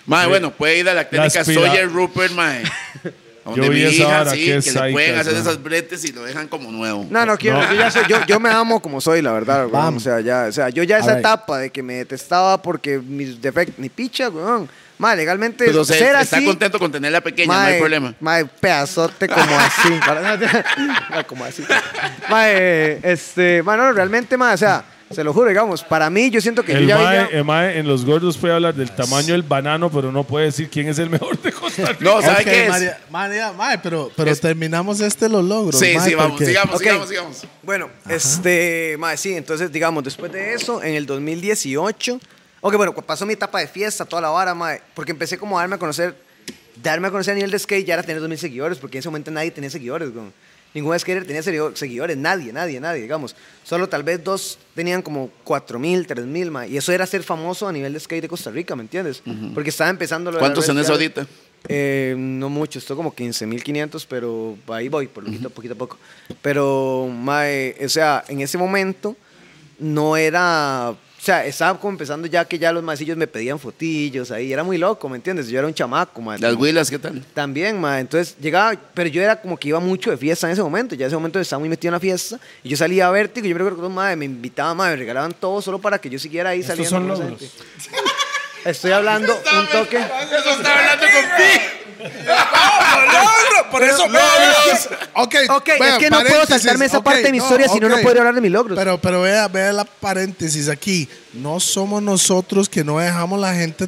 Mae, bueno, puede ir a la clínica
aspira-
Sawyer Rupert, mae. A Donde
Yo
mi
vi esa
hija,
vara,
sí,
qué
que le pueden
psychas,
hacer
mae.
esas bretes y lo dejan como nuevo.
No, no quiero. Yo, ya soy- yo, yo me amo como soy, la verdad, weón.
Bam.
O sea, ya, o sea, yo ya esa
Alright.
etapa de que me detestaba porque mis defectos, ni picha, weón. Más legalmente,
Pero se-
ser
está
así.
contento con tenerla pequeña, no hay
mae,
problema.
mae, pedazote como así. Mae, como así. Mae, este, mae, no, realmente, mae, o sea, se lo juro, digamos, para mí yo siento que yo
El
ya
mae,
había-
el mae en los gordos puede hablar del tamaño del banano, pero no puede decir quién es el mejor de Costa Rica.
No, ¿sabe
Ok,
qué es?
María, María, mae, pero, pero terminamos este los logros.
sí,
mae,
sí, vamos,
porque-
sigamos,
Ok.
sigamos, sigamos.
Bueno, este, mae, sí, entonces, digamos, después de eso, en el 2018, ok, bueno, cu- pasó mi etapa de fiesta, toda la vara, mae, porque empecé como a darme a conocer, darme a conocer a nivel de skate, ya era tener 2.000 seguidores, porque en ese momento nadie tenía seguidores, weón. Ningún skater tenía serio- seguidores, nadie, nadie, nadie, digamos. Solo tal vez dos tenían como 4.000, 3.000, mae, y eso era ser famoso a nivel de skate de Costa Rica, ¿me entiendes? Porque estaba empezando lo de las
¿Cuántos
redes
en eso
sociales.
ahorita?
Eh, no mucho, estoy como 15.500, pero ahí voy, por poquito, poquito a poco. Pero, mae, o sea, en ese momento no era. O sea, estaba como empezando ya que ya los maecillos me pedían fotillos ahí. Era muy loco, ¿me entiendes? Yo era un chamaco, mae.
Las huilas, ¿qué tal?
También, ma. Entonces llegaba, pero yo era como que iba mucho de fiesta en ese momento. Ya en ese momento estaba muy metido en la fiesta. Y yo salía a vértigo. Yo me recuerdo que los madres me invitaban, madre, me regalaban todo solo para que yo siguiera ahí saliendo.
son
con esa
logros.
gente. Estoy hablando un toque.
Eso está hablando contigo.
Por eso me
Ok,
Ok, es
vea,
que no puedo
paréntesis,
saltarme esa
ok,
parte de mi historia, si no, no
ok.
podría hablar de mis logros.
Pero, pero vea, vea la paréntesis aquí. No somos nosotros que no dejamos la gente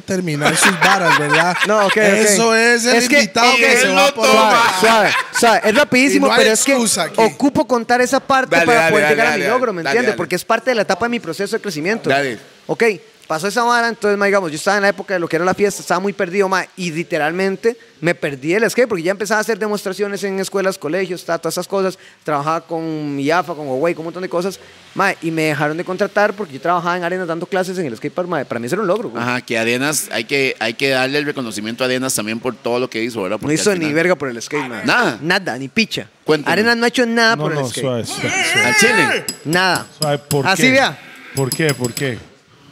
terminar sus varas, ¿verdad?
No, ok, ok.
Eso es el
que-
invitado que,
ok,
se va a poner.
Suave, suave, suave. Es rapidísimo,
Y no hay
pero es que
excusa aquí.
ocupo contar esa parte
Dale,
para
dale,
poder
dale,
llegar a
dale,
mi logro, ¿me
dale,
entiendes?
dale.
Porque es parte de la etapa de mi proceso de crecimiento.
Dale.
Ok, pasó esa vara, entonces, ma, digamos, yo estaba en la época de lo que era la fiesta, estaba muy perdido, ma, y literalmente me perdí el skate porque ya empezaba a hacer demostraciones en escuelas, colegios, ta- todas esas cosas. Trabajaba con IAFA, con Huawei, con un montón de cosas, ma, y me dejaron de contratar porque yo trabajaba en arenas dando clases en el skate park, ma, para mí eso era un logro. güey.
Ajá, que Arenas, hay que, hay que darle el reconocimiento a Arenas también por todo lo que hizo, ¿verdad?
No
Porque
hizo
al
ni
final-
verga por el skate, man.
Nada.
Nada, ni picha.
Cuéntame.
Arenas no ha hecho nada
No,
por
no,
el skate.
suave, suave, suave.
Al Chile.
Nada.
Suave, ¿por
Así
qué?
vea.
¿Por qué? ¿Por qué?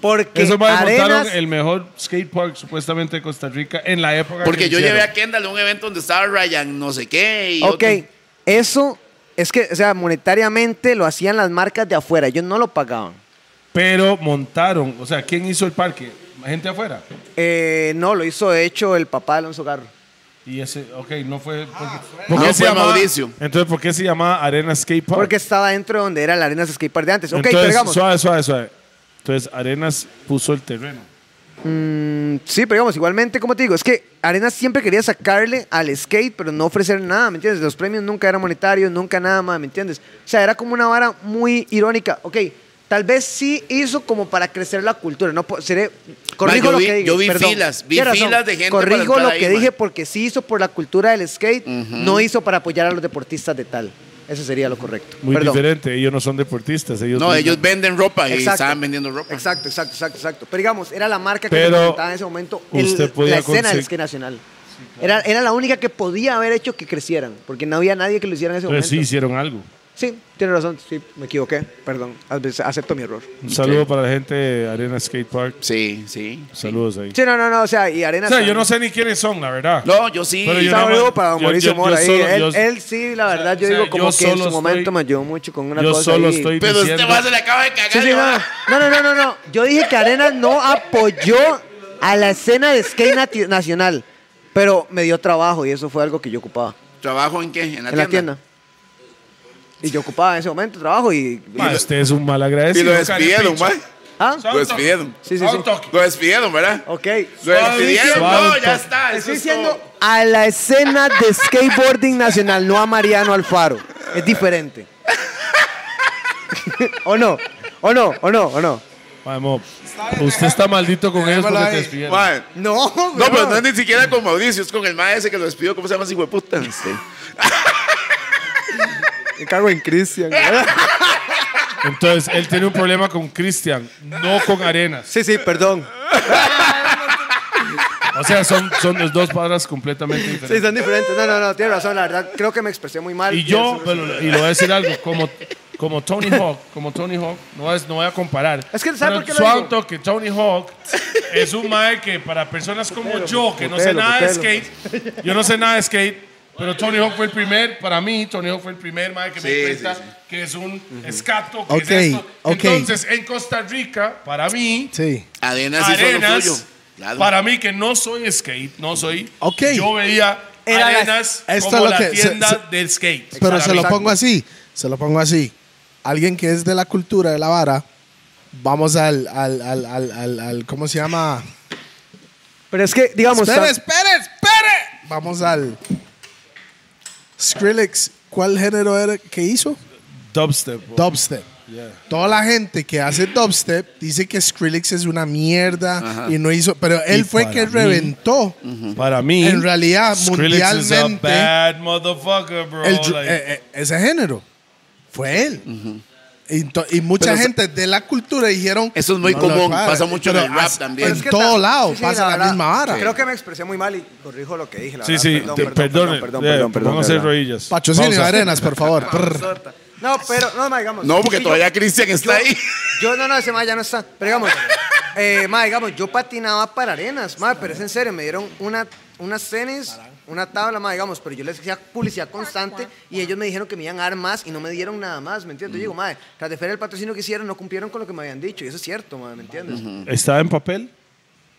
Porque
Eso va a montar
Arenas...
el mejor skate park supuestamente de Costa Rica en la época
Porque
que
yo
hicieron.
llevé a Kendall a un evento donde estaba Ryan, no sé qué. Y
Ok,
otro.
eso es que, o sea, monetariamente lo hacían las marcas de afuera. Ellos no lo pagaban.
Pero montaron, o sea, ¿quién hizo el parque? Gente afuera.
Eh, no, lo hizo, de hecho, el papá de Alonso Garro.
Y ese, ok, no fue. ¿Por
Ah,
qué,
No Ah, fue Mauricio.
Entonces, ¿por qué se llamaba Arena Skate Park?
Porque estaba dentro de donde eran las arenas skate park de antes. Ok,
Entonces,
pero digamos...
Suave, suave, suave. Entonces, Arenas puso el terreno.
Mm, Sí, pero digamos, igualmente, como te digo, es que Arenas siempre quería sacarle al skate, pero no ofrecer nada, ¿me entiendes? Los premios nunca eran monetarios, nunca nada más, ¿me entiendes? O sea, era como una vara muy irónica. Ok, tal vez sí hizo como para crecer la cultura, no po- seré... Corrijo
yo
lo
vi-
que dije.
yo vi
perdón.
filas, vi
Tienes
filas de gente para
Corrijo
entrar
lo
ahí,
que
man.
dije porque sí hizo por la cultura del skate, no hizo para apoyar a los deportistas de tal. Ese sería lo correcto.
Muy
Perdón.
diferente. Ellos no son deportistas. Ellos
No,
venden-
ellos venden ropa y
Exacto.
estaban vendiendo ropa.
Exacto, exacto, exacto, exacto. Pero digamos, era la marca que
Pero
representaba en ese momento el-
usted podía
la escena del
conseguir-
skate nacional. era, era la única que podía haber hecho que crecieran, porque no había nadie que lo hiciera en ese
Entonces, sí
momento.
hicieron algo.
Sí, tiene razón, sí, me equivoqué, perdón, ace- acepto mi error.
Un saludo para la gente de Arena Skate Park.
Sí, sí.
Saludos ahí.
Sí, no, no, no, o sea, y Arena...
O sea, yo no sé ni quiénes son, la verdad.
No, yo sí.
Pero
Un
yo
Estaba-
nada
saludo
más-
para
yo-
Mauricio
yo- yo
Mora. ahí.
solo-
él,
yo-
él sí, la verdad, yo
o sea,
digo como
yo
que en su
solo
momento
estoy-
me ayudó mucho con una
yo
cosa.
solo
ahí.
estoy
Pero
diciendo.
este va se le acaba de cagar.
Sí, sí,
yo-
no. No, no, no, no, no. Yo dije que Arena no apoyó a la escena de skate nati- nacional, pero me dio trabajo y eso fue algo que yo ocupaba
¿Trabajo en qué? En la
en
tienda.
la tienda. Y yo ocupaba en ese momento trabajo y...
Ma, usted es un mal agradecido.
Y lo
Karen
despidieron,
Pincha.
man.
¿Ah?
Lo despidieron.
Sí, sí,
Ah,
Out
sí.
of-
Lo despidieron, ¿verdad?
Ok.
Lo despidieron.
diciendo-
No, ya está. Eso
Estoy
es
diciendo
todo.
a la escena de skateboarding nacional, no a Mariano Alfaro. Es diferente. ¿O no? ¿O no? ¿O no? ¿O no?
Ma, mo, usted está maldito con ellos porque te despidieron.
Mae.
No,
No, pero no es ni siquiera con Mauricio, es con el maese que lo despidió. ¿Cómo se llama ese hijo de puta? Este.
Me cago en Cristian.
Entonces, él tiene un problema con Cristian, no con Arenas.
Sí, sí, perdón.
O sea, son, son las dos palabras completamente
Sí,
diferentes.
son diferentes. No, no, no, tienes razón, la verdad. Creo que me expresé muy mal.
Y yo, bueno, y le voy a decir algo, como, como Tony Hawk, como Tony Hawk, no, voy a- no voy a comparar.
Es que, ¿sabe
Pero
por qué lo
su
digo?
auto que Tony Hawk es un mae que para personas como yo, que no sé
putelo,
nada de
putelo.
skate, yo no sé nada de skate, pero Tony Hawk fue el primer, para mí, Tony Hawk fue el primer mae que me di
Sí,
cuenta
sí, sí.
que es un escato, que
Ok,
es esto.
ok.
Entonces, en Costa Rica, para mí,
Sí.
Arenas,
Arenas,
hizo lo suyo. Claro.
para mí que no soy skate, no soy.
Ok.
Yo veía
Era la-
Arenas
esto
como
es lo
la
que- se-
tienda
se-
del skate.
Pero
Para
se
mí.
lo pongo así, se lo pongo así. Alguien que es de la cultura de la vara, vamos al, al, al, al, al, al- ¿cómo se llama?
Pero es que, digamos.
Espere,
tan-
espere, espere. Vamos al Skrillex. ¿Cuál género era que hizo?
Dubstep. bro.
Dubstep. Toda la gente que hace dubstep dice que Skrillex es una mierda y no hizo, pero él fue
para
que
mí-
reventó.
Para mí,
En realidad,
Skrillex is a
mundialmente,
bad motherfucker, bro.
el dr-
Like,
eh, eh, ese género. Fue él. Y to- y, mucha
Pero-
gente de la cultura dijeron.
Eso es muy
lo
común,
para".
pasa mucho en
Pero
el rap
as-
también.
pero
En
es que
todo
tan-
lado
sí, sí,
pasa la,
verdad,
misma vara.
Creo que me expresé muy mal y corrijo lo que dije. La
sí,
verdad.
sí,
perdón,
te-
perdón,
perdone.
perdón,
eh,
perdón, perdón,
Póngase
perdón.
rodillas.
Patrocinio
Pausa.
Arenas, por favor. Prr.
No, pero, no, ma, digamos.
No, porque
sí, yo-
todavía Cristian está
yo-
ahí.
Yo, no, no, ese ma ya no está. Pero digamos, eh, ma, digamos, yo patinaba para arenas, ma, pero es en serio, me dieron una, unas tenis, una tabla, ma, digamos, pero yo les hacía publicidad constante y ellos me dijeron que me iban a dar más y no me dieron nada más, ¿me entiendes? Yo
Mm.
digo, ma, tras de feria el patrocinio que hicieron no cumplieron con lo que me habían dicho y eso es cierto, ma, ¿me entiendes?
Está en papel.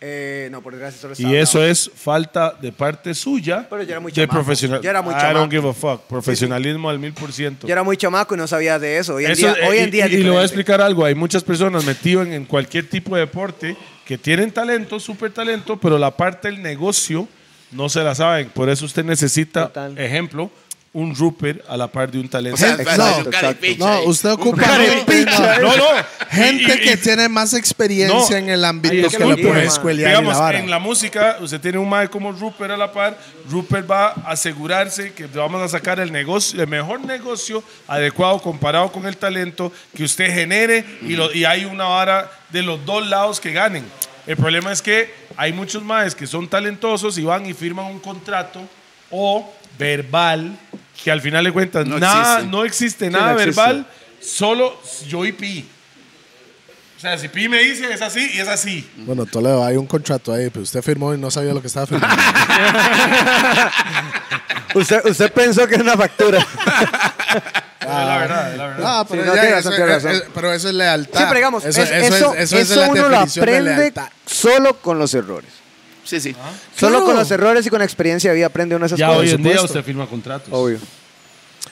Eh, no, por desgracia solo estaba
Y eso
bravo.
es falta de parte suya
Pero yo era muy
de
chamaco.
profesional.
Yo era muy
I
chamaco.
don't give a fuck. Profesionalismo al mil por ciento.
Yo era muy chamaco y no sabía de eso. Hoy en
Eso,
día,
eh,
hoy en
y-
día es
y, le voy a
diferente.
explicar algo. Hay muchas personas metidas en, en cualquier tipo de deporte que tienen talento, súper talento, pero la parte del negocio no se la saben. Por eso usted necesita,
Total.
ejemplo, un Rupert a la par de un talento.
O sea,
Gente-
para
no,
un carepicha
No,
ahí.
usted ocupa.
carepicha,
no,
No,
no.
Gente
Y- y-
que
y-
tiene más experiencia
No,
en el
ahí
ámbito
es
que
que
lo
lo
puede
tiene.
escuelear en la
Digamos,
vara.
en la música, usted tiene un mae como Rupert a la par. Rupert va a asegurarse que vamos a sacar el negocio, el mejor negocio adecuado comparado con el talento que usted genere y, lo- y hay una vara de los dos lados que ganen. El problema es que hay muchos maes que son talentosos y van y firman un contrato o verbal que al final de cuentas
No
nada,
existe.
no existe nada
no existe.
verbal, solo yo y Pi. O sea, si Pi me dice es así y es así.
Bueno, Toledo, hay un contrato ahí, pero usted firmó y no sabía lo que estaba firmando.
Usted, usted pensó que era una factura.
Es la verdad, es la verdad.
Ah, pero,
Sí, no,
ya,
tiene
eso,
razón, tiene
es-
razón.
es- pero eso es lealtad.
Sí, pero digamos, es- eso, eso,
es la
uno lo
definición de
aprende
lealtad.
solo con los errores.
Sí, sí.
Ah.
Solo
Claro.
con los errores y con la experiencia de vida aprende uno esas
Ya
cosas.
hoy en día
supuesto.
usted firma contratos.
Obvio.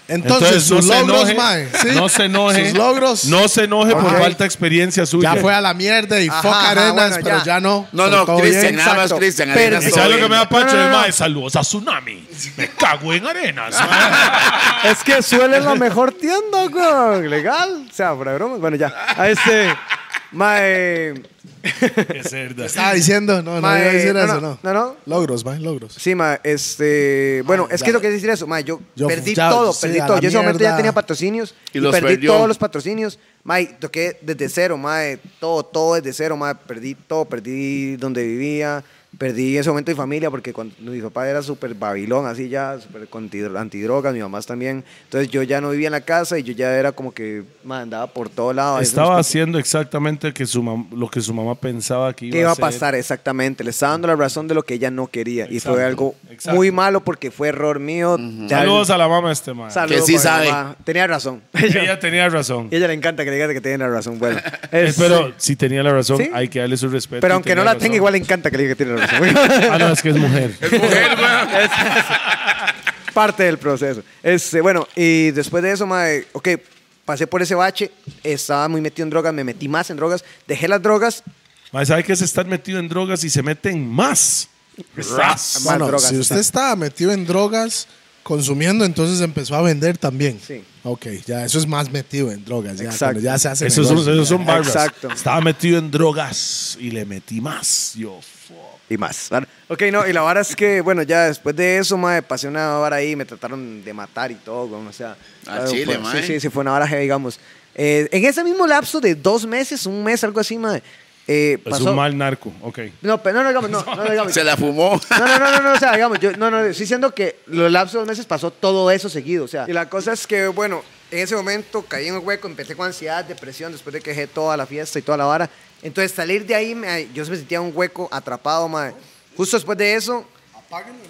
Entonces, sus
no se
logros,
enoje,
mae, ¿sí?
No se enoje.
Sus logros.
No se enoje por
Ok.
falta de experiencia suya.
Ya fue a la mierda y
Ajá,
fuck
ajá,
arenas,
bueno,
pero
ya.
ya no.
No,
pero
no,
todo
Cristian,
bien.
nada más
exacto.
Cristian.
Pero-
Arenas,
¿Y
todo
sabes lo que
bien.
me da Pacho?
No, no,
El
no.
mae, saludos a Tsunami. Me cago en arenas.
Es que suele la mejor tienda, güey. Legal. O sea, para bromas. Bueno, ya. A este. Mae.
Es verdad.
Estaba diciendo, no, no
Mae,
iba a decir
no,
eso,
no,
no.
no, no.
Logros, mae, logros.
Sí, ma, este. Bueno, es
ya.
que lo que es decir eso, ma, yo,
Yo
perdí
ya,
todo,
sí,
perdí
a
todo.
la
Yo en ese momento ya
mierda.
tenía patrocinios
Y
y,
los
perdí
perdió.
todos los patrocinios. Ma, y toqué desde cero, ma, eh, todo, todo desde cero, ma, perdí todo, perdí donde vivía, perdí en ese momento mi familia, porque cuando mi papá era súper babilón, así ya, súper con antidro- antidrogas, mi mamá también. Entonces yo ya no vivía en la casa y yo ya era como que, ma, andaba por todos lados.
Estaba
Entonces,
haciendo exactamente que su mam- lo que su mamá pensaba que iba,
¿Qué iba a
hacer.
pasar exactamente? Le estaba dando la razón de lo que ella no quería. y fue
Exacto,
algo
exacto.
muy malo porque fue error mío. dar-
Saludos a la mamá este man.
Saludos
Que sí
para mi
sabe.
mamá. Tenía razón.
Ella tenía razón.
y a ella le encanta que le digas que tiene la razón. Bueno,
Eh,
es-
Pero si tenía la razón,
Sí.
hay que darle su respeto.
pero
y
aunque no la
tenía
tenga,
razón.
igual le encanta que le diga que tiene la razón.
Ah, no, es que es mujer.
Parte del proceso. Este, bueno, y después de eso, mae, ok, pasé por ese bache, estaba muy metido en drogas, me metí más en drogas, dejé las drogas,
Mae, ¿Sabe qué es estar metido en drogas y se meten más? Ras.
Más
Mano,
drogas,
si usted
exacto.
estaba metido en drogas, consumiendo, entonces empezó a vender también.
Sí.
Ok, ya eso es más metido en drogas. Ya,
Exacto.
cuando ya se hace
Esos son,
negocio.
esos son barras.
Exacto.
Estaba metido en drogas y le metí más. Yo, fuck.
y más. ¿vale? Ok, no, y la vara es que, bueno, ya después de eso, mae, pasé una vara ahí, me trataron de matar y todo, weón, o sea.
Al Ah,
fue-
chile, mae.
Sí, sí, sí, fue una vara heavy, digamos. Eh, en ese mismo lapso de dos meses, un mes, algo así, mae, eh,
Es
pasó-
un mal narco. Ok.
No, pero no, no, digamos, no, no, no, digamos.
Se la fumó.
No, no, no, no, no, o sea, digamos, yo, no, no, estoy diciendo que los lapsos de dos meses pasó todo eso seguido, o sea. Y la cosa es que, bueno, en ese momento caí en el hueco, empecé con ansiedad, depresión, después de que dejé toda la fiesta y toda la vara. Entonces, salir de ahí, me- yo me sentía un hueco atrapado, madre. Justo después de eso,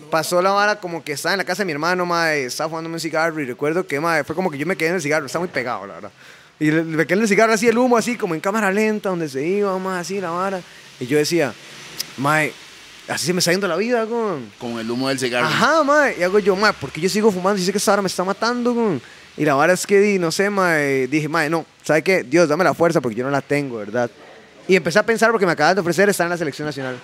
pasó la vara como que estaba en la casa de mi hermano, madre, estaba fumándome un cigarro y recuerdo que, madre, fue como que yo me quedé en el cigarro, estaba muy pegado, la verdad. Y le- me quedé en el cigarro así, el humo así, como en cámara lenta, donde se iba, más así, la vara. Y yo decía, madre, así se me está yendo la vida, con...
Con el humo del cigarro.
Ajá, mae. Y hago yo, mae, ¿por qué yo sigo fumando? Si sé que esta hora me está matando, weón? Y la vara es que, di, no sé, mae, dije, mae, no, ¿sabe qué? Dios, dame la fuerza porque yo no la tengo, ¿verdad? Y empecé a pensar porque me acaban de ofrecer estar en la selección nacional.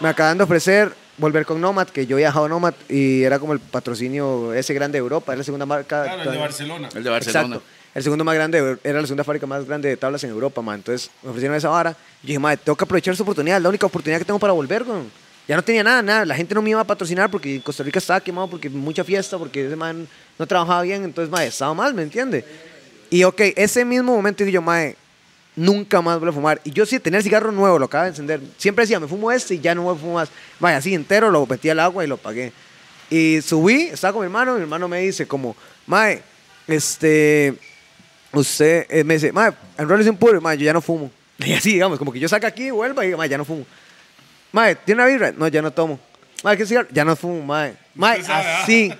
Me acaban de ofrecer volver con Nomad, que yo he viajado a Nomad y era como el patrocinio ese grande de Europa, era la segunda marca.
Claro, el de Barcelona.
El de Barcelona.
Exacto. El segundo más grande, era la segunda fábrica más grande de tablas en Europa, man. Entonces me ofrecieron esa vara. Yo dije, madre, tengo que aprovechar esa oportunidad, es la única oportunidad que tengo para volver, weón. Ya no tenía nada, nada. La gente no me iba a patrocinar porque en Costa Rica estaba quemado, porque mucha fiesta, porque ese man no trabajaba bien, entonces, madre, estaba mal, ¿me entiende? Y ok, ese mismo momento dije yo, madre, nunca más voy a fumar. Y yo sí tenía el cigarro nuevo, lo acaba de encender. Siempre decía, me fumo este y ya no voy a fumar más. Madre, así entero, lo metí al agua y lo apagué. Y subí, estaba con mi hermano, mi hermano me dice como, mae, este, usted, eh, me dice, mae, enroles un puro, mae, yo ya no fumo. Y así, digamos, como que yo saca aquí, vuelva y, mae, ya no fumo. Mae, ¿tiene una birra? No, ya no tomo. Mae, ¿qué cigarro? Ya no fumo, mae. Mae, así.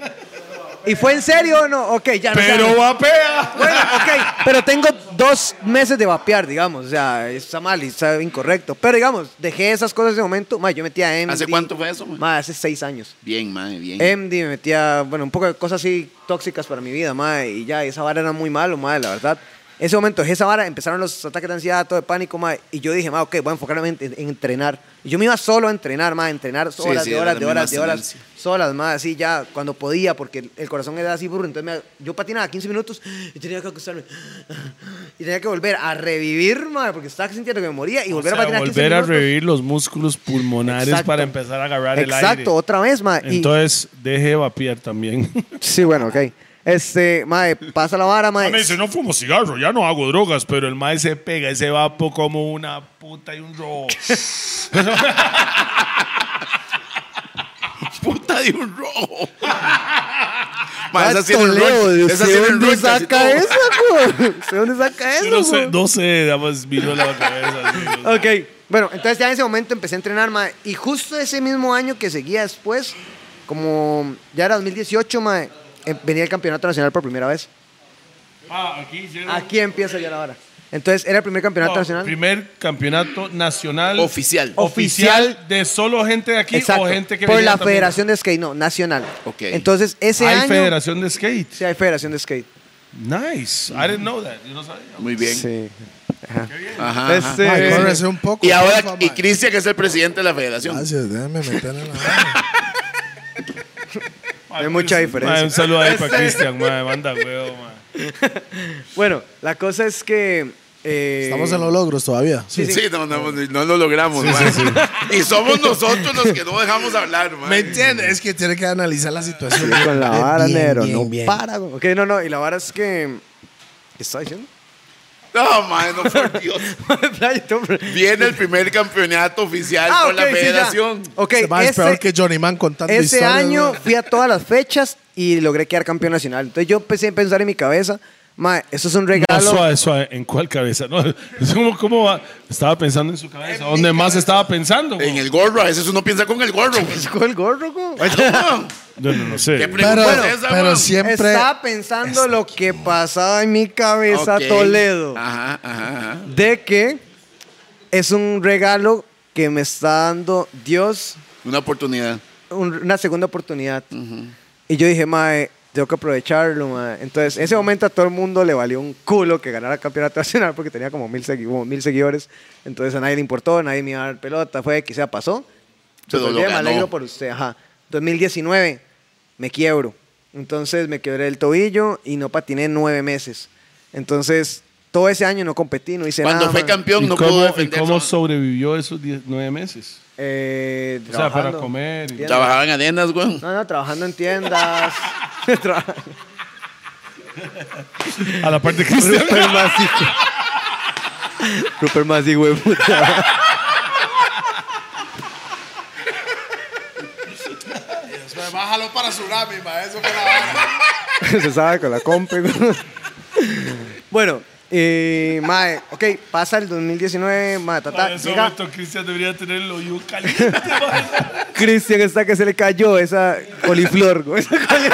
¿Y fue en serio o no? Ok, ya no. ya no.
Pero vapea.
Bueno, ok, pero tengo dos meses de vapear, digamos. O sea, está mal y está incorrecto. Pero digamos, dejé esas cosas de momento. Mae, yo metía MD.
¿Hace cuánto fue eso, mae?
Mae, hace seis años.
Bien, mae, bien.
MD me metía, bueno, un poco de cosas así tóxicas para mi vida, mae, y ya, y esa vara era muy malo, mae, la verdad. Ese momento, esa vara, empezaron los ataques de ansiedad, todo de pánico, mae, y yo dije, mae, ok, voy a enfocarme en, en entrenar. Y yo me iba solo a entrenar, mae, a entrenar
Sí,
horas,
sí,
de
era
horas,
la
de
misma
horas, de horas,
abstinencia.
solas, mae, así ya, cuando podía, porque el- el corazón era así burro, entonces me- yo patinaba 15 minutos y tenía que acostarme. Y tenía que volver a revivir, mae, porque estaba sintiendo que me moría y volver
O sea,
a patinar 15
volver a
minutos.
revivir los músculos pulmonares
Exacto.
para empezar a agarrar el aire.
Exacto, otra vez, mae. y-
Entonces, deje de vapear también.
Sí, bueno, ok. Este, mae, pasa la vara, mae.
Me dice, no fumo cigarro, ya no hago drogas, pero el mae se pega ese vapo como una puta y un robo.
Puta de un rojo. mae,
Esa
esas tienen
¿De
ronchas. Esas
usted
tienen
dónde
ronchas y todo.
saca eso, güey? ¿Usted dónde saca eso,
Yo no sé,
güey?
no sé, nada más vino la cabeza. así, o sea.
Ok. Bueno, entonces ya en ese momento empecé a entrenar, mae. Y justo ese mismo año que seguía después, como ya era 2018, mae, em- venía el campeonato nacional por primera vez.
Ah, aquí hicieron-
Aquí empieza ya la vara. Entonces era el primer campeonato
No,
nacional.
Primer campeonato nacional.
Oficial.
Oficial de solo gente de aquí
Exacto.
o gente que
por
venía
la
también.
Federación de Skate, no, nacional.
Ok.
Entonces ese
Hay
año.
federación de skate.
Sí, hay Federación de Skate.
Nice. I didn't know that. Yo no sabía.
Muy bien.
Sí.
Ajá, ajá.
Este-
Mae, córrese un poco. Ah,
Y ahora,
porfa,
y
mae.
Cristian, que es el presidente de la federación.
Gracias, déjame meter en la mano.
No hay mucha diferencia.
pues, Mae, un saludo ahí para Cristian, mae, manda huevo, mae.
Bueno, la cosa es que eh,
Estamos en los logros todavía.
Sí, no, no, no lo logramos, mae. Y somos nosotros los que no dejamos hablar, mae.
¿Me entiendes? Es que tiene que analizar la situación. Eh,
Con la vara,
Bien,
Nero.
bien,
no
bien.
para. güey. Ok, no, no. Y la vara es que. ¿Qué está diciendo?
No, mae, no, por Dios.
Playa, tú, pero-
Viene el primer campeonato oficial
Ah,
con
ok,
la
sí, ya.
federación.
Ok,
Este mae es
ese-
peor que Johnny Man contando
Ese
historias,
año
¿no?
fui a todas las fechas y logré quedar campeón nacional. Entonces yo empecé a pensar en mi cabeza, mae, eso es un
No,
regalo.
suave, suave. ¿En cuál cabeza? No, es como, ¿cómo va? Estaba pensando en su cabeza. ¿Dónde más estaba pensando? güey?
En el gorro, a veces uno piensa con el gorro.
Es con el gorro, güey.
No, no, no
¿Qué
sé.
pregunta
Pero,
es esa,
pero
mae?
siempre
Estaba pensando lo que pasaba en mi cabeza,
Ok. Ah.
Toledo,
Ajá, ajá, ajá.
de que es un regalo que me está dando Dios
Una oportunidad.
un- una segunda oportunidad. Y yo dije, mae, tengo que aprovecharlo, mae. Entonces, en ese momento a todo el mundo le valió un culo que ganara el campeonato nacional porque tenía como mil, segui- como mil seguidores. Entonces a nadie le importó, nadie me iba a dar pelota. Fue que sea pasó.
Pero
Súper
lo
bien, me
ganó.
alegro por usted. Ajá. 2019, me quiebro. Entonces me quebré el tobillo y no patiné nueve meses. Entonces, todo ese año no competí, no hice
Cuando
nada.
fue
mae.
campeón
¿Y
no
cómo,
pudo
y
defenderse.
cómo sobrevivió esos diez- nueve meses?
Eh,
O sea, para
trabajando.
comer. y-
Bien.
Trabajaba en arenas, güey.
No, no, trabajando en tiendas. Trabajando-
A la parte cristiana.
Pues,
Rupert Masi. Rupert Masi, güey, puta.
Bájalo para Tsunami, ma. Eso fue la vara.
Se sabe con la compa, güey. Bueno, eh, mae, ok, pasa el 2019, mae,
Para
tata,
ese
llega.
momento, Cristian debería tener el hoyo caliente. mae.
Cristian está que se le cayó esa coliflor, güey. esa coli-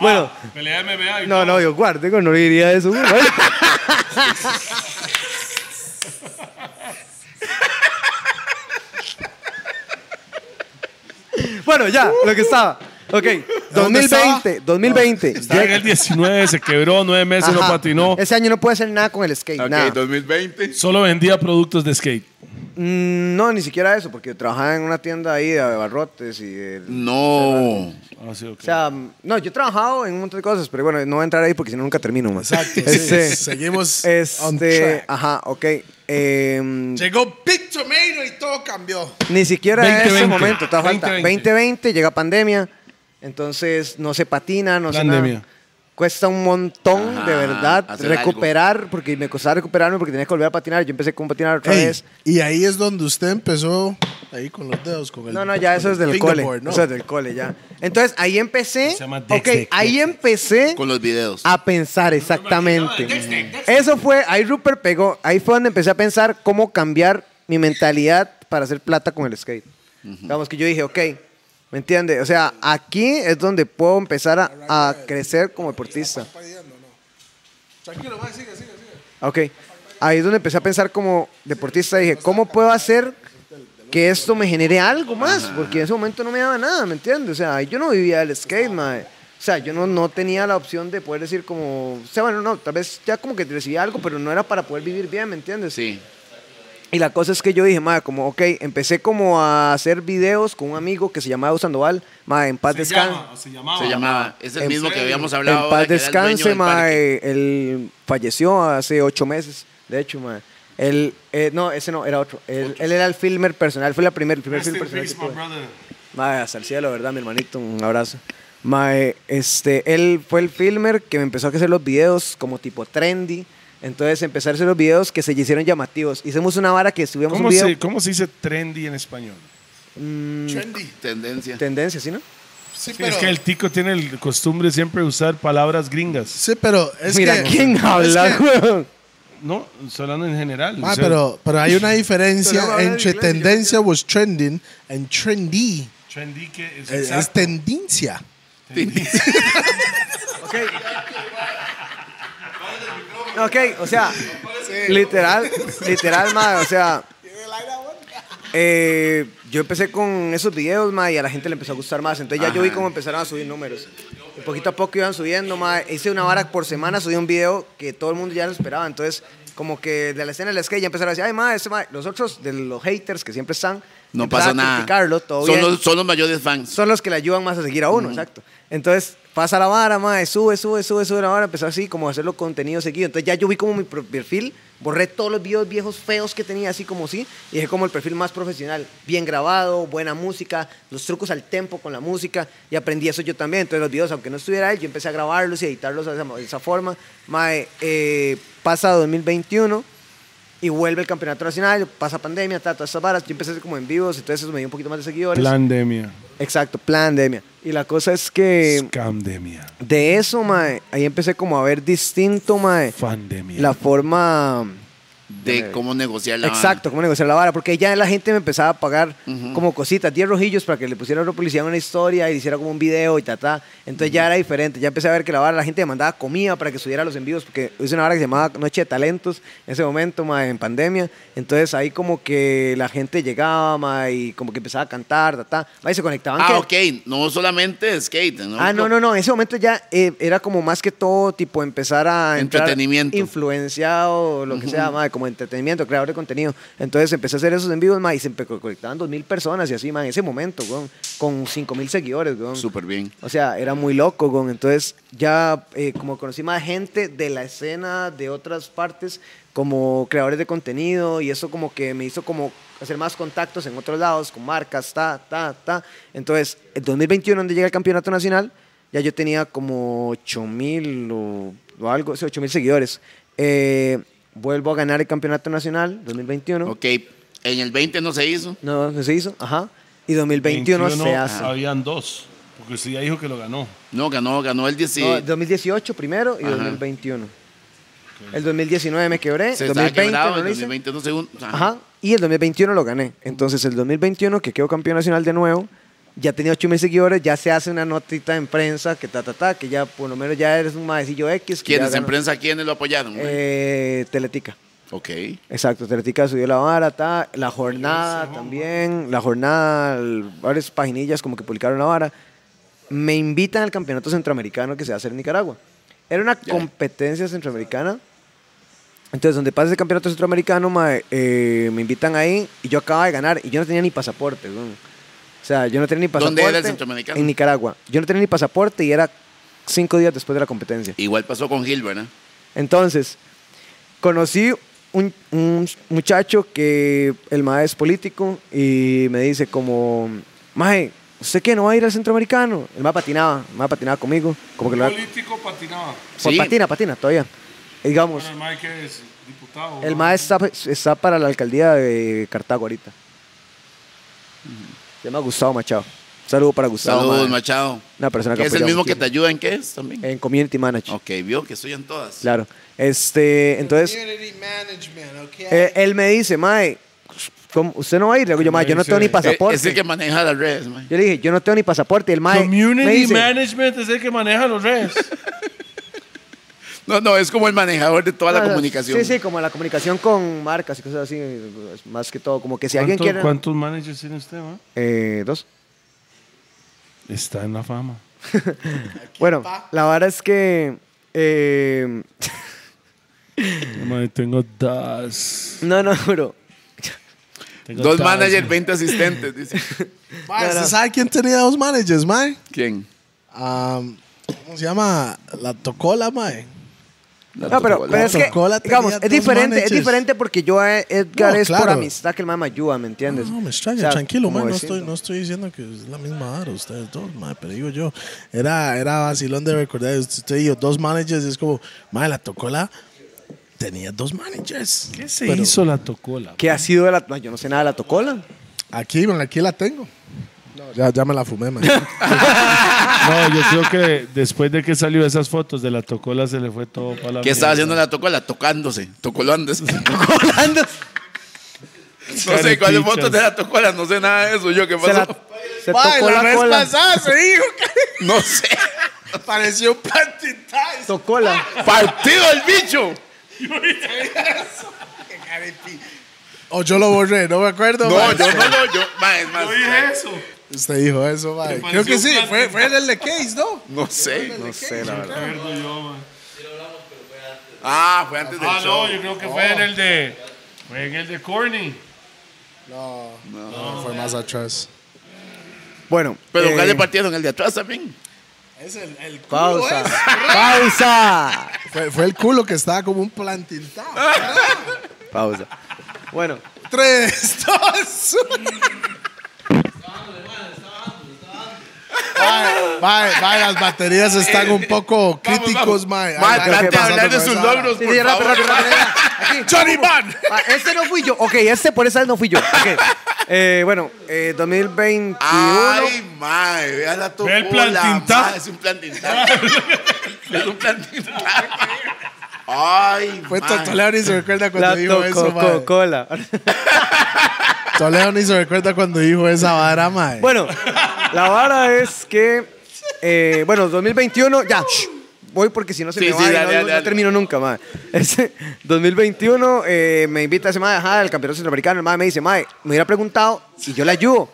bueno,
Pelea de MMA. y
no, no, yo guarde, güey, no le diría eso, güey. Bueno, ya, lo que estaba. Ok,
¿Dónde estaba?
2020, 2020.
Estaba en el 19, se quebró, nueve meses no
Ajá.
patinó.
Ese año no puede hacer nada con el skate,
Ok,
nada.
2020.
Solo vendía productos de skate.
Mm, no, ni siquiera eso, porque trabajaba en una tienda ahí de abarrotes y de-
No.
Ah, sí, ok.
O sea, no, yo he trabajado en un montón de cosas, pero bueno, no voy a entrar ahí porque si no nunca termino más.
Exacto, sí.
Este,
Seguimos on
Este,
track.
ajá, ok. em,
Llegó Big Tomato y todo cambió.
ni siquiera en
20,
ese
20,
momento, está falta.
20,
2020, llega pandemia, entonces no se patina, no se
Pandemia.
nada. Cuesta un montón,
Ajá,
de verdad,
hacer
recuperar, porque me costaba recuperarme porque tenía que volver a patinar. Yo empecé con patinar otra
Ey,
vez.
y ahí es donde usted empezó, ahí con los dedos, con el.
No, no, ya
con
eso
el
es del cole.
fingerboard, ¿no?
Eso es del cole, ya. Entonces ahí empecé.
Se llama Dex,
Ok,
Dex, Dex.
ahí empecé.
Con los videos.
a pensar exactamente. Eso fue, ahí Rupert pegó, ahí fue donde empecé a pensar cómo cambiar mi mentalidad para hacer plata con el skate. Digamos que yo dije, ok, ¿me entiende? O sea, aquí es donde puedo empezar a, a crecer como deportista. Ok, ahí es donde empecé a pensar como deportista, dije, ¿cómo puedo hacer que esto me genere algo más? Porque en ese momento no me daba nada, ¿me entiendes? O sea, yo no vivía del skate, mae. O sea, yo no, no tenía la opción de poder decir como, o sea, bueno, no, tal vez ya como que recibía algo, pero no era para poder vivir bien, ¿me entiendes?
Sí.
Y la cosa es que yo dije, madre, como, ok, empecé como a hacer videos con un amigo que se llamaba Edu Sandoval, madre, en paz
se,
descanse.
llama, o se llamaba.
Se llamaba. Es el
En-
mismo que habíamos
En
hablado. ahora,
paz
que era el dueño
descanse,
del parque.
mae, él falleció hace ocho meses, de hecho, mae. Él, eh, no, ese no, era otro. Él, él era el filmer personal, fue la primer, Este el primer
Rest in
filmer personal.
peace,
que tuve.
my brother.
Mae, hasta el cielo, ¿verdad, mi hermanito? Un abrazo. Mae, este, él fue el filmer que me empezó a hacer los videos como tipo trendy. Entonces empecé a hacer los videos que se hicieron llamativos. Hicimos una vara que subíamos un
¿Cómo
video.
se, ¿Cómo se dice trendy en español?
Trendy.
Tendencia.
Tendencia, ¿sí, no?
Sí,
es
pero.
que el tico tiene el costumbre siempre de usar palabras gringas.
Sí, pero es
Mira,
que- Ah,
¿quién
es
habla,
que-
güey?
No, estoy hablando en general.
Ah,
o sea,
pero, pero hay una diferencia
Pero no habla en
entre
inglés, yo-
tendencia was trending and trendy.
Trendy que es,
Es, es
este
exacto.
tendencia.
Ok, o sea, literal, literal, madre, o sea. eh, yo empecé con esos videos, madre, y a la gente le empezó a gustar más. Entonces ya yo vi cómo empezaron a subir números. Y poquito a poco iban subiendo, madre. Hice una vara por semana, subí un video que todo el mundo ya lo esperaba. Entonces, como que de la escena del skate ya empezaron a decir, ay, madre, ese mae". los otros, de los haters que siempre están,
No
empezaron
pasa
a
nada.
criticarlo, todo
son,
bien
los, son los mayores fans.
son los que le ayudan más a seguir a uno, exacto. Entonces, Pasa la vara, mae, sube, sube, sube, sube la vara. Empezó así, como a hacerlo contenido seguido. Entonces ya yo vi como mi pro- perfil, borré todos los videos viejos feos que tenía, así como sí, y dejé como el perfil más profesional. Bien grabado, buena música, los trucos al tempo con la música, y aprendí eso yo también. Entonces los videos, aunque no estuviera él, yo empecé a grabarlos y editarlos de esa, de esa forma. Mae, eh, pasa 2021 y vuelve el campeonato nacional, pasa pandemia, ta, todas esas varas. Yo empecé a hacer como en vivos, entonces eso me dio un poquito más de seguidores.
Plandemia.
Exacto, pandemia. Y la cosa es que
Scamdemia.
de eso, mae, ahí empecé como a ver distinto, mae,
Fandemia.
la forma
de cómo negociar la vara.
exacto, cómo negociar la vara, porque ya la gente me empezaba a pagar como cositas, 10 rojillos para que le pusiera a otro policía en una historia y le hiciera como un video y ta, ta. Entonces ya era diferente, ya empecé a ver que la vara, la gente me mandaba comida para que subiera los envíos, porque hice una vara que se llamaba Noche de Talentos en ese momento, mae, en pandemia. Entonces ahí como que la gente llegaba, mae, y como que empezaba a cantar, ta, ta. Mae, se conectaban. que-
Ah, ok, no solamente skate. ¿no?
Ah, no, no, no. En ese momento ya eh, era como más que todo, tipo, empezar a. entrar
Entretenimiento.
Influenciado, lo que sea, madre, como entretenimiento, creador de contenido. Entonces empecé a hacer esos en vivos, madre, y se empe- conectaban dos mil personas y así, madre, en ese momento, weón, con cinco mil seguidores, weón.
Súper bien.
O sea, era muy loco, weón. Entonces ya eh, como conocí más gente de la escena, de otras partes, como creadores de contenido, y eso como que me hizo como hacer más contactos en otros lados, con marcas, ta, ta, ta. Entonces, en 2021, donde llega el campeonato nacional, ya yo tenía como 8 mil o, o algo, sí, 8 mil seguidores. Eh, vuelvo a ganar el campeonato nacional 2021.
Ok, en el 20 no se hizo.
No, no se hizo, ajá. Y 2021, se hace.
Habían dos, porque usted ya dijo que lo ganó.
No, ganó, ganó el 10.
No, 2018 primero y
Ajá.
2021. El 2019 me quebré,
se estaba
2020
quebrado,
no
en
lo hice.
2020 no se un- ajá.
Ajá, y el 2021 lo gané. Entonces, el 2021, que quedo campeón nacional de nuevo, ya tenía 8 mil seguidores, ya se hace una notita en prensa que ta, ta, ta, que ya por lo menos ya eres un maecillo X. que ya
¿Quiénes en
ganó.
prensa, quiénes lo apoyaron? güey?
Eh, Teletica.
ok.
Exacto, Teletica subió la vara, ta, la jornada también, la jornada, l- varias paginillas como que publicaron la vara. Me invitan al campeonato centroamericano que se va a hacer en Nicaragua. Era una competencia centroamericana. Entonces, donde pasa ese campeonato centroamericano, mae, eh, me invitan ahí y yo acababa de ganar y yo no tenía ni pasaporte. weón. O sea, yo no tenía ni pasaporte.
¿Dónde era el centroamericano?
En Nicaragua. Yo no tenía ni pasaporte y era cinco días después de la competencia.
Igual pasó con ¿eh? Gil, ¿verdad?
Entonces, conocí un, un muchacho que el mae es político y me dice como, mae, ¿usted qué no va a ir al centroamericano? El mae patinaba, el mae patinaba conmigo, como que lo
Político patinaba.
pues,
Sí.
patina, patina todavía. Y digamos,
Bueno, el mae que es diputado.
el
¿no?
mae está, está para la alcaldía de Cartago ahorita. Se llama Gustavo Machado. Saludo para Gustavo.
Saludos,
mae.
Machado.
Una persona que
es el
apoyamos Eh.
mismo que
mucho.
te ayuda en qué es también.
En Community Manager.
Ok, vio que estoy en todas.
Claro. Este, entonces,
Community management, okay?
Eh, él me dice, Mae, ¿cómo- ¿usted no va a ir? Le digo yo, Mae, yo no tengo ni
Eh,
pasaporte.
Es el que maneja las redes, man.
Yo le dije, yo no tengo ni pasaporte. Y El Mae. me
Community
dice,
Management es el que maneja los redes.
No, no, es como el manejador de toda la
"Ah,
comunicación.
Sí, sí, como la comunicación con marcas y cosas así, eh, más que todo. Como que si alguien
¿Cuánto-
quiere.
¿Cuántos managers tiene usted, ma?
Eh, dos.
Está en la fama.
Bueno, la vara es que. eh,
Ma, tengo dos.
no, no, bro.
Tengo
Dos
dos.
managers, 20 asistentes, dice.
Mae,
no,
¿usted
no.
sabe quién tenía dos managers, mae?
¿Quién?
Am, ¿Cómo se llama? La Tocola, mae.
No, pero, pero es que,
Coca-Cola tenía
digamos,
dos
es diferente, es
managers.
diferente porque yo a Edgar
No,
es por
claro.
amistad que el mae me ayuda, ¿me entiendes?
No, me extraña,
O sea,
tranquilo,
como
mae. No
vecino.
estoy, no estoy diciendo que es la misma vara ustedes dos, mae, pero digo yo, era, era vacilón de recordar, usted y yo, dos managers, es como, mae, la Tocola tenía dos managers.
¿Qué se
Pero
hizo la tocola?
¿Qué ha sido de la.? no, Yo no sé nada de la Tocola.
Pues,
Aquí, bueno, aquí la tengo. No, ya, ya me la fumé, mae.
No, yo creo que después de que salió esas fotos de la tocola se le fue todo para la
¿Qué estaba
mierda.
haciendo la tocola? Tocándose, tocoloándose.
Holanda.
No sé cuáles fotos de la tocola, no sé nada de eso. Yo qué
Se,
pasó.
la, se tocó la cola.
se dijo
No sé.
que pareció un plantitazo.
Tocó la.
Partido el bicho.
O yo lo borré, no me acuerdo.
No,
mae.
yo no lo. Yo, ma, es más,
Yo dije eso.
Usted dijo eso, mae. Creo que sí, fue, fue en el de Case, ¿no?
no sé.
No sé, la verdad.
Recuerdo yo, ma.
Ah, fue antes del
Ah,
show.
no, yo creo que fue en el de. Fue en el de Corny.
No, no, fue más atrás.
Bueno.
Pero
eh,
¿cuál le partieron? El de atrás también.
Es el, el culo,
Pausa.
es.
Pausa.
Fue, fue el culo que estaba como un plantintado.
Pausa. Bueno,
Tres, dos, uno. Mae, mae, mae, las baterías están un poco críticos, mae.
Mae,
Ay,
trate
¿qué
de
pasa
hablar de
con
sus
esa?
logros,
Sí,
por
sí, rápido,
favor.
rápido, rápido, rápido. Aquí,
Johnny
vamos.
Man.
Ah, este no fui yo. Ok, este por esa vez no fui yo. Ok. Eh, bueno, eh, 2021.
Ay, mae, vea la topola.
el plantintá.
mae, Es un plantintá. es un plantintá. Ay,
Fue
mae.
Toledo ni se recuerda cuando
la
dijo eso, mae.
Coca-Cola.
Toledo ni se recuerda cuando dijo esa vara, mae.
Bueno, la vara es que. eh, bueno, 2021, ya. shh, voy porque si no se
Sí,
me
sí,
va y
dale,
no,
dale,
no
dale.
termino nunca, madre. 2021 eh, me invita a ese madre ajá, al campeonato centroamericano. El madre me dice, madre, me hubiera preguntado y yo le ayudo.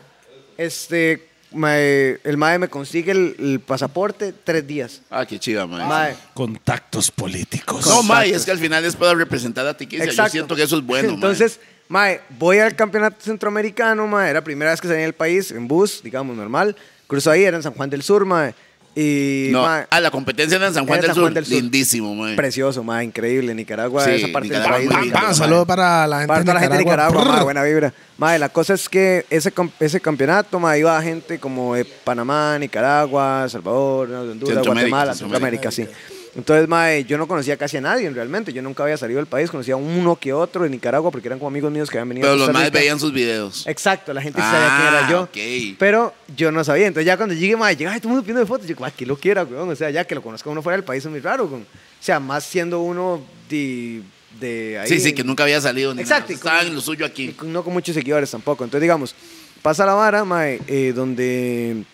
Este, mae, el madre me consigue el, el pasaporte tres días.
Ah, qué chiva, mae.
Mae,
Contactos políticos.
No, mae, es que al final es para representar a Tiquicia. Yo
Exacto.
siento que eso es bueno, mae.
Entonces, mae, voy al campeonato centroamericano, mae. Era la primera vez que salí del país en bus, digamos, normal. Cruzo ahí, era en San Juan del Sur, mae. Y,
No,
mae,
a la competencia era en San Juan, del,
Era San
Sur.
Juan del Sur.
Lindísimo, mae.
precioso, mae, increíble. Nicaragua,
Sí,
esa parte
Nicaragua
del
muy
país.
lindo,
mae.
Pa, saludo para la gente
Para
de
toda la gente de Nicaragua,
Brr.
mae, buena vibra. Mae, la cosa es que ese, com- ese campeonato, mae, iba gente como de Panamá, Nicaragua, Salvador, Honduras,
Centroamérica,
Guatemala,
Centroamérica.
Centroamérica, sí. Entonces, mae, yo no conocía casi a nadie realmente. Yo nunca había salido del país, conocía a uno que otro de Nicaragua porque eran como amigos míos que habían venido. a
Pero los
Costa
más
Rica.
veían sus videos.
Exacto, la gente sí
Ah,
sabía quién era yo.
ok.
Pero yo no sabía. Entonces ya cuando llegué, madre, llega ay, todo el mundo pidiendo fotos. Yo, "Ah, que lo quiera, weón. O sea, ya que lo conozca uno fuera del país es muy raro, weón. O sea, más siendo uno de, de ahí.
Sí, sí, que nunca había salido. Ni
Exacto,
nada.
y
Estaban
con-
en lo suyo
Y
aquí.
con- no con muchos seguidores tampoco. Entonces, digamos, pasa la vara, mae, eh, donde,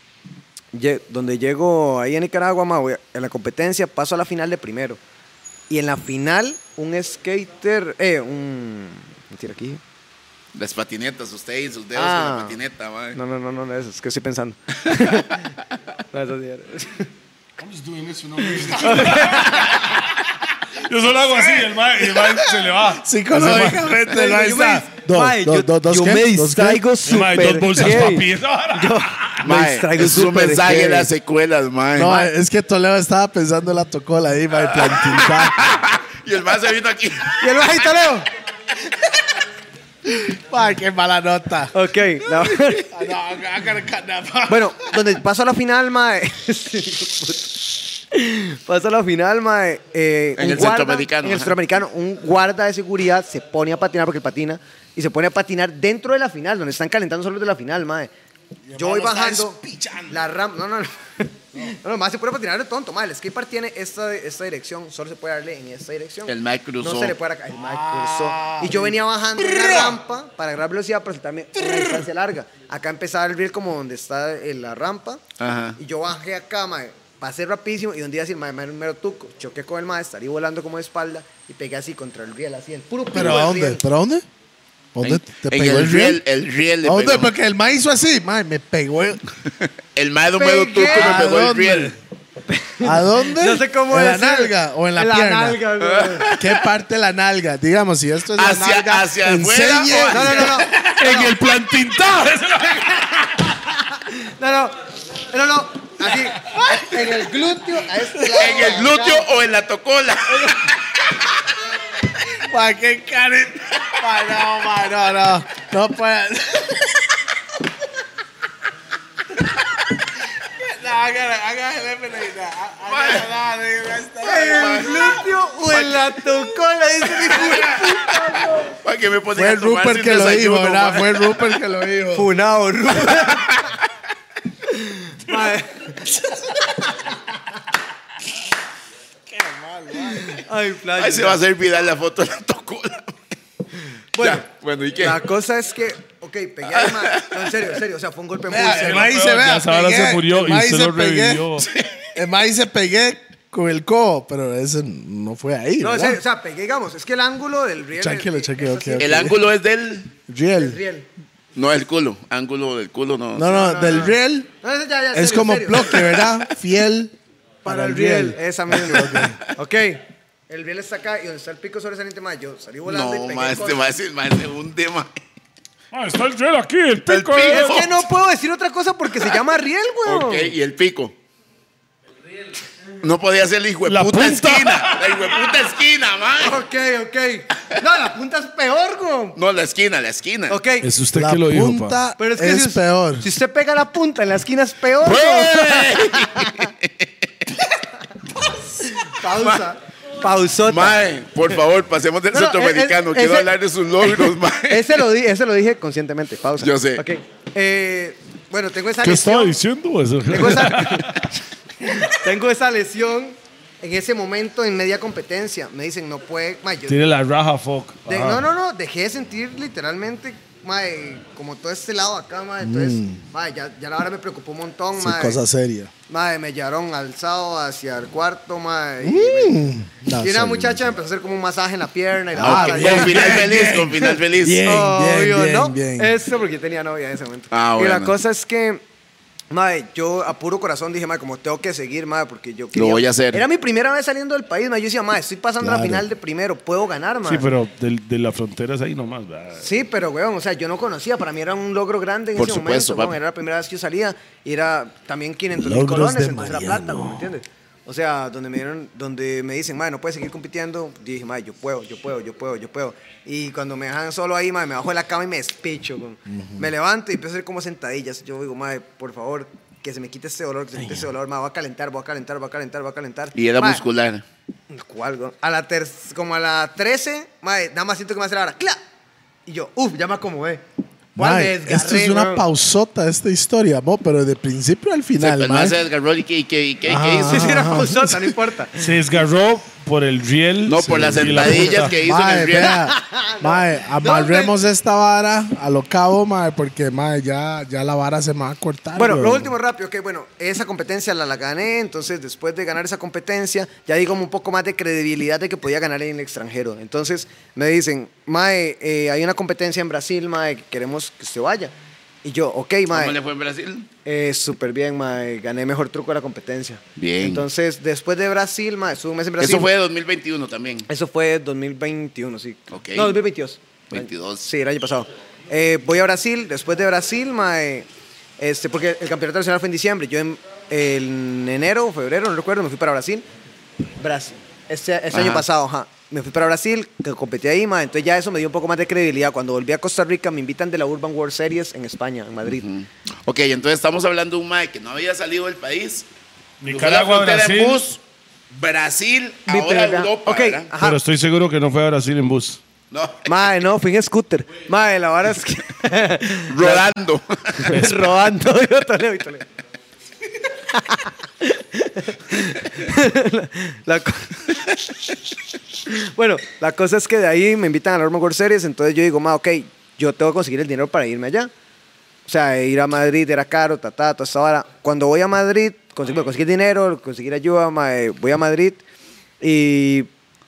lle- donde llego ahí a Nicaragua, mae, voy a- en la competencia, paso a la final de primero. Y en la final, un skater, eh, un... Mentira, aquí.
Las patinetas, usted y sus dedos
Ah.
en la patineta, mae.
No, no, no, no, no, eso es que estoy pensando. No, eso sí era.
Yo solo hago así, el mae, y el mae se le va.
Psicológicamente, no ahí
Yo me-
está. Dos,
Mae,
dos,
yo-
dos, dos,
yo
¿qué?
me
¿Dos qué?
distraigo
El mae, dos
súper
bolsas
heavy.
papi. esa vara.
Yo me
Mae,
distraigo
es un
súper
mensaje de
heavy.
las secuelas, mae.
No, es que Toledo estaba pensando en la tocola ahí, mae, plantita.
eh.
Y el mae se vino aquí.
¿Y el bajito, Leo?
Mae, qué mala nota.
Ok. la-
Ah,
bueno, donde paso a la final, mae. paso a la final, mae. eh,
En
un
el centroamericano,
En el
ajá.
centroamericano, un guarda de seguridad se pone a patinar porque patina y se pone a patinar dentro de la final, donde están calentando solo de la final, mae. Yo voy bajando la rampa. No, no, no. No, no, más se puede patinar de tonto, mae. El skatepark tiene esta, esta dirección, solo se puede darle en esta dirección.
El mae cruzó.
No se le puede arrancar. El mae
Ah.
cruzó. Y yo venía bajando una rampa para agarrar velocidad para saltarme una distancia larga. Acá empezaba el reel como donde está eh, la rampa.
Ajá.
Y yo bajé acá, mae. Pasé rapidísimo y un día así el mae me dio un mero tuco. Choqué con el mae, estaría volando como de espalda y pegué así contra el riel, así el puro puro
¿Pero a dónde? ¿Pero a dónde? ¿Dónde
En,
te
en
pegó
el riel, el riel le
¿A dónde?
pegó.
Porque el maíz hizo así. Mae, me pegó. el-
El mae de un dedo
Pegué.
turco
¿A
le pegó el
dónde?
riel.
¿A dónde?
No sé cómo
¿En la
decir.
nalga o en la pierna?
nalga, güey.
¿Qué parte de la nalga? Digamos, si esto es la
Hacia-
nalga.
hacia afuera
enseñe-
o
No, no, no, no.
En el plantintado.
No, no. No, no. Así. En el glúteo, a este lado.
En el glúteo o en la tocola.
¿Para qué Karen? Ma, no, ma, no, no. No puede. No, hágale, hágale, Pereira. Hágale, dale, ya está.
el glúteo o en la tocola. Dice mi
Para que me pongan
Fue
a tomar
Rupert
sin
que lo dijo,
desayuno,
¿verdad?
mae.
Fue Rupert que lo dijo.
Funado, Mae. Ay, playa.
Ahí se va a hacer viral la foto de la tocola.
Bueno,
Ya, bueno, ¿y qué?
la cosa es que, ok, pegué al mae. No, en serio, en serio. O sea, fue un golpe muy
Vea, el
serio.
maíz se
Ya
vea.
Esa vara
pegué,
se murió
el
y
maíz
se
se
lo
pegué.
revivió.
El maíz se pegué con el codo, pero ese no fue ahí.
No, en
¿verdad?
serio, o sea, pegué, digamos, es que el ángulo del riel.
Tranquilo,
es-
tranquilo,
es así,
ok, ok.
El ángulo es del.
El
Riel.
riel.
No del culo. Ángulo del culo, no.
No, no, del riel.
No, ya, ya, en
Es
serio,
como
en serio.
bloque, ¿verdad? Fiel
Para el riel. Esa misma. ok. El riel está acá y donde está el pico sobresaliente, mae, yo salí volando y
No,
pegué.
más este
cosas.
mae se mae se hunde, mae.
Ah, está el gel aquí, el pico.
El
eh.
Es que no puedo decir otra cosa porque se llama riel, weón.
Ok, y el pico. No podía ser la
La
hijueputa
punta.
esquina. La hijueputa esquina, man.
Ok, ok. No, la punta es peor, güey.
No, la esquina, la esquina.
Ok.
Es usted
La
que lo dijo, pa.
punta
Pero es
es,
que si, us-
peor.
Si usted pega la punta en la esquina es peor.
¡Güey!
güey. Pausa. Pausota.
Mae, por favor, pasemos del
No, no,
centroamericano.
es- es-
Quiero
ese-
hablar de sus logros, mae.
Ese lo, di- ese lo dije conscientemente. Pausa.
Yo sé.
Ok. Eh, bueno, tengo esa
¿Qué estaba
lesión.
diciendo? Eso?
Tengo
Pues,
esa, tengo esa lesión en ese momento en media competencia. Me dicen, no puede. mae, yo-
Tiene la raja, fuck.
de-
Ajá.
no, no, no. Dejé de sentir literalmente mae, como todo este lado acá. mae, Entonces, mae, ya, ya la hora me preocupó un montón.
Sí,
mae.
cosa seria.
Madre, me llevaron alzado hacia el cuarto, madre.
No,
y una
serio.
muchacha me empezó a hacer como un masaje en la pierna. Y
Ah,
la
ok,
boca,
con
y-
final feliz, con final feliz.
Bien,
Obvio,
bien,
¿no?
bien, bien.
Eso porque yo tenía novia en ese momento.
Ah,
Y la
bueno.
cosa es que, madre, yo a puro corazón dije, madre, como tengo que seguir, madre, porque yo quería...
voy a hacer.
Era mi primera vez saliendo del país, madre. Yo decía, madre, estoy pasando la
Claro.
final de primero, puedo ganar, madre.
Sí, pero del- de, las fronteras ahí nomás. ¿verdad?
Sí, pero, weón, o sea, yo no conocía. Para mí era un logro grande en
Por
ese
supuesto,
momento. weón.
papi.
Era la primera vez que yo salía y era también 500 mil
Logros
colones,
de
entonces era plata,
Mariano.
weón, ¿me entiendes? O sea, donde me dieron, donde me dicen, madre, no puedes seguir compitiendo, dije, madre, yo puedo, yo puedo, yo puedo, yo puedo. Y cuando me dejan solo ahí, madre, me bajo de la cama y me despicho, weón. Me levanto y empiezo a hacer como sentadillas. Yo digo, madre, por favor, que se me quite este dolor, que se me quite este dolor, madre, voy a calentar, voy a calentar, voy a calentar, voy a calentar.
Y era
Mae,
muscular.
¿Cuál, güey? A la ter como a la 13, madre, nada más siento que me hace la hora. ¡Cla! Y yo, uff, ya me acomodé. ¿Cuál
Mae,
desgarré,
esto es una
güey?
pausota, esta historia, bo, pero de principio al
pues, Se
final. mae.
pasa Edgar Roll y qué, y qué, y qué, y qué
Ah.
Sí,
hizo.
sí, era pausota, no importa.
Se desgarró por el riel.
No, por las
y la
sentadillas
punta.
que hizo en
Mae,
el riel.
vea, mae, amarremos esta vara a lo cabo, mae, porque mae, ya, ya la vara se me va a cortar.
Bueno,
weón.
lo último rápido, que bueno, esa competencia la, la gané, entonces después de ganar esa competencia, ya di como un poco más de credibilidad de que podía ganar en el extranjero. Entonces me dicen, Mae, eh, hay una competencia en Brasil, Mae, que queremos que usted vaya. Y yo, ok, Mae.
¿Cómo le fue en Brasil?
Eh, Súper bien, mae. Gané mejor truco de la competencia.
Bien.
Entonces, después de Brasil, mae, estuve un mes en Brasil.
Eso fue de 2021 también.
Eso fue 2021, sí.
Ok.
No, 2022.
22.
Sí, el año pasado. Eh, voy a Brasil, después de Brasil, mae, este, porque el campeonato nacional fue en diciembre. Yo en, en enero, febrero, no recuerdo, me fui para Brasil. Brasil. Este, este año
Ajá.
pasado, ajá. Me fui para Brasil, que competí ahí, mae. Entonces ya eso me dio un poco más de credibilidad. Cuando volví a Costa Rica, me invitan de la Urban World Series en España, en Madrid.
Ok, entonces estamos hablando de un mae que no había salido del país.
Nicaragua,
Cruzó la frontera en bus,
Brasil.
Brasil,
Mi
ahora
primera-
Europa.
ok,
¿verdad?
ajá.
Pero estoy seguro que no fue a Brasil en bus.
No,
Mae, no, fui en scooter. Mae, la vara es que.
rodando.
robando, digo, Toledo y Toledo. La co- bueno, la cosa es que de ahí me invitan a la Ormo World Series, entonces yo digo, ma, ok, yo tengo que conseguir el dinero para irme allá. O sea, ir a Madrid era caro, ta, ta, toda esa vara. Cuando voy a Madrid, consigo conseguir dinero, conseguir ayuda, ma, eh, voy a Madrid y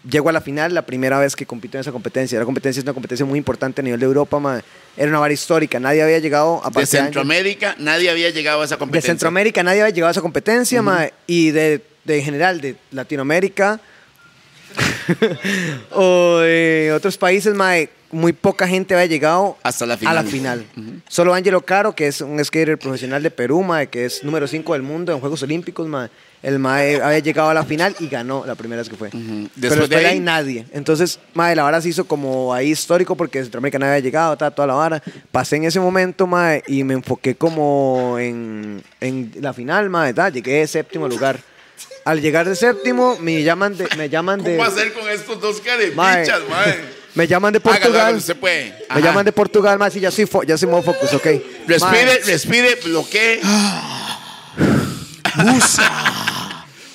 llego a la final, la primera vez que compito en esa competencia. La competencia es una competencia muy importante a nivel de Europa, ma. Era una vara histórica, nadie había llegado a
De
partir de años-
Centroamérica, nadie había llegado a esa
de
competencia.
Centroamérica nadie había llegado a esa competencia, mae, y de, de en general, de Latinoamérica o de otros países, mae, muy poca gente había llegado
Hasta la
a la
final.
final. Solo Ángelo Caro, que es un skater profesional de Perú, mae, que es número 5 del mundo en Juegos Olímpicos, mae, el mae había llegado a la final y ganó la primera vez que fue. Pero
Después
después
de
de
ahí-
ahí nadie. Entonces, mae, la vara se hizo como ahí histórico porque Centroamérica nadie había llegado, ta, toda la vara. Pasé en ese momento, mae, y me enfoqué como en, en la final, mae, ta, llegué de séptimo lugar. Al llegar de séptimo, me llaman de... Me llaman de
¿Cómo hacer con estos dos
mae,
carepichas, mae?
me llaman de
Hágalo,
Portugal.
hágalo, se puede.
me
Ajá.
llaman de Portugal, mae, sí, ya soy, fo- ya soy modo focus, ok.
Respire,
Mae, Ah.
respire, bloquee.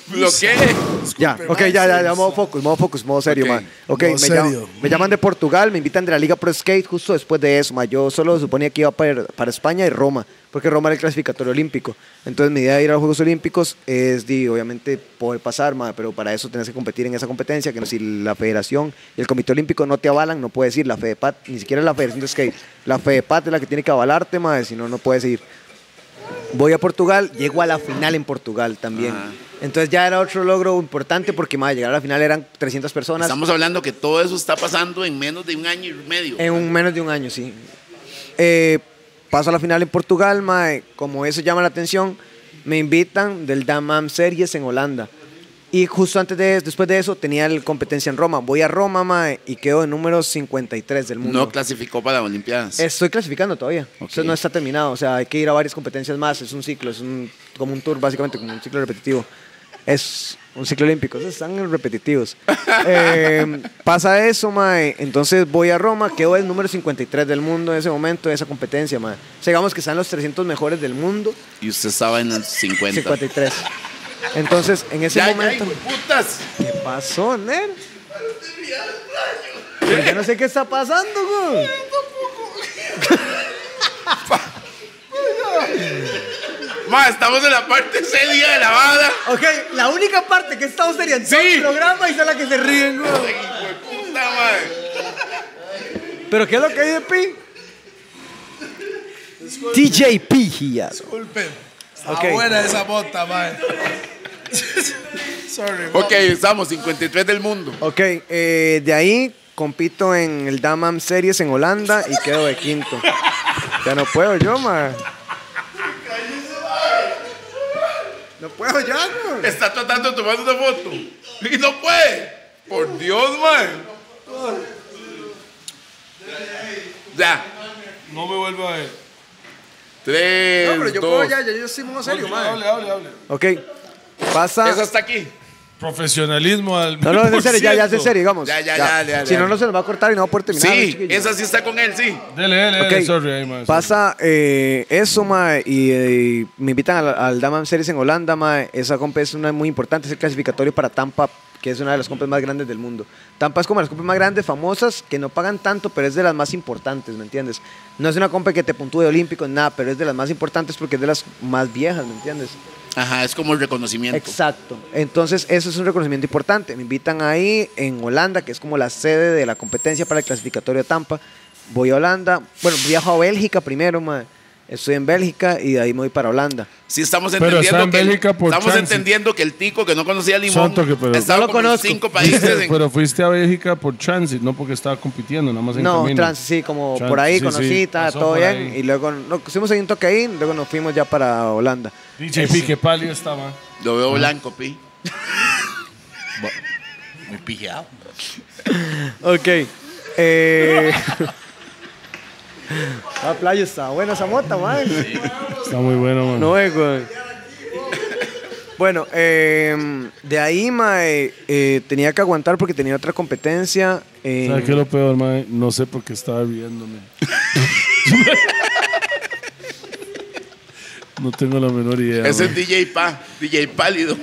bloquee.
Ya, ok, ya, ya, ya, modo focus, modo focus, modo serio,
Ok.
ma. Ok, me,
Modo
llaman-
serio.
me llaman de Portugal, me invitan de la Liga Pro Skate justo después de eso, ma. Yo solo suponía que iba para, para España y Roma, porque Roma era el clasificatorio olímpico. Entonces, mi idea de ir a los Juegos Olímpicos es, di, obviamente, poder pasar, ma, pero para eso tenés que competir en esa competencia, que si la Federación y el Comité Olímpico no te avalan, no puedes ir. La FEDEPAT, ni siquiera la Federación de Skate, la FEDEPAT es la que tiene que avalarte, ma, si no, no puedes ir voy a Portugal, llego a la final en Portugal también. Entonces ya era otro logro importante porque más llegar a la final eran 300 personas
Estamos hablando que todo eso está pasando en menos de un año y medio.
en un, menos de un año, sí. Eh, paso a la final en Portugal, mae, como eso llama la atención, me invitan del Damam Series en Holanda. Y justo antes de después de eso tenía el competencia en Roma. Voy a Roma, mae, y quedo en número 53 del mundo.
No clasificó para Olimpiadas.
Estoy clasificando todavía.
Ok.
Entonces no está terminado. O sea, hay que ir a varias competencias más. Es un ciclo, es un, como un tour, básicamente, como un ciclo repetitivo. Es un ciclo olímpico. Entonces, están repetitivos. Eh, pasa eso, mae. Entonces voy a Roma, quedo el número 53 del mundo en ese momento, de esa competencia, mae. O sea, digamos que están los 300 mejores del mundo,
Y usted estaba en el 50.
53. Entonces, en ese
ya,
momento.
ya, putas.
¿Qué pasó, Ner? Pero Yo no sé qué está pasando, güey.
Ma, estamos en la parte seria de la banda.
Ok, la única parte que estamos seria en todo
Sí.
el programa y es la que se ríen, güey.
Puta, ma.
¿Pero qué es lo que dice Pi? DJ Pi,
Disculpen. Está
Ok.
buena esa bota, mae. Sorry.
Ok, estamos 53 del mundo.
Ok, eh, de ahí compito en el Damam Series en Holanda y quedo de quinto. Ya no puedo yo, ma. No puedo ya, güey.
Está tratando de tomar una foto. Y no puede. Por Dios, man. Ya.
No me vuelvo a ver.
Tres.
No, pero yo
dos.
puedo ya, ya yo estoy muy serio, ma.
Hable, hable, hable.
Ok, pasa.
Eso está aquí.
Ah,
Profesionalismo al.
No, no, es en serio, ya, ya es en
1000%.
serio, digamos.
Ya, ya, ya, ya,
Si
ya.
no, no se nos va a cortar y no va a poder terminar.
Sí,
chiquillo.
esa sí está con él, sí.
Dele, dele, dele.
Ok,
Sorry, ahí, mae,
Pasa eh, eso, mae, y, eh, me invitan al, al Daman Series en Holanda, mae. Esa compa es una muy importante, es el clasificatorio para Tampa, que es una de las compas más grandes del mundo. Tampa es como las compas más grandes, famosas, que no pagan tanto, pero es de las más importantes, ¿me entiendes? No es una compa que te puntúe olímpico, nada, pero es de las más importantes porque es de las más viejas, ¿me entiendes?
Ajá, es como el reconocimiento.
Exacto. Entonces, eso es un reconocimiento importante. Me invitan ahí en Holanda, que es como la sede de la competencia para el clasificatorio de Tampa. Voy a Holanda. Bueno, viajo a Bélgica primero, mae. Estoy en Bélgica y de ahí me voy para Holanda.
Sí, estamos
Pero
entendiendo,
está en
que, el-
Bélgica por
estamos
tránsito.
entendiendo que el tico que no conocía el limón
Santo que pero-
estaba
No lo
como en
conozco.
cinco países. en-
Pero fuiste a Bélgica por transit, no porque estaba compitiendo, nada más en
No,
camino.
trans, sí, como
Trans,
por ahí
sí,
conocí,
sí,
ta,
pasó
todo
por
bien.
ahí.
Y luego nos pusimos ahí un toque ahí, luego nos fuimos ya para Holanda.
DJ P, qué pálido estaba.
Lo
Ah.
veo blanco, pi.
Muy pillado.
Ok. Eh... La playa está buena esa mota, mae.
Está muy bueno, man.
No es, güey. Bueno, em, de ahí, mae, eh, tenía que aguantar porque tenía otra competencia. em,
¿Sabes qué es lo peor, man? No sé por qué estaba riéndome. no tengo la menor idea.
Ese es
man.
DJ Pa, DJ Pálido.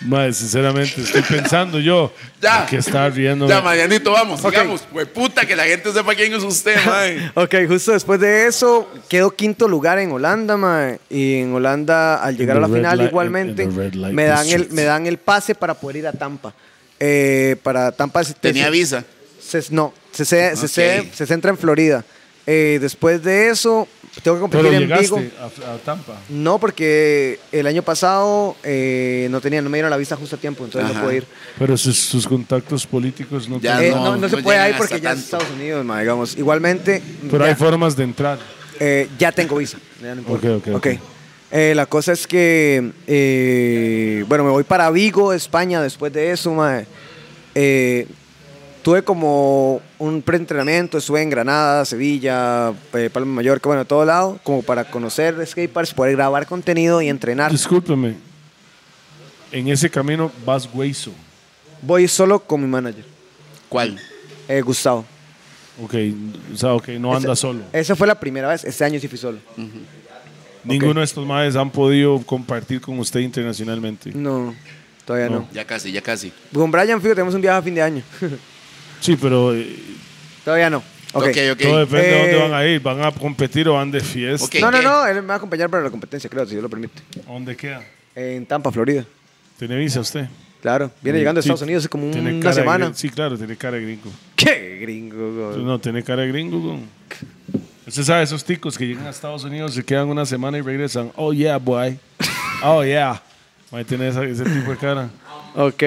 Mae, sinceramente, estoy pensando yo
Ya.
que estaba riéndome.
Ya, Marianito, vamos, sigamos. Hueputa, que la gente sepa quién es usted, mae.
Ok, justo después de eso, quedó quinto lugar en Holanda, mae. Y en Holanda, al llegar
the
a la
red
final,
light-
igualmente,
in the red light
me dan, el,
district.
me dan el pase para poder ir a Tampa. Eh, para Tampa se-
Tenía
se-
visa.
se- no, se, se, se- se-
Ok.
se centra en Florida. Eh, después de eso, tengo que competir
Pero
en Vigo.
llegaste a, a Tampa.
No, porque el año pasado eh, no tenía, no me dieron la visa justo a tiempo, entonces
Ajá.
no puedo ir.
Pero sus, sus contactos políticos no...
Ya, Ah,
Eh,
tienen-
no, no,
no
se puede
llegan
ir porque
hasta
ya es
tanto.
Estados Unidos, ma, digamos. Igualmente,
Pero hay
ya,
formas de entrar.
eh, ya tengo visa. ya no importa.
Ok, ok, ok.
Eh, la cosa es que, eh, bueno, me voy para Vigo, España, después de eso, ma, eh, tuve como un preentrenamiento, estuve en Granada, Sevilla, eh, Palma de Mallorca, bueno, todo lado, como para conocer skateparks, poder grabar contenido y entrenar.
Discúlpeme. En ese camino vas hueso.
Voy solo con mi manager.
¿Cuál?
Eh, Gustavo.
Ok, o sea, ok, no
Esa-
andas solo.
Esa fue la primera vez. Este año sí fui solo.
Ninguno de estos madres han podido compartir con usted internacionalmente.
No, todavía no.
Ya casi, ya casi.
Con Brian Figo tenemos un viaje a fin de año.
Sí, pero eh,
todavía no. Ok.
Ok, ok.
todo depende de
Eh,
dónde van a ir. ¿Van a competir o van de fiesta?
Ok.
No, no,
¿Qué?
no. Él me va a acompañar para la competencia, creo, si Dios lo permite.
¿A ¿Dónde queda?
En Tampa, Florida.
¿Tiene visa usted?
Claro. Viene llegando a Estados Unidos hace como
Tiene
una
cara de
semana.
gri- Sí, claro, tiene cara de gringo.
¡Qué gringo! güey.
No, tiene cara de gringo. güey. Usted sabe esos ticos que llegan a Estados Unidos, se quedan una semana y regresan. Oh, yeah, boy. Oh, yeah. Mae, tiene esa- ese tipo de cara.
Ok.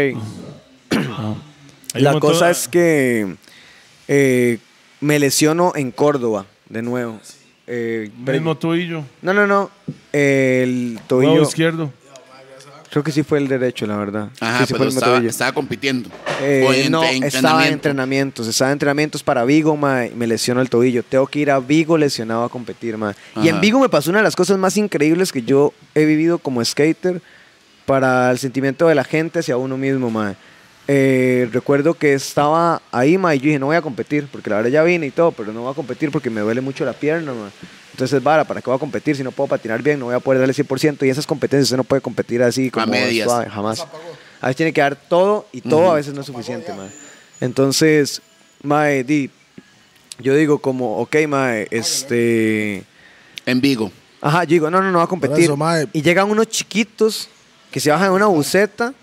Hay un
La
montón-
cosa es que eh, me lesiono en Córdoba, de nuevo. eh,
Mismo tú y yo.
No, no, no. El tobillo.
Huevo izquierdo.
Creo que sí fue el derecho, la verdad.
Ajá,
Sí, sí fue
pero
el
estaba,
tobillo.
estaba compitiendo.
Eh,
O en
no,
entre-
estaba
entrenamiento.
en entrenamientos, estaba en entrenamientos para Vigo, mae, y me lesionó el tobillo. Tengo que ir a Vigo lesionado a competir, mae. Y en
Ajá.
Vigo me pasó una de las cosas más increíbles que yo he vivido como skater para el sentimiento de la gente hacia uno mismo, mae. Eh, recuerdo que estaba ahí, mae, y yo dije, no voy a competir, porque la verdad ya vine y todo, pero no voy a competir porque me duele mucho la pierna, mae. Entonces, vara, ¿para qué voy a competir si no puedo patinar bien? No voy a poder darle 100%. Y esas competencias usted no puede competir así como
medias.
suave, jamás. A veces tiene que dar todo y todo a veces no es suficiente, mae. Entonces, mae, di, yo digo como, ok, mae, este...
En Vigo.
Ajá, yo digo, no, no, no va a competir.
eso, mae.
y llegan unos chiquitos que se bajan de una buceta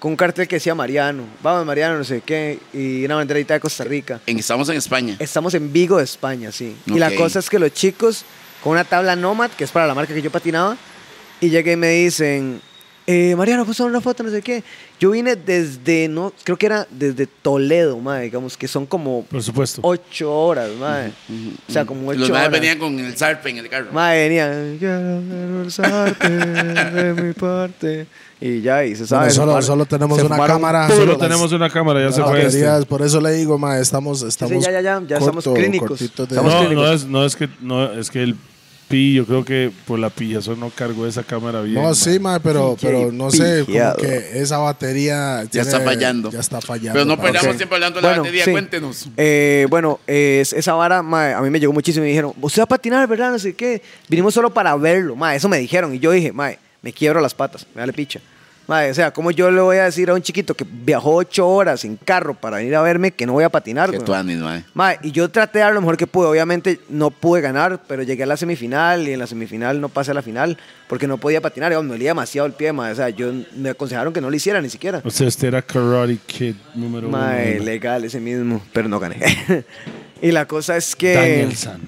con un cartel que decía Mariano. Vamos, Mariano, no sé qué. Y una banderita de Costa Rica.
En, estamos en España.
Estamos en Vigo, España, sí. Y la
Ok.
cosa es que los chicos, con una tabla Nomad, que es para la marca que yo patinaba, y llegué y me dicen, eh, Mariano, puso una foto, no sé qué. Yo vine desde, no, creo que era desde Toledo, madre, digamos, que son como
Por supuesto.
ocho horas, madre. O sea, como ocho
Los
horas.
madres venían con el zarpe en el carro.
Madre, venían, quiero abrazarte de mi parte. Y ya, y se sabe.
Bueno,
se
solo,
fumaron-
solo tenemos
se
una
fumaron
cámara.
puro.
Solo
las-
tenemos una cámara, ya se
las
fue este.
baterías, Por eso le digo, ma, estamos, estamos
ya, ya, ya, ya estamos clínicos.
cortitos de-
Estamos
No,
clínicos.
no es, no es que no es que el pi, yo creo que por la pillazón no cargó esa cámara bien.
No,
man.
sí, ma, pero, pero no sé, como que esa batería
Ya está fallando.
Ya está fallando.
Pero no
ma.
perdamos
Ok.
Pues tiempo hablando de la
Bueno,
batería.
sí.
Cuéntenos.
Eh, bueno, eh, es- esa vara mae, a mí me llegó muchísimo y me dijeron, usted va a patinar, ¿verdad? No sé qué. Vinimos solo para verlo, mae, eso me dijeron. Y yo dije, mae, me quiebro las patas, me vale picha. Mae, o sea, ¿cómo yo le voy a decir a un chiquito que viajó ocho horas en carro para venir a verme que no voy a patinar?
Que
weón?
tú andes, mae.
Mae, y yo traté de dar lo mejor que pude. Obviamente no pude ganar, pero llegué a la semifinal y en la semifinal no pasé a la final porque no podía patinar. Digamos, me dolía demasiado el pie, mae. O sea, yo me aconsejaron que no lo hiciera ni siquiera.
O sea, este era Karate Kid número
Mae,
uno.
legal ese mismo, pero no gané. y la cosa es que
Daniel San,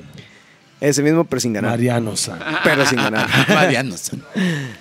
ese mismo, pero sin ganar.
Mariano San.
Pero sin ganar.
Mariano.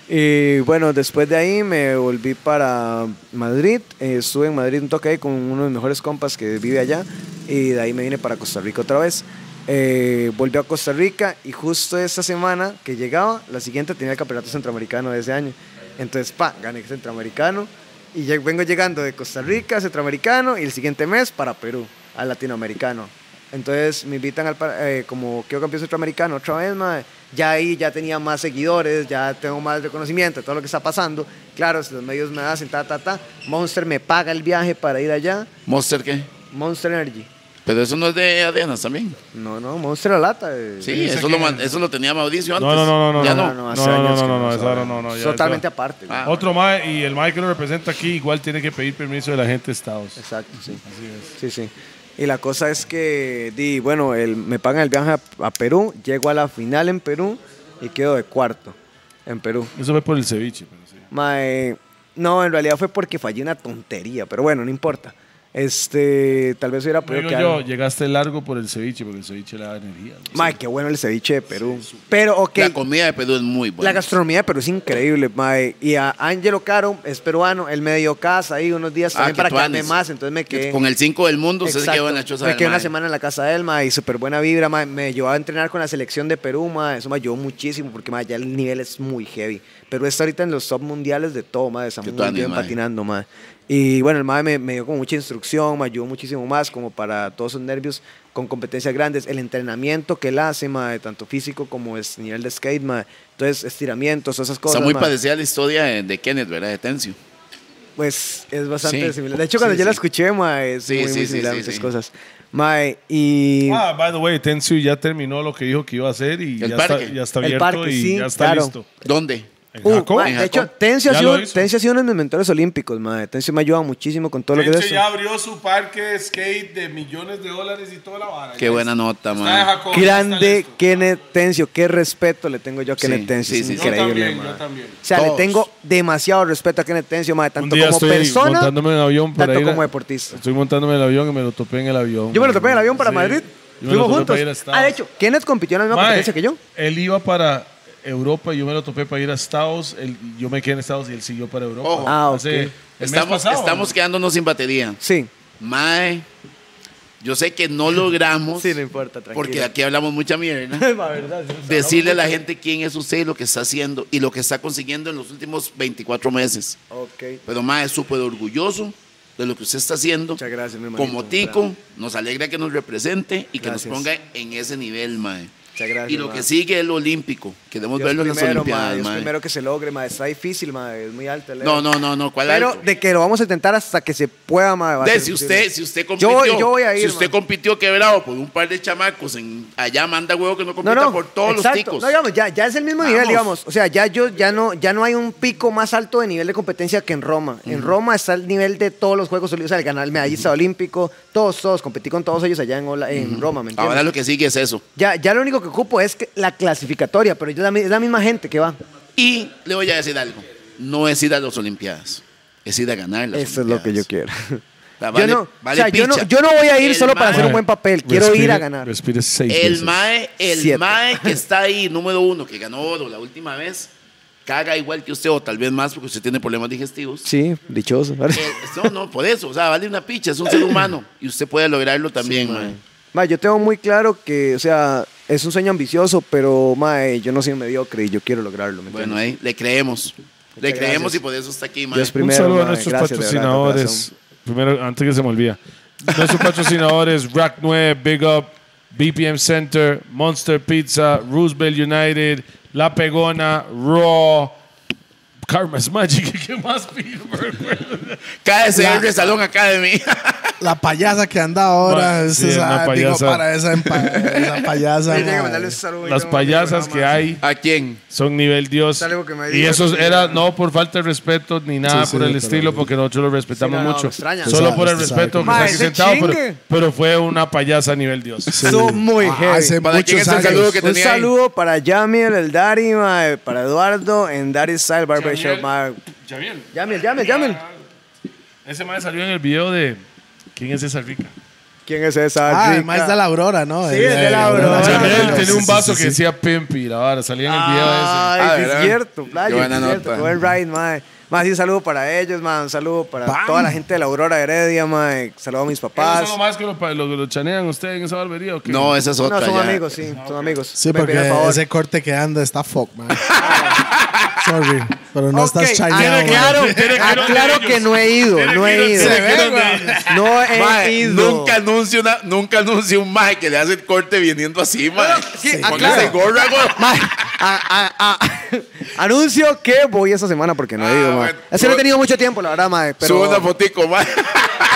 Y bueno, después de ahí me volví para Madrid. Eh, estuve en Madrid un toque ahí con uno de mis mejores compas que vive allá. Y de ahí me vine para Costa Rica otra vez. Eh, volví a Costa Rica y justo esta semana que llegaba, la siguiente tenía el campeonato centroamericano de ese año. Entonces, pa, gané el centroamericano. Y ya vengo llegando de Costa Rica, centroamericano, y el siguiente mes para Perú, al latinoamericano. Entonces me invitan al, par- eh, como quedo campeón centroamericano otra vez, mae. ya ahí ya tenía más seguidores, ya tengo más reconocimiento de todo lo que está pasando. Claro, si los medios me hacen, ta, ta, ta. Monster me paga el viaje para ir allá.
¿Monster qué?
Monster Energy.
Pero eso no es de Adenas también.
No, no, Monster la lata. eh.
Sí, eso lo, man- eso lo tenía Mauricio antes.
No, no, no, no,
Ya
no,
no.
no,
hace
no, no,
años que
no, no,
se
esa
habla.
no, no, ya,
Totalmente
ya.
aparte.
Ah.
Otro mae y el mae que lo representa aquí igual tiene que pedir permiso de la gente de Estados.
Exacto, sí. Sí, sí. Y la cosa es que, di, bueno, el- me pagan el viaje a, a Perú, llego a la final en Perú y quedo de cuarto en Perú.
Eso fue por el ceviche, pero sí.
Mae, no, en realidad fue porque fallé una tontería, pero bueno, no importa. Este, tal vez hubiera podido
Digo
quedar.
yo, llegaste largo por el ceviche porque el ceviche le da energía. ¿no?
Mae, qué bueno el ceviche de Perú. pero, ok,
La comida de Perú es muy buena.
la gastronomía de Perú es increíble, mae. Y a Angelo Caro es peruano, él me dio casa ahí unos días
Ah,
también para
tú
quedarme
andes.
más, entonces me quedé.
Con el 5 del mundo, usted se
Exacto.
quedó en la choza
Me
del
quedé una
mae.
semana en la casa de él, mae, y súper buena vibra, mae. Me llevaba a entrenar con la selección de Perú, mae. Eso me ayudó muchísimo porque, mae, ya el nivel es muy heavy. Perú está ahorita en los top mundiales de todo, mae. Está
Que
muy
tú andes,
bien
mae.
patinando, mae. Y bueno, el mae me, me dio como mucha instrucción, me ayudó muchísimo más como para todos sus nervios con competencias grandes. El entrenamiento que él hace, mae, tanto físico como es nivel de skate, mae. Entonces, estiramientos, todas esas cosas,
Está muy
mae.
parecida a la historia de, de Kenneth, ¿verdad? De Tencio.
Pues es bastante
Sí.
similar. De hecho, cuando
Sí,
yo la
sí.
escuché, mae, es
Sí,
muy,
sí,
muy
sí,
similar a
sí,
muchas
sí.
cosas. Mae, y...
Ah, by the way, Tensu ya terminó lo que dijo que iba a hacer y ya
El
está,
parque.
ya está
El
abierto
parque,
y
sí,
ya está
claro.
listo.
¿Dónde?
En
Uh,
Jacob.
mae,
en
de
Jacob.
hecho, Tencio ha,
Ya
sido,
lo hizo.
Tencio ha sido uno de mis mentores olímpicos, mae. Tencio me ha ayudado muchísimo con todo lo que
Tenche
es eso.
ya abrió su parque de skate de millones de dólares y toda la vara.
Qué
Ya
buena
está.
nota,
Está
mae.
en Jacob, ya está
Grande
listo.
Kenneth Tencio, qué respeto le tengo yo a
Sí,
Kenneth Tencio,
sí,
es
sí, sí.
Yo
increíble,
también, yo
mae.
también.
O sea, le
Todos.
tengo demasiado respeto a Kenneth Tencio, mae,
Un
tanto
día
como
estoy
persona,
montándome en el avión para
tanto
ir a-
como deportista.
Estoy montándome en el avión y me lo topé en el avión.
Yo me lo topé en el avión para
Sí.
Madrid,
Yo me
fuimos
lo topé
juntos.
para ir a Estados.
Ah, de hecho, Kenneth compitió en la misma
Mae,
competencia que yo.
Él iba para Europa y yo me lo topé para ir a Estados. él- yo me quedé en Estados y él siguió para Europa.
Ojo.
Ah, ok.
Hace el mes
Estamos,
pasado,
estamos
¿no?
quedándonos sin batería.
Sí.
Mae, Yo sé que no logramos,
Sí, no importa, tranquilo.
porque aquí hablamos mucha mierda.
La verdad, sí.
Decirle a la gente quién es usted, y lo que está haciendo y lo que está consiguiendo en los últimos 24 meses.
Ok.
Pero más es súper orgulloso de lo que usted está haciendo.
Muchas gracias, mi hermanito.
Como Tico, nos alegra que nos represente y que
Gracias.
nos ponga en ese nivel, mae.
Muchas gracias,
Y lo
mae.
que sigue es lo olímpico. Queremos
Dios
verlo en las
primero, ma,
Olimpiadas,
Dios
mae.
primero que se logre, ma. Está difícil, ma. Es muy alto. el
No,
ego.
no, no, no. ¿Cuál
Pero
alto?
de que lo vamos a intentar hasta que se pueda, ma. va a
De,
ser
si
posible.
usted, si usted
Yo
compitió,
voy- yo voy a ir,
si usted
ma.
compitió quebrado por un par de chamacos en allá manda huevo que no
No,
compita
no,
por todos
exacto.
los ticos.
No, digamos, ya, ya es el mismo nivel,
Vamos.
digamos. O sea, ya yo ya no, ya no hay un pico más alto de nivel de competencia que en Roma. En Roma está el nivel de todos los Juegos Olímpicos, o sea, el ganar el medallista olímpico, todos, todos, competí con todos ellos allá en, Ola- en Roma, ¿me entiendes?
Ahora lo que sigue es eso.
Ya, ya lo único que ocupo es que la clasificatoria, pero yo la mi- es la misma gente que va.
Y le voy a decir algo. No es ir a las Olimpiadas. Es ir a ganar las
Eso es lo que yo quiero.
La
yo,
vale-
no,
vale
o sea, yo, no,
picha.
yo no voy a ir
El
solo para hacer un
mae-
buen papel, quiero ir a ganar.
Respire seis
El
veces.
mae, el
Siete.
mae que está ahí, número uno, que ganó oro la última vez, caga igual que usted o tal vez más porque usted tiene problemas digestivos.
Sí, dichoso.
Eh, no, no, por eso. O sea, vale una picha. Es un ser humano. Y usted puede lograrlo también, mae.
Ma, yo tengo muy claro que, o sea, es un sueño ambicioso, pero ma, eh, yo no soy un mediocre y yo quiero lograrlo. ¿me
Bueno,
entiendes?
ahí le creemos. le
Muchas
creemos
gracias.
y por eso está aquí, mae.
Dios
Un
primero,
saludo a
mae,
nuestros
gracias, de verdad, de
patrocinadores. Primero, antes que se me olvida. Nuestros patrocinadores, Rack 9, Big Up, BPM Center, Monster Pizza, Roosevelt United, La Pegona, Raw, Karma's Magic. ¿Qué más pido?
KSR Salón Academy.
La payasa que anda ahora,
Ma-
es
sí,
esa,
una
digo,
payasa.
para esa, empa- esa payasa.
Tiene que
ma.
mandarle un saludo y
Las
todo,
payasas
ma,
que
ma.
hay
¿A quién?
son nivel Dios.
Dale, porque me
Y
dijo-
eso era no por falta de respeto ni nada
Sí, sí,
por el
pero-
estilo, porque nosotros lo respetamos
Sí, no, no,
mucho.
me extraña.
Solo
Usted
por el
sabe, usted sabe
respeto que
cómo
está aquí
es. Ma, ese
sentado, pero,
chingue.
pero fue una payasa a nivel Dios.
Son muy
Ah,
heavy.
hace
Para quien es
muchos
el
años.
saludo que
Un
tenía ahí.
saludo para Yamiel, el Dari, ma, eh, para Eduardo en Dari Style Barbershop. ma.
Javier,
Yamiel, Yamiel, Yamiel.
Ese mae salió en el video de ¿Quién es esa rica?
¿Quién es esa?
Ah,
rica?
además de la Aurora, ¿no? Eh,
Sí, es de la Aurora.
Sí,
Jamel
eh, sí,
Él tenía
sí,
un vaso
sí,
que
sí.
decía Pimpi, la vara, salía en el video ese.
Ay,
Ah,
sí
¿verdad?
es cierto,
Qué
playa.
buena
sí es cierto.
nota.
Buen ride, mae. Más un saludo para ellos, mae. Un saludo para toda la gente de la Aurora Heredia, mae. Saludo a mis
¿Eso
papás.
es lo más que lo, lo, lo chanean ustedes en esa barbería o qué?
No, esa es otra.
No, son
ya.
amigos, sí, son amigos.
Sí,
Me piden el
porque
favor.
ese corte que anda está fuck, man. Sorry, pero no
Ok,
estás chaneado.
ah, claro,
Tiene que ir donde
aclaro
ellos.
que no he ido,
Tiene
no
que ir-
he ido.
tiene que
Se
ir
ve,
donde-
güey.
No he
Mae,
ido.
nunca anuncio una, nunca anuncio un mae que le hace el corte viniendo así, mae.
sí,
Póngase
aclaro.
el gorro, güey.
Mae, a- a- a- Ah, anuncio que voy esta semana porque no he ido,
Ah,
mae.
bueno.
Ese no he tenido mucho tiempo, la verdad, mae. Pero...
Sube una fotico, mae.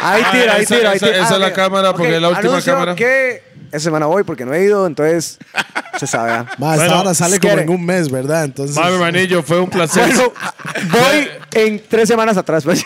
Ahí
Ah,
tira, ahí
esa-
tira, ahí
esa-
tira.
esa es la
ok.
cámara, porque
Ok,
es la última
anuncio
cámara.
que esta semana voy porque no he ido, entonces se sabe. ¿ah?
Ma, esta
Bueno,
hora sale como
quiere.
en un mes, ¿verdad? Entonces,
Mae, hermanillo, fue un placer.
Bueno, voy en tres semanas atrás. pues.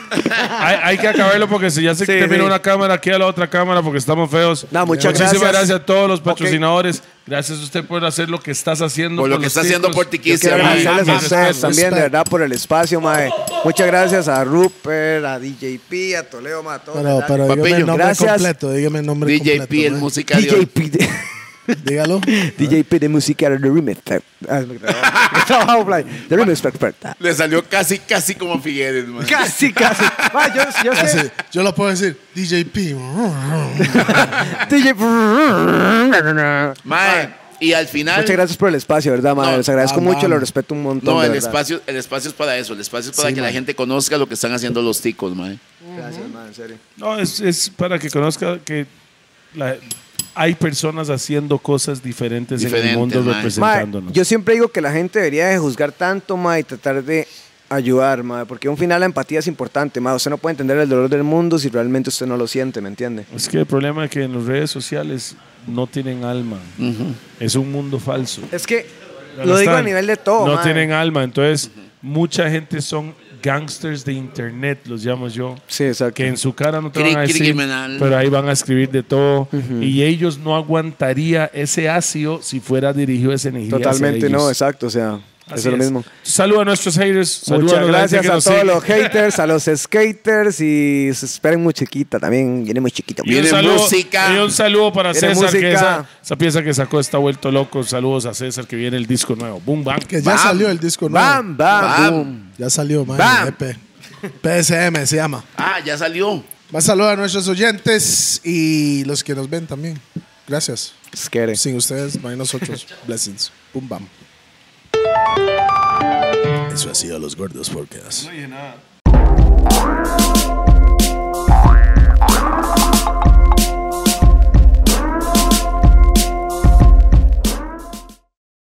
hay, hay que acabarlo porque si ya se
Sí,
termina
sí.
una cámara, aquí a la otra cámara porque estamos feos.
No, muchas
Muchísimas
gracias.
gracias a todos los
Ok.
patrocinadores. Gracias a usted por hacer lo que estás haciendo.
Por lo
con
que
los
está haciendo
ticos.
por
Yo quiero
Sí,
agradecerles a
sí,
ustedes
sí,
también, de
respeto.
verdad, por el espacio, mae. Muchas gracias a Rupert, a DJP, a Toledo, mae, a todos.
Pero,
¿verdad?
pero dígame
Papillo,
el nombre
gracias.
completo, dígame el nombre
DJP, el
completo.
música de oro.
DJP de,
man. Dígalo.
DJP de música de Remix. Ah, es lo que trabajo. Trabajo, play. De Remix Expert.
Le salió casi, casi como Figueres, mae.
Casi, casi. Mae, yo, yo sé-
Así, Ah, yo lo puedo decir, DJP.
DJ.
Mae, y al final.
Muchas gracias por el espacio, ¿verdad, madre?
No,
Les agradezco
ah,
mucho,
man.
lo respeto un montón.
No,
de
el
verdad.
espacio, el espacio es para eso. El espacio es para
Sí,
que la
mae.
gente conozca lo que están haciendo los ticos, mae.
Gracias, man, en serio.
No, es, es para que conozca que la- hay personas haciendo cosas diferentes en el
Diferentes,
mundo
mae.
Mae,
representándonos.
yo siempre digo que la gente debería de juzgar tanto, ma, y tratar de ayudar, ma, porque a un final la empatía es importante, ma. Usted no puede entender el dolor del mundo si realmente usted no lo siente, ¿me entiende?
Es que el problema es que en las redes sociales no tienen alma. Es un mundo falso.
Es que lo digo a
¿Están?
nivel de todo,
No
ma.
tienen alma. Entonces, mucha gente son gangsters de internet, los llamo yo.
Sí, exacto.
Que en su cara no te
Cri-
van a decir,
criminal.
pero ahí van a escribir de todo. Y ellos no aguantaría ese ácido si fuera dirigido esa energía hacia
Totalmente no,
ellos.
exacto, o sea, eso
Así
es lo mismo.
Saluda a nuestros haters. saluda
Muchas
a la gente
gracias
que
a
nos
todos
sigue.
los haters, a los skaters y se esperen muy chiquita también, viene muy chiquita.
Y un,
Viene
saludo,
música.
y un saludo para
Viene
César, que
música.
esa, esa pieza que sacó está vuelto loco. Saludos a César, que viene el disco nuevo. Boom, bang.
Que ya
Bam,
salió el disco nuevo.
Bam, bam,
Bam.
boom.
Ya salió, man. E
Bam.
EP. PSM se llama.
Ah, ya salió.
Más saludos a nuestros oyentes y los que nos ven también. Gracias.
Es que
Sin ustedes, no hay nosotros. Blessings. Pum, bam. Eso ha sido Los Gordos Podcast.
No dije nada.